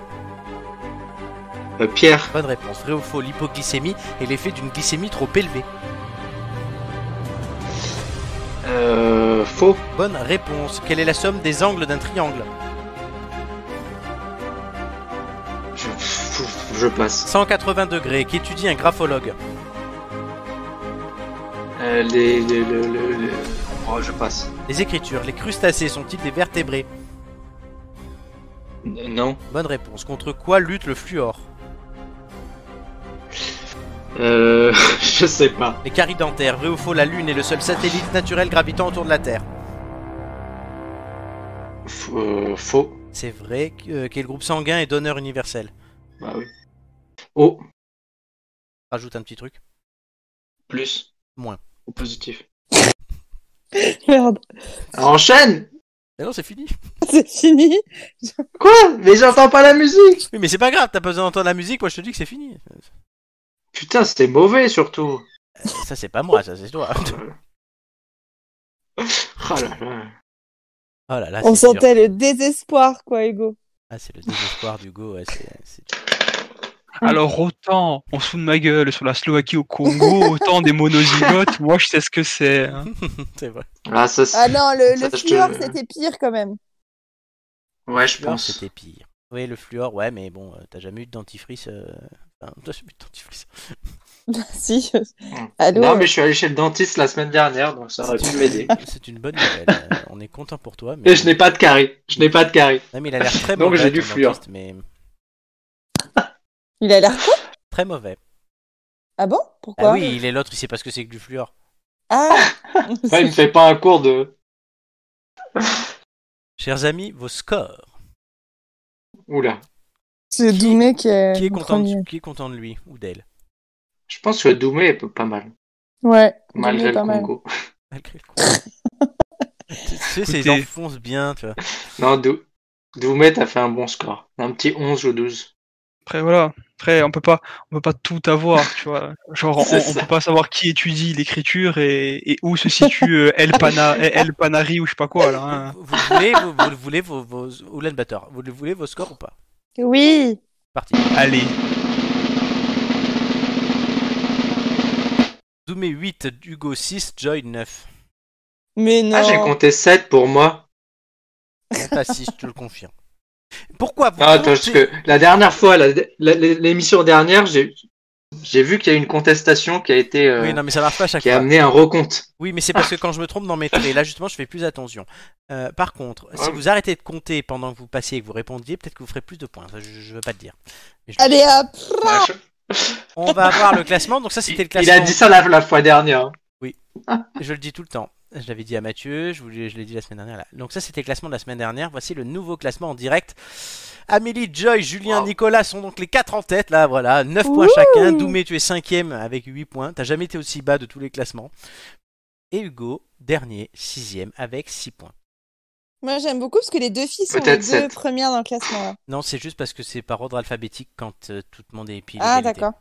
D: Euh, Pierre.
A: Bonne réponse. Vrai ou faux L'hypoglycémie est l'effet d'une glycémie trop élevée.
D: Euh, faux.
A: Bonne réponse. Quelle est la somme des angles d'un triangle
D: Je, je- je passe.
A: 180 degrés. Qu'étudie un graphologue
D: Euh, les, les, le- le- le- Oh, je passe.
A: Les écritures. Les crustacés sont-ils des vertébrés
D: N- non.
A: Bonne réponse. Contre quoi lutte le fluor
D: Euh, je sais pas.
A: Les caries dentaires. Vrai ou faux La Lune est le seul satellite naturel gravitant autour de la Terre.
D: F- euh, faux.
A: C'est vrai. Euh, Quel groupe sanguin est donneur universel
D: Bah oui. Oh,
A: Rajoute un petit truc.
D: plus.
A: Moins.
D: Ou positif.
B: Merde.
D: Enchaîne
A: Mais non, c'est fini.
B: C'est fini.
D: Quoi Mais j'entends pas la musique
A: Oui, mais c'est pas grave. T'as pas besoin d'entendre la musique. Moi, je te dis que c'est fini. Euh,
D: Putain, c'était mauvais surtout.
A: Ça, c'est pas moi. Ça, c'est toi.
D: Oh là là.
A: Oh là là.
B: On
A: c'est dur.
B: sentait le désespoir, quoi, Hugo.
A: Ah, c'est le désespoir d'Hugo. ouais, c'est- c'est-
C: Alors autant on se fout de ma gueule sur la Slovaquie au Congo, autant des monozygotes, moi je sais ce que c'est. hein.
A: C'est vrai.
D: Ah, ça, c'est-
B: Ah non, le,
D: Ça,
B: le
D: je te-
B: fluor, c'était pire quand même.
D: ouais, je
A: Fluor,
D: pense.
A: c'était pire. Oui, le fluor, ouais, mais bon, euh, t'as jamais eu de dentifrice. euh, Enfin, t'as jamais eu de dentifrice.
B: si. Allô
D: Hmm. Non, mais je suis allé chez le dentiste la semaine dernière, donc ça aurait pu Ah, m'aider.
A: C'est une bonne nouvelle. euh, On est content pour toi. Mais...
D: Et je n'ai pas de carie. Je n'ai pas de carie.
A: Non, mais il a l'air très
D: Donc,
A: mauvais.
D: j'ai du
A: ton
D: fluor.
A: dentiste, mais
B: Il a l'air quoi
A: très mauvais.
B: Ah bon
A: Ah
B: Pourquoi
A: oui, il est l'autre, il sait pas ce que c'est que du fluor.
B: Ah
D: Ouais, il me fait pas un cours de.
A: Chers amis, vos scores.
D: Oula.
B: C'est Doumé qui est,
A: Qui est content
B: premier.
A: de, qui est content de lui ou d'elle
D: Je pense que Doumé est pas mal,
B: Ouais, Doumé
D: malgré
B: est pas
D: le
B: mal.
D: Congo.
A: Malgré le coup. tu sais, c'est- ils
C: Écoutez.
A: enfoncent bien, tu vois.
D: Non, Dou- Doumé, t'as fait un bon score. Un petit 11 ou 12.
C: Après voilà, après on peut pas, on peut pas tout avoir, tu vois. Genre on,
D: C'est
C: on
D: ça.
C: peut pas savoir qui étudie l'écriture et, et où se situe euh, El Pana, El Panari ou je sais pas quoi là. hein.
A: Vous, vous voulez, vous, vous le voulez vos, vos Ulaanbaatar, vous le voulez vos scores ou pas
B: Oui
A: Parti.
C: Allez,
A: Doumé 8, Hugo 6, Joy 9.
B: Mais non
D: Ah, j'ai compté 7 pour moi.
A: T'as 6, je te le confirme. Pourquoi vous
D: Non, Ah, attends, parce
A: comptez-
D: que la dernière fois, la- la- l'émission dernière, j'ai j'ai vu qu'il y a eu une contestation qui a été. euh,
A: Oui, non, mais ça marche pas à chaque
D: qui a
A: fois.
D: amené un recompte.
A: Oui, mais c'est parce que quand je me trompe dans mes traits, là justement, je fais plus attention. Euh, par contre, si
D: Ouais.
A: vous arrêtez de compter pendant que vous passiez et que vous répondiez, peut-être que vous ferez plus de points. Enfin, je, je veux pas te dire. Mais je-
B: Allez hop
D: Ouais, je-
A: On va voir le classement. Donc ça,
D: il,
A: c'était le
D: il
A: classement.
D: a dit ça la, la fois dernière.
A: Je le dis tout le temps. Je l'avais dit à Mathieu, je, vous l'ai- je l'ai dit la semaine dernière. Là. Donc ça, c'était le classement de la semaine dernière. Voici le nouveau classement en direct. Amélie, Joy, Julien,
D: Wow.
A: Nicolas sont donc les quatre en tête. Là, voilà, 9 points
B: Wouh
A: chacun. Doumé, tu es cinquième avec 8 points. T'as jamais été aussi bas de tous les classements. Et Hugo, dernier, sixième avec 6 points.
B: Moi j'aime beaucoup parce que les deux filles sont les
D: Peut-être
B: deux
D: sept.
B: premières dans le classement. là.
A: Non, c'est juste parce que c'est par ordre alphabétique quand euh, tout le monde est pile.
B: Ah
A: égalité.
B: d'accord.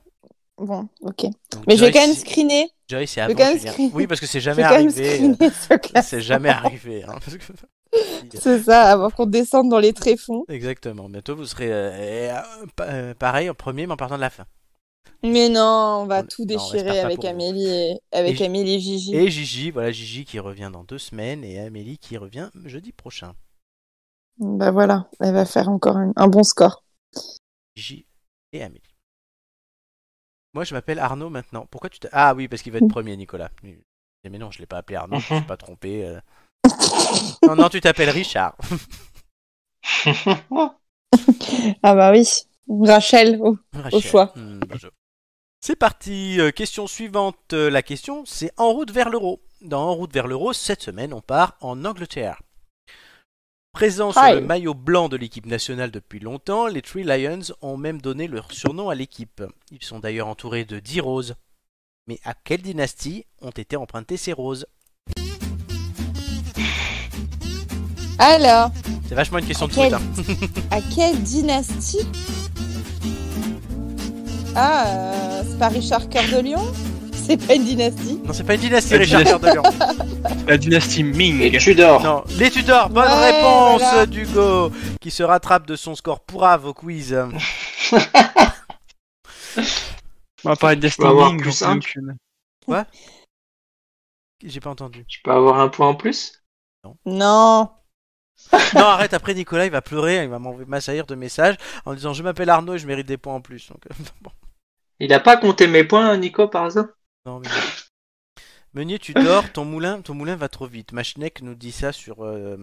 B: Bon, ok.
A: Donc
B: Mais je
A: Joy,
B: vais quand même
A: c'est-
B: screener.
A: Joy, c'est
B: vais
A: avant
B: quand même
A: Julien.
B: screen-
A: Oui, parce que c'est
B: Je vais
A: jamais
B: quand même
A: arrivé.
B: screener ce
A: euh,
B: classement.
A: C'est jamais arrivé. hein, parce que-
B: C'est ça, avant qu'on descende dans les tréfonds.
A: Exactement. Bientôt, vous serez euh, euh, pa- euh, pareil en premier, mais en partant de la fin.
B: Mais non, on va
A: On-
B: tout
A: non, on espère
B: déchirer
A: pas
B: avec
A: pour vous.
B: Amélie et avec
A: Et-
B: Amélie et Gigi.
A: Et Gigi, voilà Gigi qui revient dans deux semaines et Amélie qui revient jeudi prochain.
B: Bah voilà, elle va faire encore un, un bon score.
A: Gigi et Amélie. Moi, je m'appelle Arnaud maintenant. Pourquoi tu t'as- Ah oui, parce qu'il va être premier, Nicolas. Mais non, je l'ai pas appelé Arnaud, je me suis pas trompé. euh. Non, non, tu t'appelles Richard.
B: Ah bah oui, Rachel. oh.
A: Rachel.
B: choix.
A: Hmm, bon jeu. C'est parti. euh, question suivante. Euh, La question, c'est en route vers l'euro. Dans En route vers l'euro, cette semaine, on part en Angleterre. Présents sur
B: Hi.
A: le maillot blanc de l'équipe nationale depuis longtemps, les Three Lions ont même donné leur surnom à l'équipe. Ils sont d'ailleurs entourés de 10 roses. Mais à quelle dynastie ont été empruntées ces roses
B: Alors,
A: C'est vachement une question de
B: Quelle-
A: foot. hein.
B: à quelle dynastie Ah, euh, c'est pas Richard Cœur de Lion C'est pas une dynastie.
A: Non, c'est pas une dynastie,
C: Une
A: Richard
C: dynastie.
A: Cœur de Lion.
C: la dynastie Ming.
D: Et Tudor.
A: Non, les Tudors, bonne
B: Ouais,
A: réponse
B: voilà.
A: d'Hugo, qui se rattrape de son score pourrave au quiz.
C: On va parler de Dynastie
D: On va avoir
C: Ming,
D: plus
C: j'en
D: un.
C: sais aucune.
A: J'ai pas entendu.
D: Je peux avoir un point en plus
B: Non.
A: Non, arrête, après Nicolas, il va pleurer, il va m'envoyer m'assaillir de messages en disant Je m'appelle Arnaud et je mérite des points en plus. Donc, euh, bon,
D: Il a pas compté mes points, hein, Nico, par hasard
A: non, mais... Meunier, tu dors, ton moulin, ton moulin va trop vite. Machnek nous dit ça sur euh,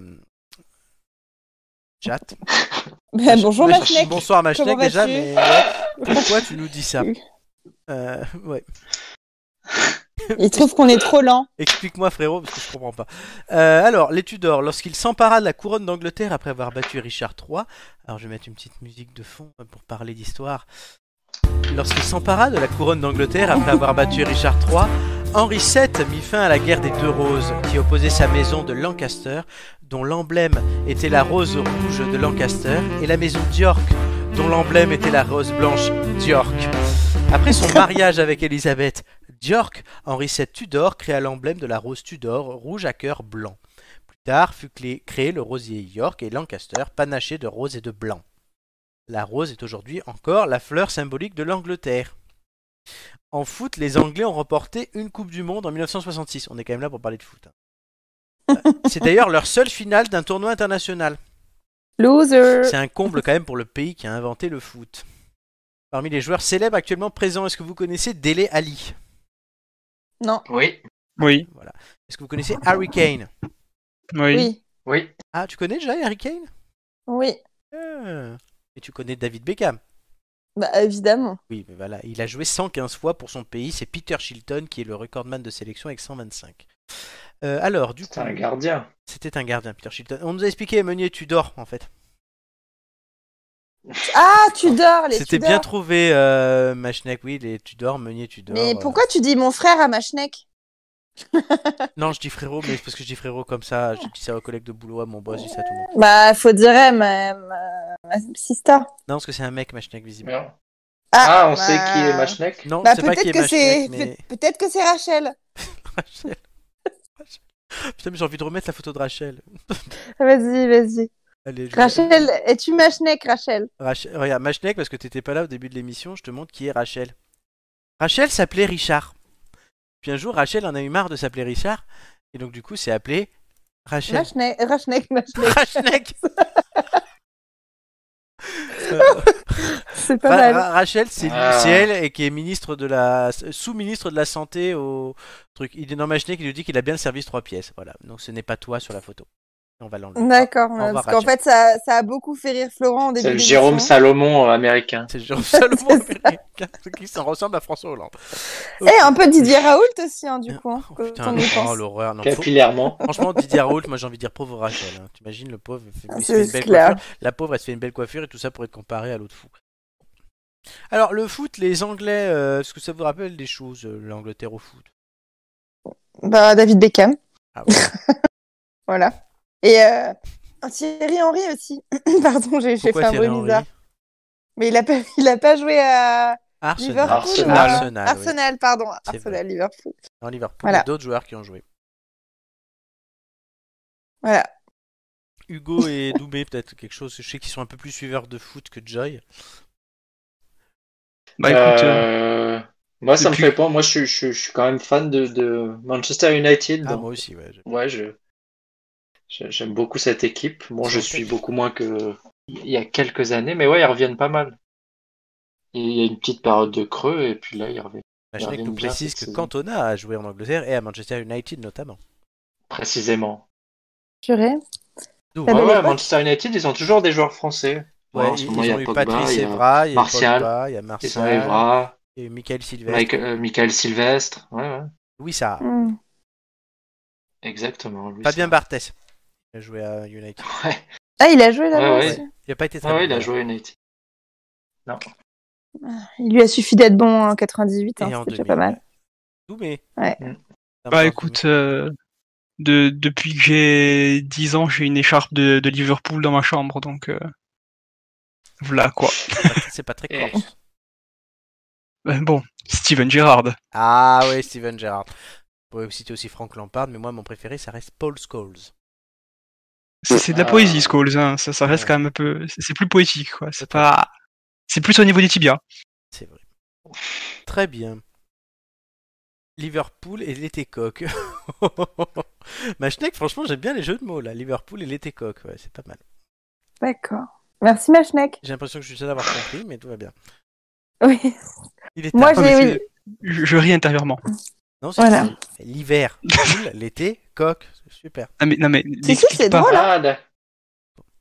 A: chat.
B: Bah, bonjour
A: Mach-
B: Machnek.
A: Bonsoir Machnek
B: Comment
A: déjà,
B: vas-tu
A: mais ouais, pourquoi tu nous dis ça Euh, ouais.
B: Il trouve qu'on est trop lent.
A: Explique-moi frérot, parce que je comprends pas. Euh, alors, les Tudors, lorsqu'il s'empara de la couronne d'Angleterre après avoir battu Richard III, alors je vais mettre une petite musique de fond euh, pour parler d'histoire. Lorsqu'il s'empara de la couronne d'Angleterre après avoir battu Richard III, Henri VII mit fin à la guerre des deux roses, qui opposait sa maison de Lancaster, dont l'emblème était la rose rouge de Lancaster, et la maison d'York, dont l'emblème était la rose blanche d'York. Après son mariage avec Élisabeth d'York, Henri VII Tudor créa l'emblème de la rose Tudor, rouge à cœur blanc. Plus tard fut clé- créé le rosier York et Lancaster, panaché de rose et de blanc. La rose est aujourd'hui encore la fleur symbolique de l'Angleterre. En foot, les Anglais ont remporté une Coupe du Monde en 1966. On est quand même là pour parler de foot. hein. C'est d'ailleurs leur seule finale d'un tournoi international.
B: Loser.
A: C'est un comble quand même pour le pays qui a inventé le foot. Parmi les joueurs célèbres actuellement présents, est-ce que vous connaissez Dele Ali
B: Non.
D: Oui,
C: Oui,
A: Est-ce que vous connaissez Harry Kane
C: oui.
B: Oui.
D: oui.
A: Ah, tu connais déjà Harry Kane
B: Oui.
A: Ah. Et tu connais David Beckham
B: Bah, évidemment.
A: Oui, mais voilà, il a joué 115 fois pour son pays. C'est Peter Shilton qui est le recordman de sélection avec 125. Euh, alors, du
D: C'est
A: coup,
D: un gardien.
A: c'était un gardien, Peter Shilton. On nous a expliqué, Meunier Tudor, en fait.
B: Ah, Tudor, les
A: Oh, C'était
B: Tudor.
A: bien trouvé, euh, Machnek. Oui, les Tudor, Meunier Tudor.
B: Mais
A: euh.
B: pourquoi tu dis mon frère à Machnek
A: Non, je dis frérot, mais c'est parce que je dis frérot comme ça. Je dis ça aux collègues de boulot, à mon boss, je dis ça à tout le monde.
B: Bah, faut dire eh, ma, ma, ma sister.
A: Non, parce que c'est un mec, Machnek, visiblement.
D: Non. Ah, on sait qui est
B: Machnek
D: Machnek
A: Non,
B: Bah,
A: c'est pas qui
B: peut-être
A: est
B: que c'est
A: Machnek, mais...
B: peut- peut-être que c'est Rachel.
A: Rachel. Rachel. Putain, mais j'ai envie de remettre la photo de Rachel.
B: Vas-y, vas-y.
A: Allez, je-
B: Rachel, es-tu Machnek, Rachel
A: Rachel, regarde, Machnek, parce que t'étais pas là au début de l'émission, je te montre qui est Rachel. Rachel s'appelait Richard. Puis un jour, Rachel en a eu marre de s'appeler Richard. Et donc, du coup, c'est appelé Rachel.
B: Machnek, Rachnek, Machnek.
A: Rachnek
B: C'est
A: Euh,
B: pas
A: Ra-
B: mal.
A: Ra- Rachel, c'est lui-
D: Ah.
A: c'est elle et qui est ministre de la sous-ministre de la santé au truc. Il est dans Machnek, il lui dit qu'il a bien le service trois pièces. Voilà. Donc ce n'est pas toi sur la photo. On va l'enlever.
B: D'accord.
A: Au
B: Parce
A: revoir,
B: qu'en
A: Rachel.
B: fait, ça, ça a beaucoup fait rire Florent au début.
D: C'est le
B: de
D: Jérôme
B: l'émission.
D: Salomon euh, américain.
A: C'est Jérôme Salomon
B: C'est
A: américain, qui s'en ressemble à François Hollande.
B: Eh, un peu Didier Raoult aussi, hein, du coup. hein,
A: Oh,
B: quand
A: putain,
B: on y
A: non,
B: pense.
A: oh, l'horreur. non, faut-
D: Capillairement.
A: Franchement, Didier Raoult, moi j'ai envie de dire pauvre Rachel. hein. T'imagines le pauvre, il fait- il se
B: Ah, C'est
A: fait une belle
B: clair.
A: coiffure. La pauvre, elle se fait une belle coiffure et tout ça pour être comparée à l'autre fou. Alors, le foot, les Anglais, euh, est-ce que ça vous rappelle des choses, euh, l'Angleterre au foot
B: Bah, David Beckham.
A: Ah ouais.
B: Voilà. Et euh, Thierry Henry aussi. Pardon, j'ai j'ai fait
A: Pourquoi
B: un
A: Thierry
B: bruit
A: Henry
B: bizarre. Mais il a pas, il a pas joué à
A: Arsenal.
B: Liverpool.
D: Arsenal.
B: euh,
A: Arsenal, oui.
B: Arsenal, pardon.
A: C'est vrai.
B: Arsenal, Liverpool.
A: Dans Liverpool,
B: Voilà.
A: il y a d'autres joueurs qui ont joué.
B: Voilà.
A: Hugo et Doumé, peut-être quelque chose. Je sais qu'ils sont un peu plus suiveurs de foot que Joy.
C: Bah écoute, euh,
D: Euh, Moi, ça me
C: depuis-
D: fait pas. Moi, je, suis- je, suis- je suis quand même fan de, de Manchester United.
A: Ah,
D: donc,
A: moi aussi, ouais.
D: Ouais, je je- j'aime beaucoup cette équipe. Bon, je suis beaucoup moins que il y a quelques années, mais ouais, ils reviennent pas mal. Il y a une petite période de creux et puis là, ils reviennent.
A: Machnek
D: Darwin
A: nous
D: Diaz,
A: précise Bah, que
D: c'est-
A: Cantona a joué en Angleterre et à Manchester United notamment.
D: Précisément.
B: Purée.
A: D'où
B: Ah
D: Ouais,
B: bon,
D: ouais,
B: ouais.
D: Manchester United, ils ont toujours des joueurs français.
A: Ouais,
D: en ce
A: ils,
D: moment,
A: ils
D: il y a
A: ont eu
D: Pogba,
A: Patrice
D: il y a
A: Evra, il y a
D: Martial,
A: Pogba, il y a
D: Ismaël
A: Martial,
D: Evra,
A: il y a Michael Silvestre,
D: Mike- euh, Michael Sylvestre. Ouais, ouais,
A: Louis Sarr,
B: Hmm.
D: exactement. lui,
A: Fabien
D: ça.
A: Barthez. Il a joué à United.
D: Ouais,
B: Ah, il a joué là-bas
D: Ouais, ouais.
B: aussi.
A: Il n'a pas été très
D: Ah ouais,
A: bon,
D: il a
A: d'ailleurs.
D: joué United. Non.
B: Il lui a suffi d'être bon en 98.
A: Et
B: Hein,
A: en
B: c'est déjà pas mal.
A: 2000, Doumé.
B: Ouais.
A: Mm.
C: bah écoute, euh, de, depuis que j'ai 10 ans, j'ai une écharpe de, de Liverpool dans ma chambre, donc euh, voilà quoi.
A: c'est pas très
D: Eh.
A: court.
C: Euh, Bon, Steven Gerrard.
A: Ah ouais, Steven Gerrard. On pourrait citer aussi Frank Lampard, mais moi, mon préféré, ça reste Paul Scholes.
C: C'est c'est de la
D: Ah.
C: poésie, Scholes. Hein. Ça, ça reste
A: Ouais.
C: quand même un peu. c'est- C'est plus poétique, quoi. C'est pas. C'est plus au niveau des tibias.
A: C'est vrai. Très bien. Liverpool et l'été coq. Machnek, franchement, j'aime bien les jeux de mots là. Liverpool et l'été coq, ouais, c'est pas mal.
B: D'accord. Merci, Machnek.
A: J'ai l'impression que je suis seul à avoir compris, mais tout va bien.
B: Oui.
A: Il est
B: Moi,
A: tard.
C: Ah, mais
B: j'ai.
C: Je, je ris intérieurement.
A: Non, c'est
B: Voilà.
A: c'est l'hiver, poule, l'été, coq. C'est Super.
C: Non, mais. Non, mais
B: Si, si, c'est
C: pas.
B: drôle. hein.
D: Ah, d'accord.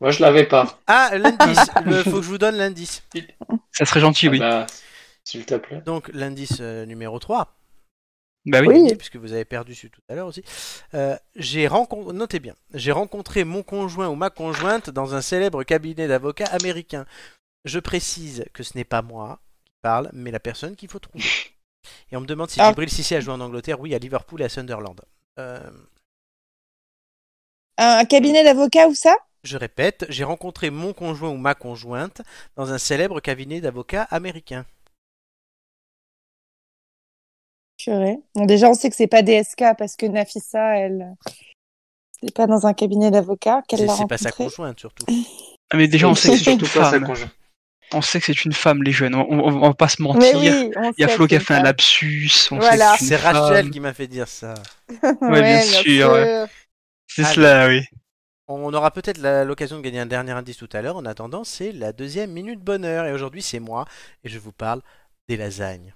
D: Moi, je l'avais pas.
A: Ah, l'indice. Il faut que je vous donne l'indice.
C: Ça serait gentil, oui.
D: Ah bah, S'il te plaît.
A: Donc, l'indice euh, numéro 3,
C: Bah oui.
B: Oui.
A: puisque vous avez perdu celui tout à l'heure aussi. Euh, j'ai rencontré, notez bien, j'ai rencontré mon conjoint ou ma conjointe dans un célèbre cabinet d'avocats américain. Je précise que ce n'est pas moi qui parle, mais la personne qu'il faut trouver. Et on me demande si
B: Ah.
A: Gibril Cissé a joué en Angleterre. Oui, à Liverpool et à Sunderland. Euh,
B: Un cabinet d'avocats ou ça
A: Je répète, j'ai rencontré mon conjoint ou ma conjointe dans un célèbre cabinet d'avocats américain.
B: Purée. Bon, déjà, on sait que c'est pas DSK parce que Nafissa, elle n'est pas dans un cabinet d'avocat qu'elle
A: C'est
B: l'a
A: c'est pas sa
B: rencontré.
A: conjointe surtout.
C: Ah, mais déjà, on sait que c'est surtout
D: Surtout pas sa
C: femme.
D: conjointe.
C: on sait que c'est une femme, les jeunes. On, on, on va pas se
B: Mais
C: mentir.
B: oui, on
C: Il y a
B: sait
C: Flo qui a
B: que
C: fait un
B: ça.
C: lapsus. On
B: Voilà.
C: sait que
A: C'est
C: c'est une femme.
A: Rachel qui m'a fait dire ça.
C: Ouais, bien sûr, ouais. C'est
A: Ah,
C: cela, oui.
A: On aura peut-être la- l'occasion de gagner un dernier indice tout à l'heure. En attendant, c'est la deuxième minute bonheur. Et aujourd'hui, c'est moi. Et je vous parle des lasagnes.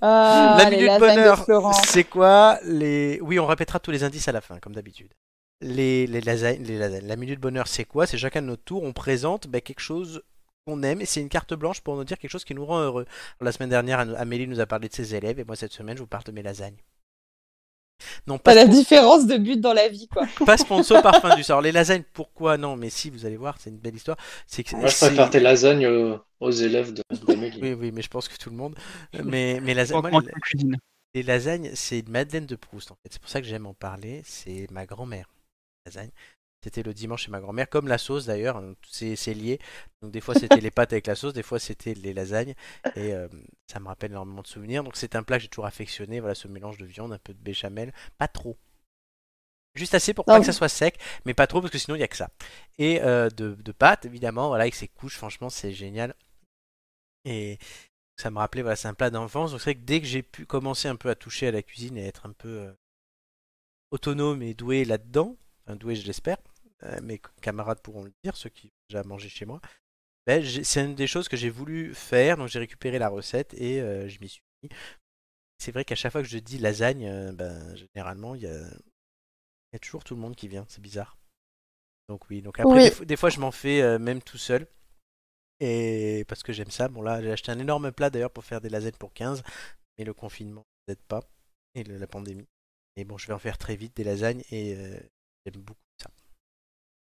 B: Ah,
A: la
B: les
A: minute
B: lasagnes de
A: bonheur,
B: Florent.
A: c'est quoi les... Oui, on répétera tous les indices à la fin, comme d'habitude. Les, les lasagnes, les lasagnes. La minute bonheur, c'est quoi C'est chacun de notre tour. On présente ben, quelque chose qu'on aime. Et c'est une carte blanche pour nous dire quelque chose qui nous rend heureux. Alors, la semaine dernière, Am- Amélie nous a parlé de ses élèves. Et moi, cette semaine, je vous parle de mes lasagnes. Non,
B: T'as
A: pas
B: la différence de but dans la vie, quoi.
A: pas sponsor parfum du sort. Les lasagnes, pourquoi non Mais si, vous allez voir, c'est une belle histoire. C'est que
D: Moi, je
A: c'est-
D: préfère tes lasagnes aux, aux élèves de- d'Amélie.
A: Oui, oui, mais je pense que tout le monde. Mais, mais lasa-
C: En-
A: moi,
C: en
A: la-
C: cuisine.
A: les lasagnes, c'est une Madeleine de Proust. En fait, c'est pour ça que j'aime en parler. C'est ma grand-mère. Lasagne. C'était le dimanche chez ma grand-mère, comme la sauce d'ailleurs. hein, C'est c'est lié. Donc des fois c'était les pâtes avec la sauce, des fois c'était les lasagnes. Et euh, ça me rappelle énormément de souvenirs. Donc c'est un plat que j'ai toujours affectionné. Voilà ce mélange de viande, un peu de béchamel, pas trop. Juste assez pour
B: Non,
A: pas que ça
B: mais-
A: soit sec, mais pas trop parce que sinon il n'y a que ça. Et euh, de, de pâtes, évidemment, voilà, avec ses couches, franchement c'est génial. Et ça me rappelait, voilà, c'est un plat d'enfance. Donc c'est vrai que dès que j'ai pu commencer un peu à toucher à la cuisine et à être un peu euh, autonome et doué là-dedans, enfin, doué je l'espère, euh, mes camarades pourront le dire, ceux qui ont déjà mangé chez moi, ben, j'ai- c'est une des choses que j'ai voulu faire, donc j'ai récupéré la recette et euh, je m'y suis mis. C'est vrai qu'à chaque fois que je dis lasagne, euh, ben, généralement, il y a... il y a toujours tout le monde qui vient, c'est bizarre. Donc oui, donc après,
B: Oui.
A: des, fo- des fois je m'en fais euh, même tout seul. Et parce que j'aime ça, bon là j'ai acheté un énorme plat d'ailleurs pour faire des lasagnes pour 15, mais le confinement peut-être pas, et le- la pandémie. Et bon, je vais en faire très vite des lasagnes et euh, j'aime beaucoup ça.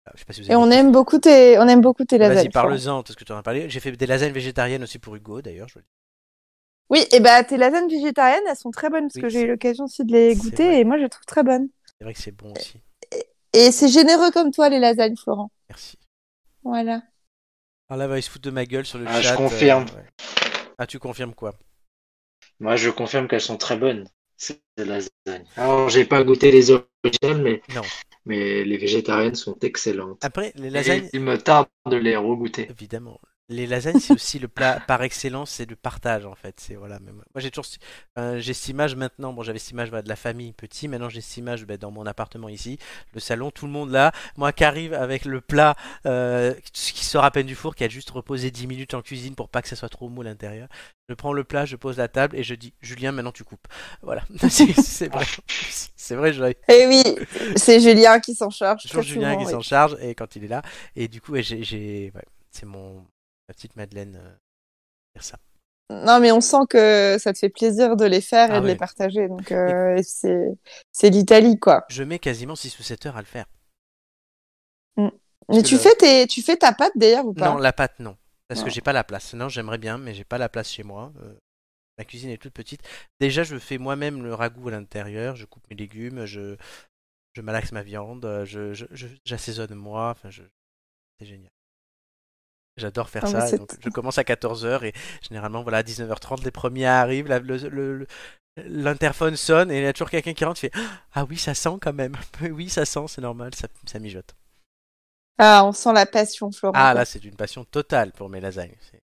A: Ah, Je sais pas si vous
B: Et
A: avez
B: on
A: des-
B: aime beaucoup tes, on aime beaucoup tes lasagnes.
A: Vas-y,
B: Florent.
A: parle-en, parce que tu en as parlé. J'ai fait des lasagnes végétariennes aussi pour Hugo, d'ailleurs. je-
B: Oui, et bah tes lasagnes végétariennes, elles sont très bonnes parce
A: Oui,
B: que
A: c'est-
B: j'ai eu l'occasion aussi de les
A: c'est
B: goûter
A: vrai.
B: et moi je les trouve très bonnes.
A: C'est vrai que c'est
B: Eh.
A: bon aussi.
B: Et c'est généreux comme toi les lasagnes, Florent.
A: Merci.
B: Voilà.
A: Alors là, va, il se fout de ma gueule sur le
D: Ah, je
A: chat. euh,
D: confirme.
A: ouais. Ah, tu confirmes quoi
D: Moi, je confirme qu'elles sont très bonnes, ces lasagnes. Alors, j'ai pas goûté les originales, mais,
A: Non. Ah,
D: mais les végétariennes sont excellentes.
A: Après, les
D: Et
A: lasagnes,
D: il me tarde de les regoûter.
A: évidemment. Les lasagnes, c'est aussi le plat par excellence, c'est le partage en fait. C'est voilà. même- Moi, j'ai toujours, ce- enfin, j'ai cette image maintenant. Bon, j'avais cette image voilà, de la famille petit. Maintenant, j'ai cette image ben, dans mon appartement ici, le salon, tout le monde là. Moi, qui arrive avec le plat euh, qui sort à peine du four, qui a juste reposé 10 minutes en cuisine pour pas que ça soit trop mou à l'intérieur. Je prends le plat, je pose la table et je dis Julien, maintenant tu coupes. Voilà. c'est c'est vrai. C'est vrai. je-
B: Et Eh oui, c'est Julien qui s'en charge.
A: toujours
B: très
A: Julien
B: souvent,
A: qui
B: oui.
A: s'en charge et quand il est là et du coup ouais, j'ai- j'ai ouais, c'est mon ma petite Madeleine euh, dire ça
B: Non, mais on sent que ça te fait plaisir de les faire
A: Ah
B: et de
A: oui.
B: les partager. Donc euh, et c'est c'est l'Italie quoi.
A: je mets quasiment 6 ou 7 heures à le faire
B: Mais
D: que
B: tu
D: le-
B: fais tes, tu fais ta pâte d'ailleurs ou pas
A: non la pâte non parce que
B: Non.
A: j'ai pas la place non j'aimerais bien mais j'ai pas la place chez moi euh, ma cuisine est toute petite déjà je fais moi-même le ragoût à l'intérieur je coupe mes légumes je je malaxe ma viande euh, je je- je- j'assaisonne moi enfin je c'est génial J'adore faire
B: Ah, mais
A: ça. et
B: c'est-
A: donc je commence à 14h et généralement, voilà, à 19h30, les premiers arrivent. la- le- le- le- L'interphone sonne et il y a toujours quelqu'un qui rentre qui fait Ah oui, ça sent quand même. Oui, ça sent, c'est normal, ça, ça mijote.
B: Ah, on sent la passion, Florent.
A: Ah là, c'est une passion totale pour mes lasagnes. C'est-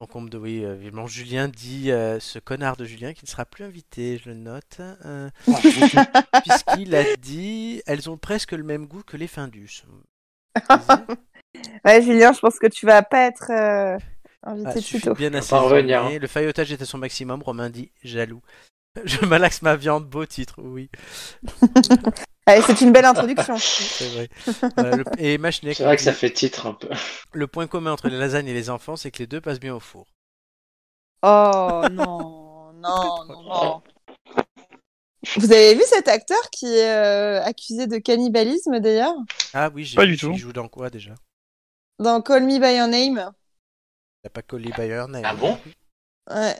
A: Donc on me de oui, euh, vivement Julien dit euh, ce connard de Julien qui ne sera plus invité, je le note, euh, puisqu'il a dit elles ont presque le même goût que les findus.
B: Ouais, Julien, je pense que tu vas pas être euh, invité
A: Ah,
B: de
A: suffit
B: suite.
A: bien
D: Faut pas revenir, hein.
A: assaisonné. Le faillotage est à son maximum. Romain dit jaloux. Je malaxe ma viande, beau titre, oui,
B: Allez, c'est une belle introduction.
A: c'est vrai. Voilà, le- Et Machinek,
D: C'est vrai que ça fait titre un peu.
A: le point commun entre les lasagnes et les enfants, c'est que les deux passent bien au four.
B: Oh non, non, non, non. Vous avez vu cet acteur qui est euh, accusé de cannibalisme d'ailleurs
A: Ah oui, j'ai
C: Pas du
A: vu,
C: tout.
A: Il joue dans quoi déjà
B: dans Call Me by Your Name
A: Il a pas collé Bayern.
D: Ah bon
B: Ouais.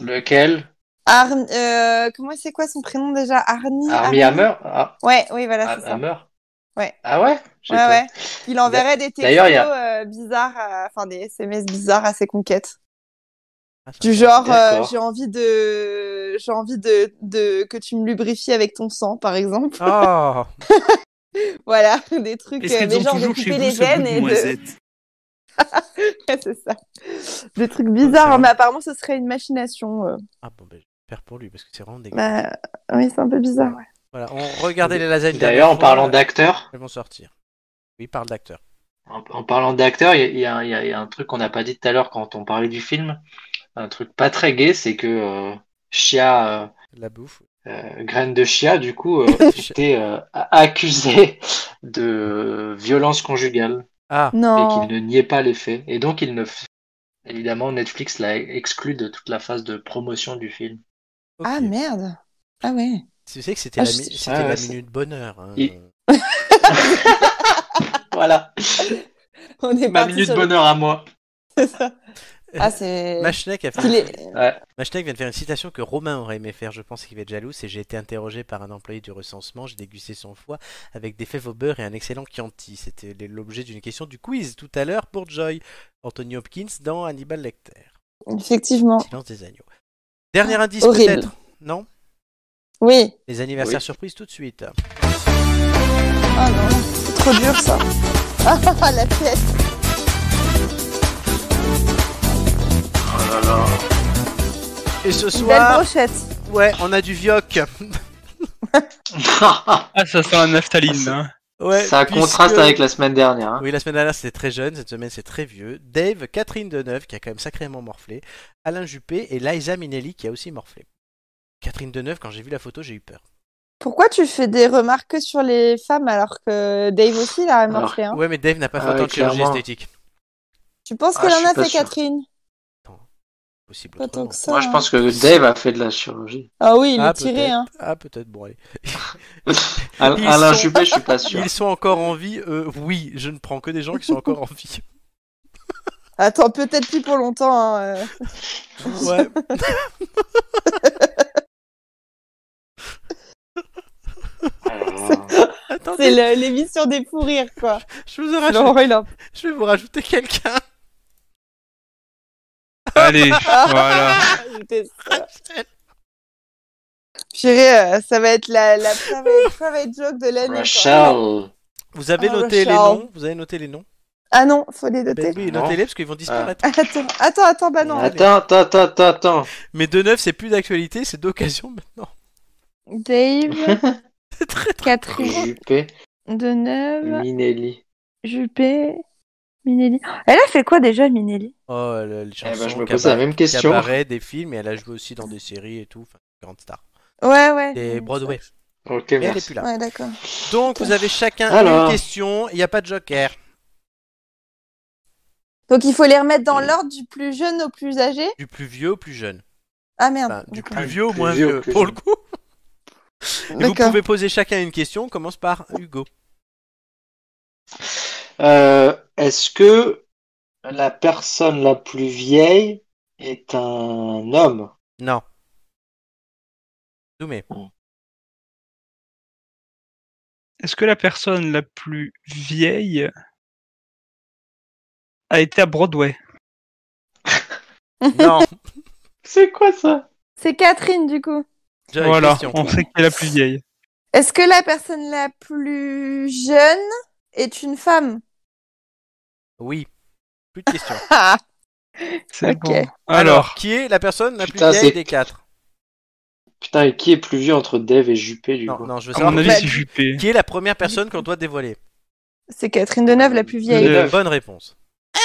D: Lequel
B: Arn- euh, comment c'est quoi son prénom déjà Arnie.
D: Armie Hammer Ah,
B: Ouais, oui, voilà,
D: Ah,
B: c'est ça.
D: Hammer
B: Ouais.
D: Ah ouais J'ai
B: Ouais,
D: peur.
B: ouais. Il enverrait des
D: D'ailleurs,
B: textos
D: il y a-
B: euh, bizarres, à- enfin des SMS bizarres à ses conquêtes.
A: Ah, ça
B: Du genre, euh,
D: D'accord.
B: j'ai envie de, j'ai envie de, de que tu me lubrifies avec ton sang, par exemple.
A: Oh
B: Voilà, des trucs,
G: Est-ce
B: euh,
G: qu'elles
B: mais
G: ont
B: genre de
G: toujours chez
B: couper
G: vous
B: euh, les
G: ce goût
B: veines
G: de
B: et de.
G: noisette
B: Ouais, c'est ça. Des trucs bizarres, hein, mais apparemment, ce serait une machination. euh.
A: Ah bon, ben, je vais faire pour lui parce que c'est vraiment dégueu.
B: Bah, oui, c'est un peu bizarre. ouais.
A: Voilà, on regardait les lasagnes
D: D'ailleurs, en parlant
A: d'acteurs.
D: d'acteurs,
A: Elles vont sortir. Oui, parle d'acteurs.
D: en, en parlant d'acteurs, il y a- il y, a un- il y a- il y a un truc qu'on n'a pas dit tout à l'heure quand on parlait du film. Un truc pas très gai, c'est que euh, Chia, euh,
A: La bouffe.
D: euh, Graine de Chia, du coup, euh, était euh, a- accusé de violence conjugale.
A: Ah,
D: et
B: Non.
D: qu'il ne niait pas les faits. Et donc, il ne... f- évidemment, Netflix l'a exclu de toute la phase de promotion du film.
A: ok.
B: Ah merde. Ah ouais.
A: Tu sais que c'était
B: Ah,
A: la,
B: je-
A: mi- c'était
D: Ah,
A: la
D: ouais, c'est-
A: minute bonheur. hein.
D: Il- Voilà,
B: On est
D: ma
B: parti
D: minute
B: sur le-
D: bonheur à moi.
B: Ah c'est.
A: Machnek a fait.
B: Qu'il est-
A: Machnek vient de faire une citation que Romain aurait aimé faire, je pense qu'il va être jaloux, c'est j'ai été interrogé par un employé du recensement, j'ai dégusté son foie avec des fèves au beurre et un excellent Chianti. C'était l'objet d'une question du quiz tout à l'heure pour Joy, Anthony Hopkins dans Hannibal Lecter.
B: Effectivement.
A: Silence des agneaux. Dernier indice
B: horrible.
A: peut-être Non
B: Oui.
A: Les anniversaires
D: Oui.
A: surprises tout de suite.
B: Ah non, c'est trop dur ça. Ah ah, ah, la pièce.
A: Et ce
B: Une belle
A: soir,
B: brochette.
A: ouais, on a du vioc.
C: Ah, ça sent la naphtaline. hein.
A: Ouais,
D: Ça
A: puisque-
D: contraste avec la semaine dernière. hein.
A: Oui, la semaine dernière c'était très jeune, cette semaine c'est très vieux. Dave, Catherine Deneuve qui a quand même sacrément morflé, Alain Juppé et Liza Minnelli qui a aussi morflé. Catherine Deneuve, quand j'ai vu la photo, j'ai eu peur.
B: Pourquoi tu fais des remarques que sur les femmes alors que Dave aussi l'a
D: Alors,
B: morflé hein
A: Ouais, mais Dave n'a pas fait
D: Ah
A: autant
D: ouais,
A: de chirurgie
D: clairement.
A: esthétique.
B: Tu penses que
D: Ah, je
B: l'un
D: suis
B: a
D: pas
B: fait
D: sûr.
B: Catherine
A: Possible.
B: Pas tant
A: autrement.
B: que ça.
D: Moi, je
B: hein.
D: pense que Dave a fait de la chirurgie.
B: Ah oui, il
A: Ah,
B: est tiré.
A: peut-être.
B: Hein.
A: Ah, peut-être, bon, allez.
D: Al-
A: Ils
D: Alain
A: sont-
D: Juppé, je suis pas sûr.
A: Ils sont encore en vie euh, Oui, je ne prends que des gens qui sont encore en vie.
B: Attends, peut-être plus pour longtemps. hein, euh.
A: Ouais.
D: Euh,
B: C'est
A: Attendez,
B: le- l'émission des fous rires, quoi.
A: je, vous ai
B: Laurent
A: rajouté-
B: Rulan.
A: je vais vous rajouter quelqu'un.
C: Allez, voilà.
B: J'étais sûre. Purée, euh, ça va être la, la private, private joke de l'année. quoi.
D: Ah, Rachel.
A: Vous avez
B: Ah,
A: noté les
B: Richard.
A: noms Vous avez noté les noms
B: Ah non, faut les noter.
A: Ben oui,
D: Non.
A: notez-les parce qu'ils vont disparaître.
B: Attends, attends, attends, bah non.
D: Attends, attends, attends, attends, attends.
A: Mais Deneuve, c'est plus d'actualité, c'est d'occasion maintenant.
B: Dave,
A: C'est très très.
B: Catherine,
D: Juppé,
B: Deneuve,
D: Minelli.
B: Juppé, Minelli. Elle a fait quoi déjà, Minelli
A: Oh, le- les chansons.
D: Eh ben, je me
A: cabaret-
D: pose la même question.
A: cabaret, des films, et elle a joué aussi dans des séries et tout. Enfin, grande star.
B: Ouais, ouais.
A: Et Broadway.
D: Ok,
A: Mais elle est
D: merci.
A: plus là.
B: Ouais, d'accord.
A: Donc, vous avez chacun
D: Alors.
A: une question. Il n'y a pas de joker.
B: Donc il faut les remettre dans l'ordre du plus jeune au plus âgé
A: Du plus vieux au plus jeune.
B: Ah merde.
A: Enfin, Bah, du
B: D'accord.
A: plus vieux au
D: plus
A: moins
D: vieux au
A: vieux,
D: plus
A: pour le
D: jeune.
A: coup. Et vous
B: D'accord.
A: pouvez poser chacun une question. On commence par Hugo.
D: Euh, est-ce que la personne la plus vieille est un homme?
A: Non. Doumé.
C: Est-ce que la personne la plus vieille a été à Broadway
A: Non.
D: C'est quoi ça?
B: C'est Catherine du coup.
A: Joy,
C: Voilà,
A: euh, question.
C: on sait qui est la plus vieille.
B: Est-ce que la personne la plus jeune est une femme
A: Oui. Plus de questions.
B: Ah
C: C'est
B: Ok.
C: bon.
A: Alors,
C: Alors,
A: qui est la personne la plus
D: Putain,
A: vieille
D: c'est-
A: des quatre
D: Putain, et qui est plus vieux entre Dave et Juppé, du
A: Non,
D: coup?
A: non, je veux
C: à
A: savoir
C: mon avis,
B: Bah,
C: c'est Juppé.
A: qui est la première personne qu'on doit dévoiler.
B: C'est Catherine Deneuve la plus vieille.
C: Euh,
A: Bonne réponse. Ah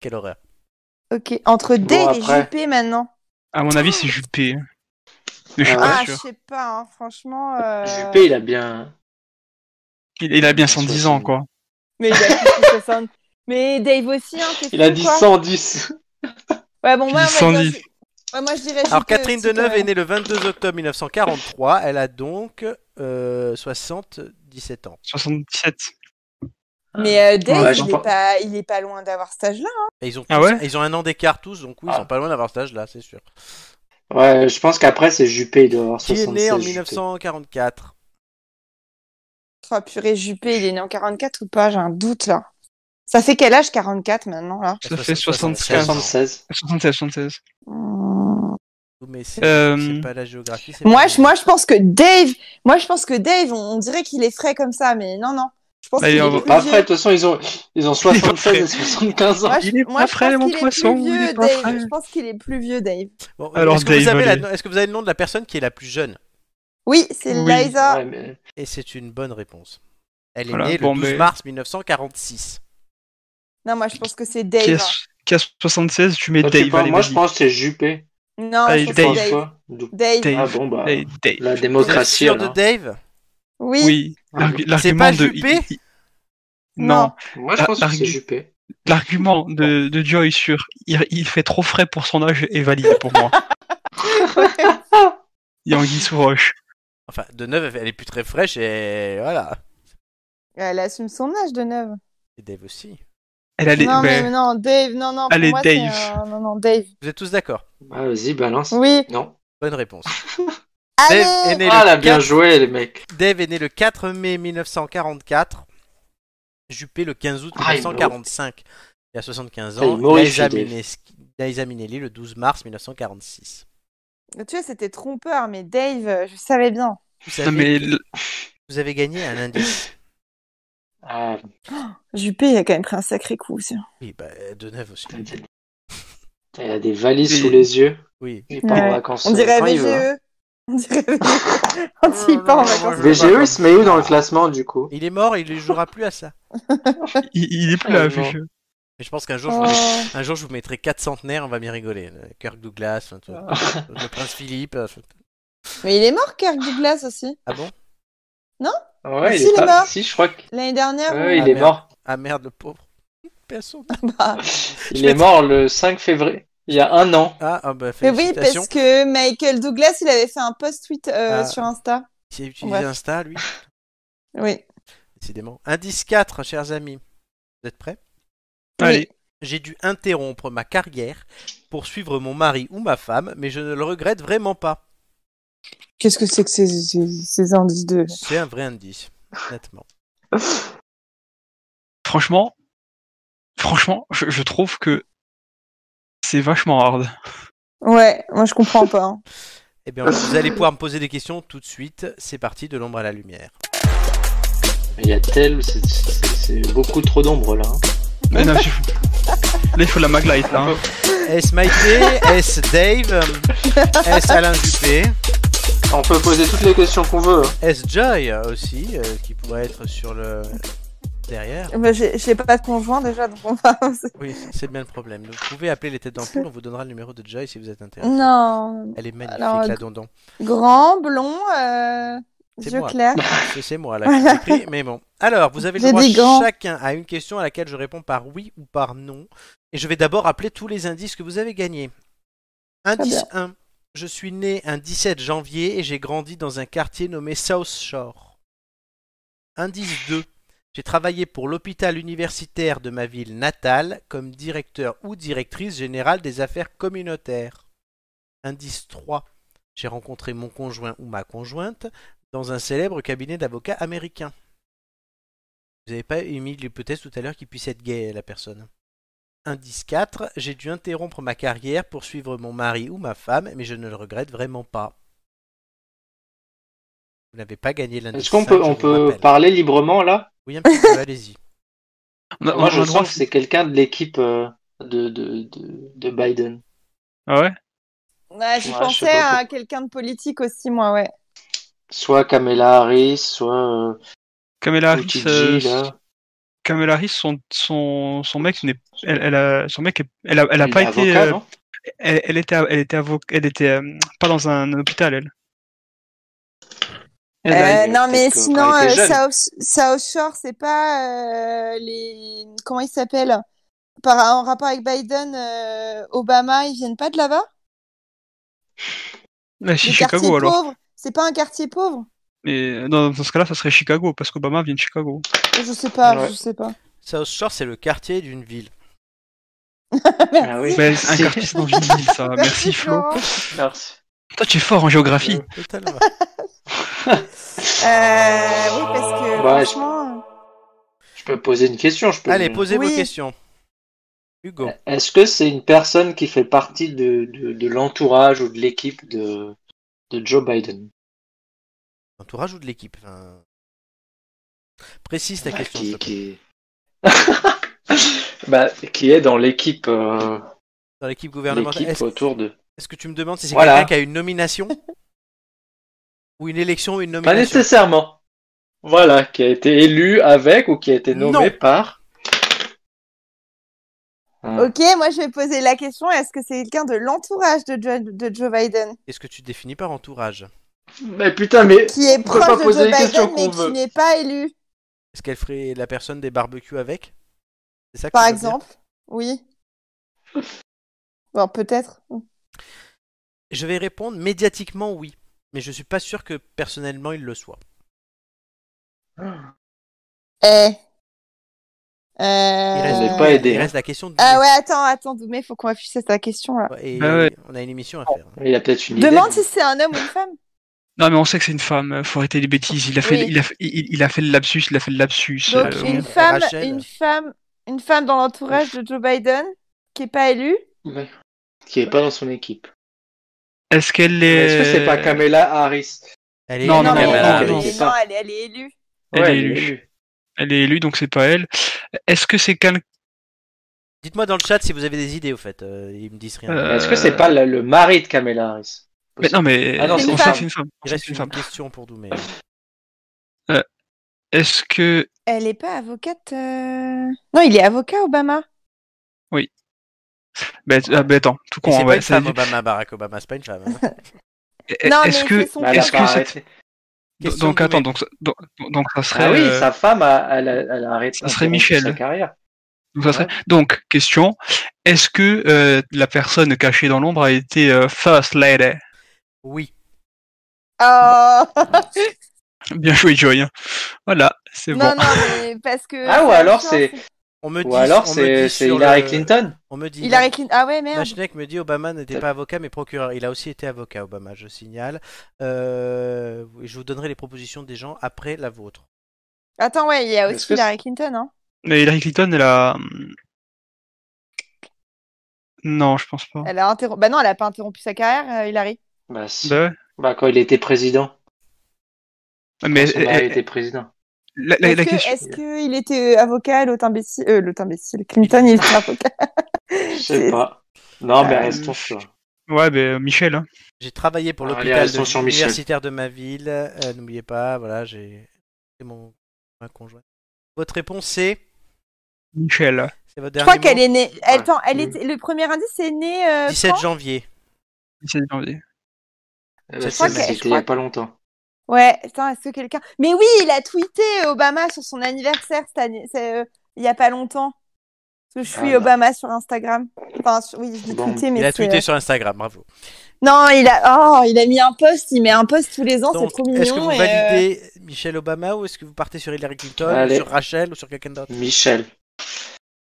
A: Quelle horreur.
C: Ah,
B: Ok, entre D
D: Bon,
B: et
D: après.
B: Juppé maintenant.
C: À mon avis, c'est Juppé. Mais je suis
D: Ah,
C: pas
B: Ah, je
C: sûr.
B: sais pas, hein, franchement. euh,
D: Juppé, il a bien. hein.
C: Il, il a bien 110 ans, quoi.
B: Mais, il a plus de 60. Mais Dave aussi, hein, t'es
D: Il a
B: fou,
D: dit
B: quoi.
D: 110.
B: Ouais, bon, moi,
C: Il
B: on va dire-
C: 110.
B: Ouais, moi, je dirais
A: Alors
B: Juppé
A: Catherine
B: aussi, quand
A: Deneuve
B: même.
A: est née le 22 octobre 1943. Elle a donc euh, 77 ans.
C: 77.
B: Mais euh, Dave,
D: Ouais,
B: il,
D: j'en
B: est
D: pense-
B: pas, il est pas loin d'avoir cet âge-là.
A: Et ils, ont
C: Ah
A: tous-
C: ouais
A: ils ont un an d'écart tous, donc oui, ils sont
D: Ah.
A: pas loin d'avoir cet âge-là, c'est sûr.
D: Ouais, je pense qu'après, c'est Juppé, il doit avoir
A: Qui est
D: 76.
A: né en
D: Juppé.
A: 1944
B: Oh purée, Juppé, il est né en 44 ou pas J'ai un doute là. Ça fait quel âge 44 maintenant là
C: Ça fait
A: 76.
C: 76.
D: 76.
C: 76, 76.
B: Hmm.
A: Mais c'est
C: Euh,
A: c'est pas la géographie. c'est
B: Moi
A: pas-
B: je, moi je pense que Dave, moi je pense que Dave, on, on dirait qu'il est frais comme ça, mais non non. Je pense
C: Bah,
B: qu'il
C: on
B: est
C: va
B: plus
D: Pas
B: vieux.
D: frais, de toute façon, ils ont, ils ont
C: Il est pas
D: 76 et 75 ans.
B: Moi, je-
C: Il est
B: moi,
C: pas
B: je
C: frais,
B: pense
C: mon
B: qu'il est plus
C: poisson, il
B: vieux,
C: est pas
B: Dave.
C: frais.
B: Je pense qu'il est plus vieux, Dave.
A: Bon, euh,
C: Alors,
A: est-ce que, vous
C: Dave,
A: avez la-
C: allez.
A: est-ce que vous avez le nom de la personne qui est la plus jeune
B: Oui, c'est
C: Oui.
B: Liza.
D: Ouais, mais-
A: Et c'est une bonne réponse. Elle est
C: Voilà,
A: née
C: bon,
A: le 12
C: mais-
A: mars 1946.
B: Non, moi, je pense que c'est
C: Qui
B: Dave.
C: a, qui a 76, tu mets
D: Toi, tu
C: Dave.
D: penses-
C: allez,
D: moi,
C: vas-y.
D: je pense que c'est Juppé.
B: Non, je
C: Allez,
B: pense
D: Tu
B: que
D: penses
C: Dave.
B: c'est Dave.
D: quoi Du-
B: Dave.
C: Dave.
D: Ah bon, bah,
C: Allez, Dave.
D: la Ah,
A: Vous êtes
D: démocratie,
A: sûr de
D: alors.
A: Dave
B: Oui.
C: Oui, l'argu- l'argument
A: pas
C: de.
A: Juppé
C: il- il- Non,
D: Moi, je pense que c'est
C: Argue.
D: Juppé.
C: l'argument de, de Joy sur il, il fait trop frais pour son âge est valide pour moi. Yangui sous roche.
A: Enfin, de neuf, elle est plus très fraîche et voilà.
B: Elle assume son âge de neuf.
A: Et Dave aussi.
C: Elle a les.
B: non, mais
C: ben,
B: non, Dave, non, non. pour
C: Allez,
B: moi, c'est
C: Dave.
B: un- Non, non, Dave.
A: Vous êtes tous d'accord
D: Ah, vas-y, balance.
B: Oui.
D: Non.
A: Bonne réponse. Dave, est
B: Allez.
A: né
D: Ah,
A: le
D: là, bien
A: 4
D: joué, les mecs.
A: Dave est né le 4 mai 1944. Juppé le 15 août
D: Ah, il
A: 1945. Il a 75
D: Ah, il
A: ans.
D: m'horrifie,
A: Liza
D: Dave.
A: Mineski- Liza Minnelli le 12 mars 1946.
B: Tu vois, c'était trompeur, mais Dave, euh, je savais bien.
A: Vous
C: non,
A: savez
C: mais
A: que
C: l-
A: vous avez gagné un indice.
D: Ah,
B: Juppé, il a quand même pris un sacré coup aussi.
A: Oui, bah, de neuf aussi.
D: il a des valises
C: Oui.
D: sous les yeux.
A: Oui.
D: Il part
B: Ouais.
D: en vacances.
B: On dirait
D: quand il veut, hein.
B: VGE. On dirait VGE. Quand il part en vacances.
D: VGE, il se met où dans le classement, du coup
A: Il est mort, il ne jouera plus à ça.
C: il, il est plus
D: Ah,
C: là,
D: non.
C: fait que-
A: Mais je pense qu'un jour, je vous mettrai-
B: Oh.
A: un jour, je vous mettrai 4 centenaires, on va bien rigoler. Le Kirk Douglas, enfin, tout-
B: Oh.
A: le prince Philippe. enfin, tout-
B: Mais il est mort, Kirk Douglas aussi.
A: Ah bon
D: Ouais,
B: Si, il est mort.
D: Si, je crois que.
B: L'année dernière.
D: Ouais,
A: Ah,
D: il est
A: merde.
D: mort.
A: Ah merde, le pauvre. Personne.
B: bah.
D: Il est mort le 5 février. Il y a un an.
A: Ah, ah bah
B: Mais oui,
A: félicitations.
B: parce que Michael Douglas, il avait fait un post-tweet euh,
A: Ah.
B: sur Insta.
A: Il a utilisé
B: Bref.
A: Insta, lui,
B: Oui.
A: décidément. Indice 4, chers amis. Vous êtes prêts
C: Allez,
A: J'ai dû interrompre ma carrière pour suivre mon mari ou ma femme, mais je ne le regrette vraiment pas.
B: Qu'est-ce que c'est que ces, ces, ces indices de.
A: C'est un vrai indice, honnêtement.
C: franchement, franchement, je, je trouve que c'est vachement hard.
B: Ouais, moi je comprends pas. hein.
A: Eh bien, vous allez pouvoir me poser des questions tout de suite. C'est parti de l'ombre à la lumière.
D: Il y a tel. c'est- C'est c'est beaucoup trop d'ombre, là. hein.
C: Mais non, c'est fou. Là, il faut la maglite, là. hein.
A: Est-ce Maïté Est-ce Dave Est-ce Alain Juppé
D: On peut poser toutes les questions qu'on veut. hein.
A: Est-ce Joy euh, aussi, euh, qui pourrait être sur le. derrière
B: Bah, j'ai j'ai pas de conjoint déjà, donc on va.
A: Oui, c'est bien le problème. Donc, vous pouvez appeler les têtes d'ampoule on vous donnera le numéro de Joy si vous êtes intéressé.
B: non.
A: Elle est magnifique,
B: Alors,
A: la dondon.
B: Grand, blond, euh,
A: C'est
B: yeux
A: moi.
B: clairs.
A: C'est- C'est moi là qui l'ai pris, mais bon. Alors, vous avez le
B: J'ai
A: droit
B: dit grand.
A: chacun à une question à laquelle je réponds par oui ou par non. Et je vais d'abord appeler tous les indices que vous avez gagnés. Indice 1. Je suis né un 17 janvier et j'ai grandi dans un quartier nommé South Shore. Indice 2. J'ai travaillé pour l'hôpital universitaire de ma ville natale comme directeur ou directrice générale des affaires communautaires. Indice 3. J'ai rencontré mon conjoint ou ma conjointe dans un célèbre cabinet d'avocats américain. Vous n'avez pas émis l'hypothèse tout à l'heure qu'il puisse être gay, la personne. Indice 4. J'ai dû interrompre ma carrière pour suivre mon mari ou ma femme, mais je ne le regrette vraiment pas. Vous n'avez pas gagné l'indice.
D: Est-ce qu'on
A: 5,
D: peut,
A: je
D: on
A: vous
D: peut
A: rappelle.
D: parler librement, là
A: Oui, un petit peu, allez-y.
C: On a- on
D: Moi,
C: a
D: je
C: le droit-
D: sens que c'est quelqu'un de l'équipe euh, de, de, de, de Biden.
C: Ah ouais
B: Ouais, je
D: Ouais, je
B: pensais
D: sais pas.
B: à quelqu'un de politique aussi, moi, ouais.
D: Soit Kamala Harris, soit euh,
C: Kamala Harris,
D: Buttigieg,
C: euh,
D: là.
C: Kamala Harris, son, son, son mec n'est, elle, elle a, son mec, est- elle a, elle a
D: Il
C: pas
D: est
C: été,
D: avocat,
C: euh,
D: non
C: elle, elle était, elle était avoc- elle était euh, pas dans un hôpital, elle. Elle a-
B: Euh,
D: il est
B: non, mais
D: peut-être, euh,
B: sinon,
D: quand il
B: euh,
D: était jeune.
B: South, South Shore, c'est pas euh, les. Comment ils s'appellent Par, En rapport avec Biden, euh, Obama, ils viennent pas de là-bas
C: Mais si
B: Les quartiers
C: Chicago alors.
B: pauvres C'est pas un quartier pauvre
C: Mais dans, dans ce cas-là, ça serait Chicago parce qu'Obama vient de Chicago.
B: Je sais pas,
D: Ouais.
B: je sais pas.
A: South Shore, c'est le quartier d'une ville.
D: Ah oui, bah,
C: Mais un
D: merci.
C: quartier c'est dans une ville, ça. Merci Flo.
B: Florent.
D: Merci.
C: Toi, tu es fort en géographie.
A: Totalement.
B: Euh, oui, parce que
D: Ouais, je-
B: franchement,
D: Je peux poser une question. Je peux...
A: Allez, posez
B: Oui.
A: vos questions. Hugo.
D: Est-ce que c'est une personne qui fait partie de, de, de l'entourage ou de l'équipe de, de Joe Biden
A: Entourage ou de l'équipe Enfin, Précise ta
D: Bah,
A: question. s'il
D: qui,
A: te plaît.
D: qui... bah, qui est dans l'équipe euh,
A: Dans l'équipe gouvernementale.
D: l'équipe
A: Est-ce
D: autour de.
A: est-ce que tu me demandes si c'est
D: Voilà.
A: quelqu'un qui a une nomination Ou une élection ou une
D: Pas
A: nomination
D: nécessairement. Voilà, qui a été élu avec ou qui a été nommé
A: Non.
D: par. Hein.
B: Ok, moi je vais poser la question est-ce que c'est quelqu'un de l'entourage de, Joe- de Joe Biden
A: Est-ce que tu définis par entourage
D: Mais putain, mais
B: Qui est
D: On peut pas
B: proche de
D: poser
B: Joe
D: les questions
B: Biden
D: qu'on
B: mais
D: veut.
B: qui n'est pas élu,
A: Est-ce qu'elle ferait la personne des barbecues avec C'est ça que
B: par
A: tu veux dire
B: exemple Oui. Bon, peut-être.
A: Je vais répondre médiatiquement oui, mais je suis pas sûr que personnellement il le soit.
B: Eh.
A: Il
B: Euh,
A: reste,
D: n'est pas aidé,
A: il
D: hein.
A: reste la question de
B: Ah ouais, attends, attends, Doumé, faut qu'on affiche ta question là.
A: et
C: Ah ouais.
A: on a une émission à faire.
D: il a peut-être une idée.
B: Demande si c'est un homme ou une femme.
C: Non, mais on sait que c'est une femme. euh, Faut arrêter les bêtises. Il a fait,
B: Oui.
C: il a, fait- il, il a fait le lapsus. Il a fait le lapsus. euh,
B: Donc
A: euh,
B: une femme,
A: Rachel.
B: une femme, une femme dans l'entourage de Joe Biden qui est pas élue.
D: Ouais. Qui est pas dans son équipe.
C: Est-ce qu'elle
D: Mais
C: est
D: Est-ce que c'est pas Kamala Harris
A: Elle est-
C: Non, non,
B: mais-
C: non,
B: mais-
C: non,
B: mais
D: non.
B: non, elle, est- elle est élue.
C: Elle
D: Ouais,
C: est élue. Elle est élue, donc c'est pas elle. Est-ce que c'est quelqu'un
A: Dites-moi dans le chat si vous avez des idées au fait. euh, ils me disent rien.
C: Euh,
D: Est-ce que c'est pas la- le mari de Kamala Harris
C: Mais non, mais
D: Ah non,
B: c'est
C: on
B: une
C: sait
B: femme.
C: que c'est une femme. On
A: Il
C: sait que
A: reste
C: c'est Euh, une
A: une
C: femme.
A: question pour Doumé.
C: Est-ce que
B: Elle est pas avocate. euh, Non, il est avocat Obama.
C: ben, ah, ben, attends, tout
A: Et
C: con.
A: c'est
C: ouais,
A: pas une
C: ça-
A: femme, Obama, Barack Obama, c'est pas une femme. hein.
C: est-
B: Non, mais
C: Est-ce que
B: c'est son
D: Bah, elle a
C: est-ce
D: pas
C: que
D: arrêté.
C: cette-
A: Question
C: donc
A: de
C: attends,
A: Doumé.
C: donc ça- donc donc ça serait
D: Ah oui,
C: euh,
D: sa femme, a- elle a, elle a arrêté
C: ça serait
D: interrompu
C: Michel.
D: sa carrière.
C: donc ça serait- donc question est-ce que euh, la personne cachée dans l'ombre a été euh, first lady
A: Oui.
B: Oh
C: Bien joué Joy. hein. Voilà, c'est
B: non
C: bon.
B: non mais parce que.
D: Ah, ou
B: Euh, ça a
D: alors,
B: une
D: c'est-
B: chance.
A: On me dit.
D: Ou alors
A: on me
D: c'est
A: dit
D: c'est
A: sur
D: Hillary
A: le-
D: Clinton.
A: On me dit.
B: Il a réclin- Ah ouais merde.
A: Lachnek me dit Obama n'était pas avocat mais procureur. Il a aussi été avocat, Obama, je signale. Euh, je vous donnerai les propositions des gens après la vôtre.
B: Attends ouais, il y a
D: Est-ce
B: aussi
D: que
B: Hillary Clinton hein.
C: Mais Hillary Clinton elle a hmm, non, je pense pas.
B: Elle a interrompu. Bah non, elle a pas interrompu sa carrière, euh, Hillary.
D: Bah, si.
B: Euh,
C: Bah ouais.
D: Bah, quand il était président.
C: Mais
D: Son
C: euh,
D: mari
C: euh,
D: était président.
C: la, la-
B: Est-ce
C: la
B: que-
C: question
B: est-ce qu'il était euh, avocat, l'autre imbécile, euh, l'autre imbécile, Clinton, il était avocat.
D: Je sais
B: C'est-
D: pas. Non, mais
B: Euh,
D: restons sur.
C: ouais, ben Michel hein.
A: J'ai travaillé pour
B: Ah,
D: Alors, allez,
A: l'hôpital
D: restons
A: de-
D: sur Michel.
A: universitaire de ma ville. Euh, N'oubliez pas, voilà, j'ai c'est mon ma conjointe. Votre réponse c'est
C: Michel.
A: c'est votre dernier
B: Je crois qu'elle
A: mot
B: est née. elle- Attends, elle
D: Oui.
B: était. Le premier indice, c'est née. euh,
A: 17
B: quand
A: janvier.
C: 17 janvier.
D: Eh ben,
A: Je
D: c'est-
A: crois
B: que- je
D: C'était il y
B: crois
D: a pas longtemps.
B: Ouais, attends, est-ce que quelqu'un. Mais oui, il a tweeté Obama sur son anniversaire cette année. C'est, euh, il y a pas longtemps. Parce que je suis
D: Ah, bah.
B: Obama sur Instagram. Enfin, sur- oui, je dis
D: Bon.
B: tweeté, mais
A: Il a
B: c'est,
A: tweeté
B: euh,
A: sur Instagram, bravo.
B: Non, il a. Oh, il a mis un post. Il met un post tous les ans. Oh, C'est
A: Donc,
B: trop
A: est-ce que
B: mignon.
A: vous
B: et, euh,
A: validez Michelle Obama ou est-ce que vous partez sur Hillary Clinton,
D: Allez.
A: ou sur Rachel ou sur quelqu'un d'autre
D: Michel.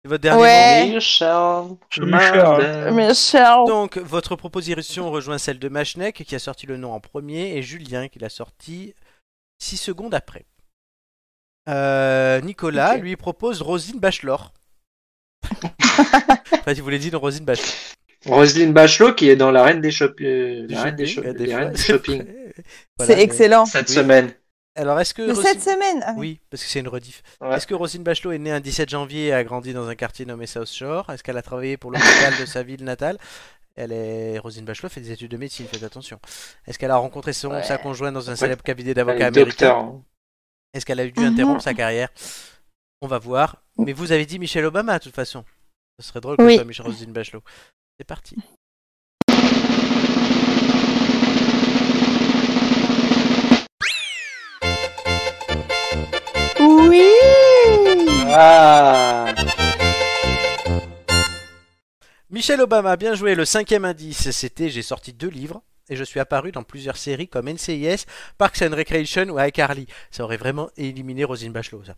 A: C'est votre dernier
B: Ouais. Eh.
D: Michel.
A: hein.
C: Michel.
D: Madame.
B: Michelle.
A: mot. Euh, Donc, votre proposition rejoint celle de Machnek qui a sorti le nom en premier et Julien qui l'a sorti 6 secondes après. Euh, Nicolas
D: Ok.
A: lui propose Rosine Bachelor. enfin, il voulait dire Rosine Bachelor.
D: Roselyne Bachelot qui est dans la reine des, shop... euh, la reine des, shop-
A: shopping,
D: les
A: des
D: reines des
A: fois.
D: shopping
A: Voilà,
B: c'est
A: mais-
B: excellent.
D: cette
A: Oui.
D: semaine.
A: Alors est-ce que
B: Mais
A: Rosine-
B: cette semaine. ah,
A: Oui, parce que c'est une rediff.
D: Ouais.
A: Est-ce que Rosine Bachelot est née un 17 janvier et a grandi dans un quartier nommé South Shore Est-ce qu'elle a travaillé pour l'hôpital de sa ville natale Elle est Rosine Bachelot fait des études de médecine, faites attention. Est-ce qu'elle a rencontré son
B: Ouais.
A: sa conjointe dans un
D: Ouais.
A: célèbre cabinet
D: Elle
A: d'avocats
D: est
A: américain
D: docteur. hein.
A: Est-ce qu'elle a dû
B: Mhm.
A: interrompre sa carrière On va voir. Mais vous avez dit Michelle Obama de toute façon. Ce serait drôle
B: Mm. Oui.
A: que ce soit Michelle Rosine Bachelot. C'est parti.
B: Oui.
D: Ah
A: Michelle Obama, bien joué. Le cinquième indice, c'était j'ai sorti deux livres et je suis apparu dans plusieurs séries comme NCIS, Parks and Recreation ou iCarly. Ça aurait vraiment éliminé Rosine Bachelot, ça.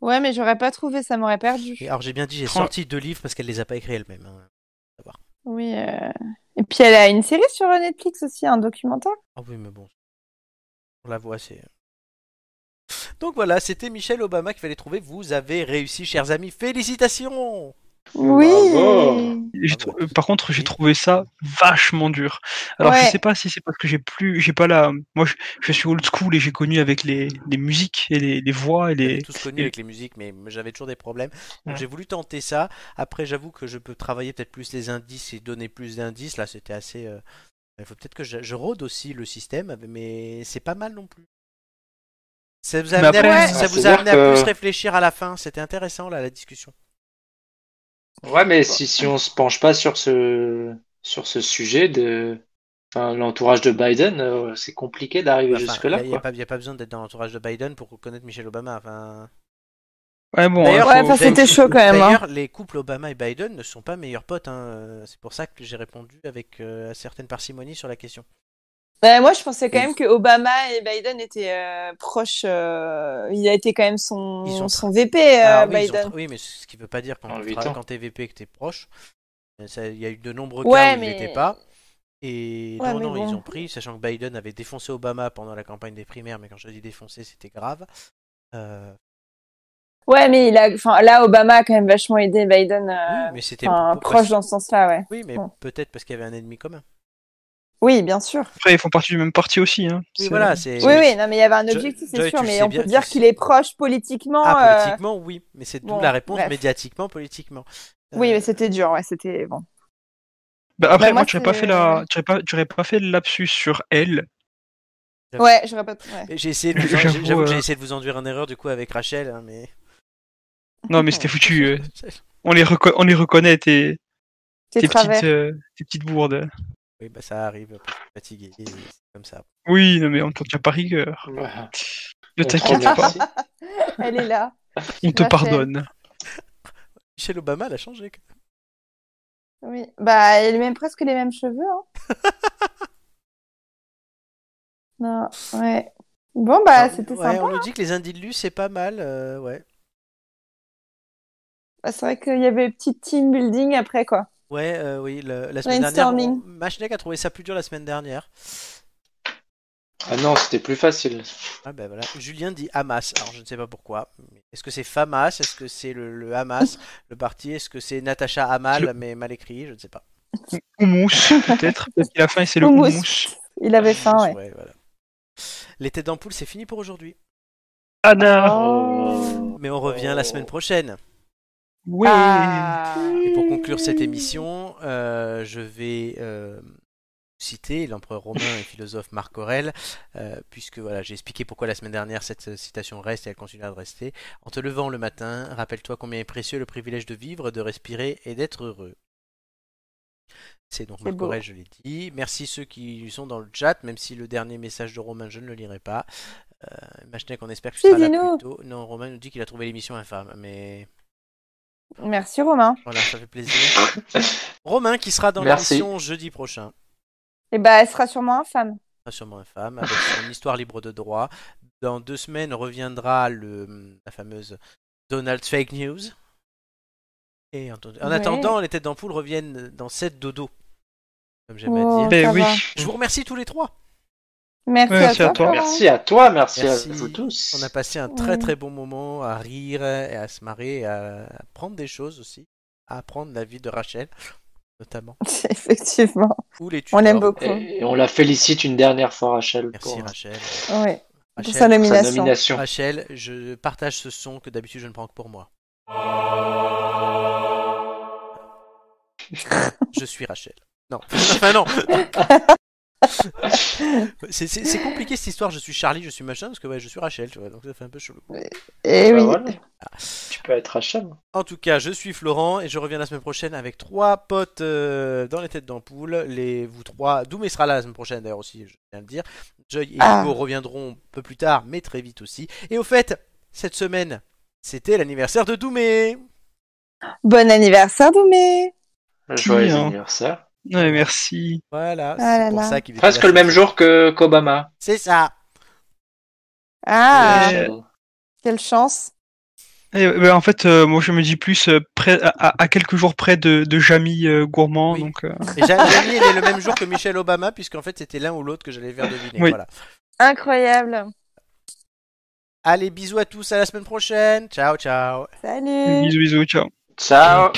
B: Ouais, mais j'aurais pas trouvé. Ça m'aurait perdu.
A: Et ah. alors j'ai bien dit j'ai
C: Tran-
A: sorti deux livres parce qu'elle les a pas écrits elle-même. hein.
B: Oui. euh, Et puis elle a une série sur Netflix aussi, un documentaire.
A: Ah oui, mais bon. On la voit, c'est. euh. Donc voilà, c'était Michelle Obama qu'il fallait trouver. Vous avez réussi, chers amis. Félicitations
B: Oui.
D: Bravo.
A: Ah
C: J'ai
A: bon.
B: bah,
C: trou- euh, Par contre, j'ai trouvé ça vachement dur. Alors,
B: Ouais.
C: je sais pas si c'est parce que j'ai plus, j'ai pas la. Moi, je, je suis old school et j'ai connu avec les, les musiques et les, les voix et
A: J'avais
C: les.
A: tous connu
C: et-
A: avec les musiques, mais j'avais toujours des problèmes. Donc
C: Ouais.
A: j'ai voulu tenter ça. Après, j'avoue que je peux travailler peut-être plus les indices et donner plus d'indices. Là, c'était assez. euh, Il faut peut-être que je, je rôde aussi le système, mais c'est pas mal non plus. Ça vous a
C: Mais
A: amené,
C: après-
A: à,
C: Ouais.
A: plus, ça
D: Ah,
A: vous a
D: c'est-à-dire
A: amené à plus
D: que-
A: réfléchir à la fin. C'était intéressant là la discussion.
D: Ouais, mais si, si on se penche pas sur ce, sur ce sujet de enfin, l'entourage de Biden, euh, c'est compliqué d'arriver
A: Enfin,
D: jusque-là,
A: il n'y a,
D: quoi.
A: pas- il y a pas besoin d'être dans l'entourage de Biden pour connaître Michelle Obama. Enfin,
C: Ouais, bon.
A: D'ailleurs,
C: hein,
B: Ouais,
C: faut-
B: enfin, c'était chaud quand même. hein.
A: D'ailleurs, les couples Obama et Biden ne sont pas meilleurs potes. hein. Euh, C'est pour ça que j'ai répondu avec euh, certaines parcimonies sur la question.
B: Ouais, Bah, moi, je pensais quand même que Obama et Biden étaient euh, proches. euh, Il a été quand même son,
A: Ils sont
B: son VP,
A: Ah
B: euh,
A: oui, ils ont
B: Biden.
A: tra- oui, mais ce qui veut pas dire quand,
D: En
A: tu
D: huit
A: travailles-
D: ans.
A: quand t'es VP et que t'es proche. Euh, ça- Il y a eu de nombreux
B: Ouais,
A: cas où ils
B: mais-
A: l'étaient pas. Et
B: Ouais,
A: non,
B: mais
A: non,
B: bon.
A: ils ont pris, sachant que Biden avait défoncé Obama pendant la campagne des primaires, mais quand je dis défoncé, c'était grave. Euh,
B: Ouais, mais il a, enfin, là, Obama a quand même vachement aidé Biden,
A: oui,
B: euh,
A: mais c'était
B: enfin,
A: pour-
B: proche
A: parce-
B: dans ce sens-là, ouais.
A: Oui, mais
B: Bon.
A: peut-être parce qu'il y avait un ennemi commun.
B: Oui, bien sûr.
C: Après, ils font partie du même parti aussi. Hein.
A: Oui,
C: C'est-
A: voilà, c'est.
B: Oui, oui, non, mais il y avait un
A: Je- Joy,
B: objectif, c'est
A: tu
B: sûr,
A: le
B: mais
A: sais
B: on
A: bien,
B: peut
A: tu
B: dire
A: le
B: qu'il
A: sais.
B: est proche politiquement.
A: Ah,
B: euh,
A: politiquement, oui, mais c'est d'où
B: bon,
A: la réponse
B: bref.
A: médiatiquement, politiquement.
B: Oui,
A: Euh,
B: mais c'était dur, ouais, c'était bon.
C: Bah, après,
B: Bah, moi,
C: moi, tu n'aurais pas
B: c'est-
C: fait la, tu aurais pas, tu aurais pas fait le lapsus sur elle.
A: j'avoue.
B: Ouais, j'aurais pas. Ouais.
A: J'ai essayé de vous,
C: J'avoue,
A: j'avoue que j'ai
C: euh,
A: essayé de vous induire en erreur du coup avec Rachel, hein, mais.
C: Non, mais c'était foutu. euh, on les, reco- on les reconnaît, tes,
B: Tes
C: tes
B: travers.
C: petites, euh, tes petites bourdes.
A: Oui, bah ça arrive, après, je suis fatigué, et c'est comme ça.
C: Oui, non, mais on ne te tient pas rigueur.
D: Ouais.
C: Ne
D: On
C: t'inquiète
D: prend
C: pas,
D: aussi.
B: Elle est là.
C: on te
B: Rachel.
C: pardonne.
A: Michelle Obama, elle a changé. quand même.
B: Oui. Bah, elle a même presque les mêmes cheveux. Hein. non, ouais. Bon, bah,
A: Alors,
B: c'était
A: ouais,
B: sympa.
A: On nous dit que les indilus, c'est pas mal. euh, ouais.
B: Bah, c'est vrai qu'il y avait petit team building après, quoi.
A: Ouais, euh, oui, le- la semaine dernière.
B: Brainstorming.
A: on- Machnek a trouvé ça plus dur la semaine dernière.
D: Ah non, c'était plus facile.
A: Ah, ben voilà. Julien dit Hamas. Alors, je ne sais pas pourquoi. mais Est-ce que c'est Famas Est-ce que c'est le, le Hamas Le parti Est-ce que c'est Natacha Hamal,
C: Je-
A: mais mal écrit Je ne sais pas.
C: Houmous, peut-être. Peut-être qu'il a faim et c'est le
B: Houmous.
C: houmous.
B: Il avait faim, ouais.
A: voilà. Les têtes d'ampoule, c'est fini pour aujourd'hui.
B: Ah.
C: Anna,
B: Oh.
A: Mais on revient la semaine prochaine.
C: ouais.
B: Ah.
A: Et pour conclure cette émission, euh, je vais euh, citer l'empereur romain et philosophe Marc Aurèle, euh, puisque voilà, j'ai expliqué pourquoi la semaine dernière cette euh, citation reste et elle continuera de rester. En te levant le matin, rappelle-toi combien est précieux le privilège de vivre, de respirer et d'être heureux. C'est donc
B: C'est
A: Marc
B: beau.
A: Aurèle, je l'ai dit. Merci ceux qui sont dans le chat, même si le dernier message de Romain, je ne le lirai pas. Euh, Machenek, on espère que tu
B: Si,
A: seras là
B: dis-nous.
A: plus tôt. Non, Romain nous dit qu'il a trouvé l'émission infâme, mais...
B: Merci, Romain.
A: Voilà, ça fait plaisir. Romain qui sera dans
D: Merci.
A: l'émission jeudi prochain,
B: Et bah, elle sera sûrement infâme.
A: Pas sûrement infâme, avec son histoire libre de droit. Dans deux semaines reviendra le, hum, la fameuse Donald Fake News. Et en, en
B: Ouais.
A: attendant, les têtes d'ampoule reviennent dans 7 dodo, comme j'aime à
B: Oh,
A: dire.
C: Ben
B: ça
C: oui.
B: va.
A: Je vous remercie tous les trois.
B: Merci,
C: Merci
B: à,
C: à toi.
B: Florent.
D: Merci à toi, merci,
A: Merci.
D: à vous tous.
A: On a passé un très
B: Ouais.
A: très bon moment à rire et à se marrer, et à apprendre des choses aussi, à apprendre la vie de Rachel, notamment.
B: Effectivement.
A: Ou les
B: On l'aime
A: tuteurs.
B: beaucoup.
D: Et, et on la félicite une dernière fois, Rachel,
A: Merci
D: pour
A: Rachel.
B: Ouais. Pour
A: Rachel,
B: sa
D: sa
B: nomination.
D: nomination.
A: Rachel, je partage ce son que d'habitude je ne prends que pour moi. Je suis Rachel. Non, enfin non. c'est, c'est- c'est compliqué cette histoire. Je suis Charlie, je suis machin parce que ouais, je suis Rachel, tu vois. Donc ça fait un peu chelou.
B: Et
D: Bah
B: Eh oui.
D: voilà. Tu peux être Rachel.
A: En tout cas, je suis Florent et je reviens la semaine prochaine avec trois potes euh, dans les têtes d'ampoule. Les vous trois, Doumé sera là la semaine prochaine d'ailleurs aussi, je viens de le dire. Joy et
B: Ah.
A: Hugo reviendront un peu plus tard, mais très vite aussi. Et au fait, cette semaine, c'était l'anniversaire de Doumé.
B: Bon anniversaire, Doumé.
D: Joyeux
C: hein.
D: anniversaire.
C: Ouais, merci.
A: Voilà,
B: Ah
A: c'est
B: là
A: pour
B: là.
A: ça qu'il était
D: Presque
A: là
D: le même
A: cette-
D: jour que qu'Obama.
A: C'est ça.
B: Ah,
C: Ouais.
D: Euh,
B: quelle chance.
C: Et, ben, en fait, euh, moi, je me dis plus euh, près, à- à, à quelques jours près de, de Jamy euh, Gourmand.
A: Oui.
C: Donc, euh,
A: Et Ja- Jamie, elle est le même jour que Michelle Obama, puisqu'en fait, c'était l'un ou l'autre que j'allais faire deviner.
C: Oui.
A: Voilà.
B: Incroyable.
A: Allez, bisous à tous, à la semaine prochaine. Ciao, ciao.
B: Salut.
C: bisous, bisous, ciao.
D: Ciao.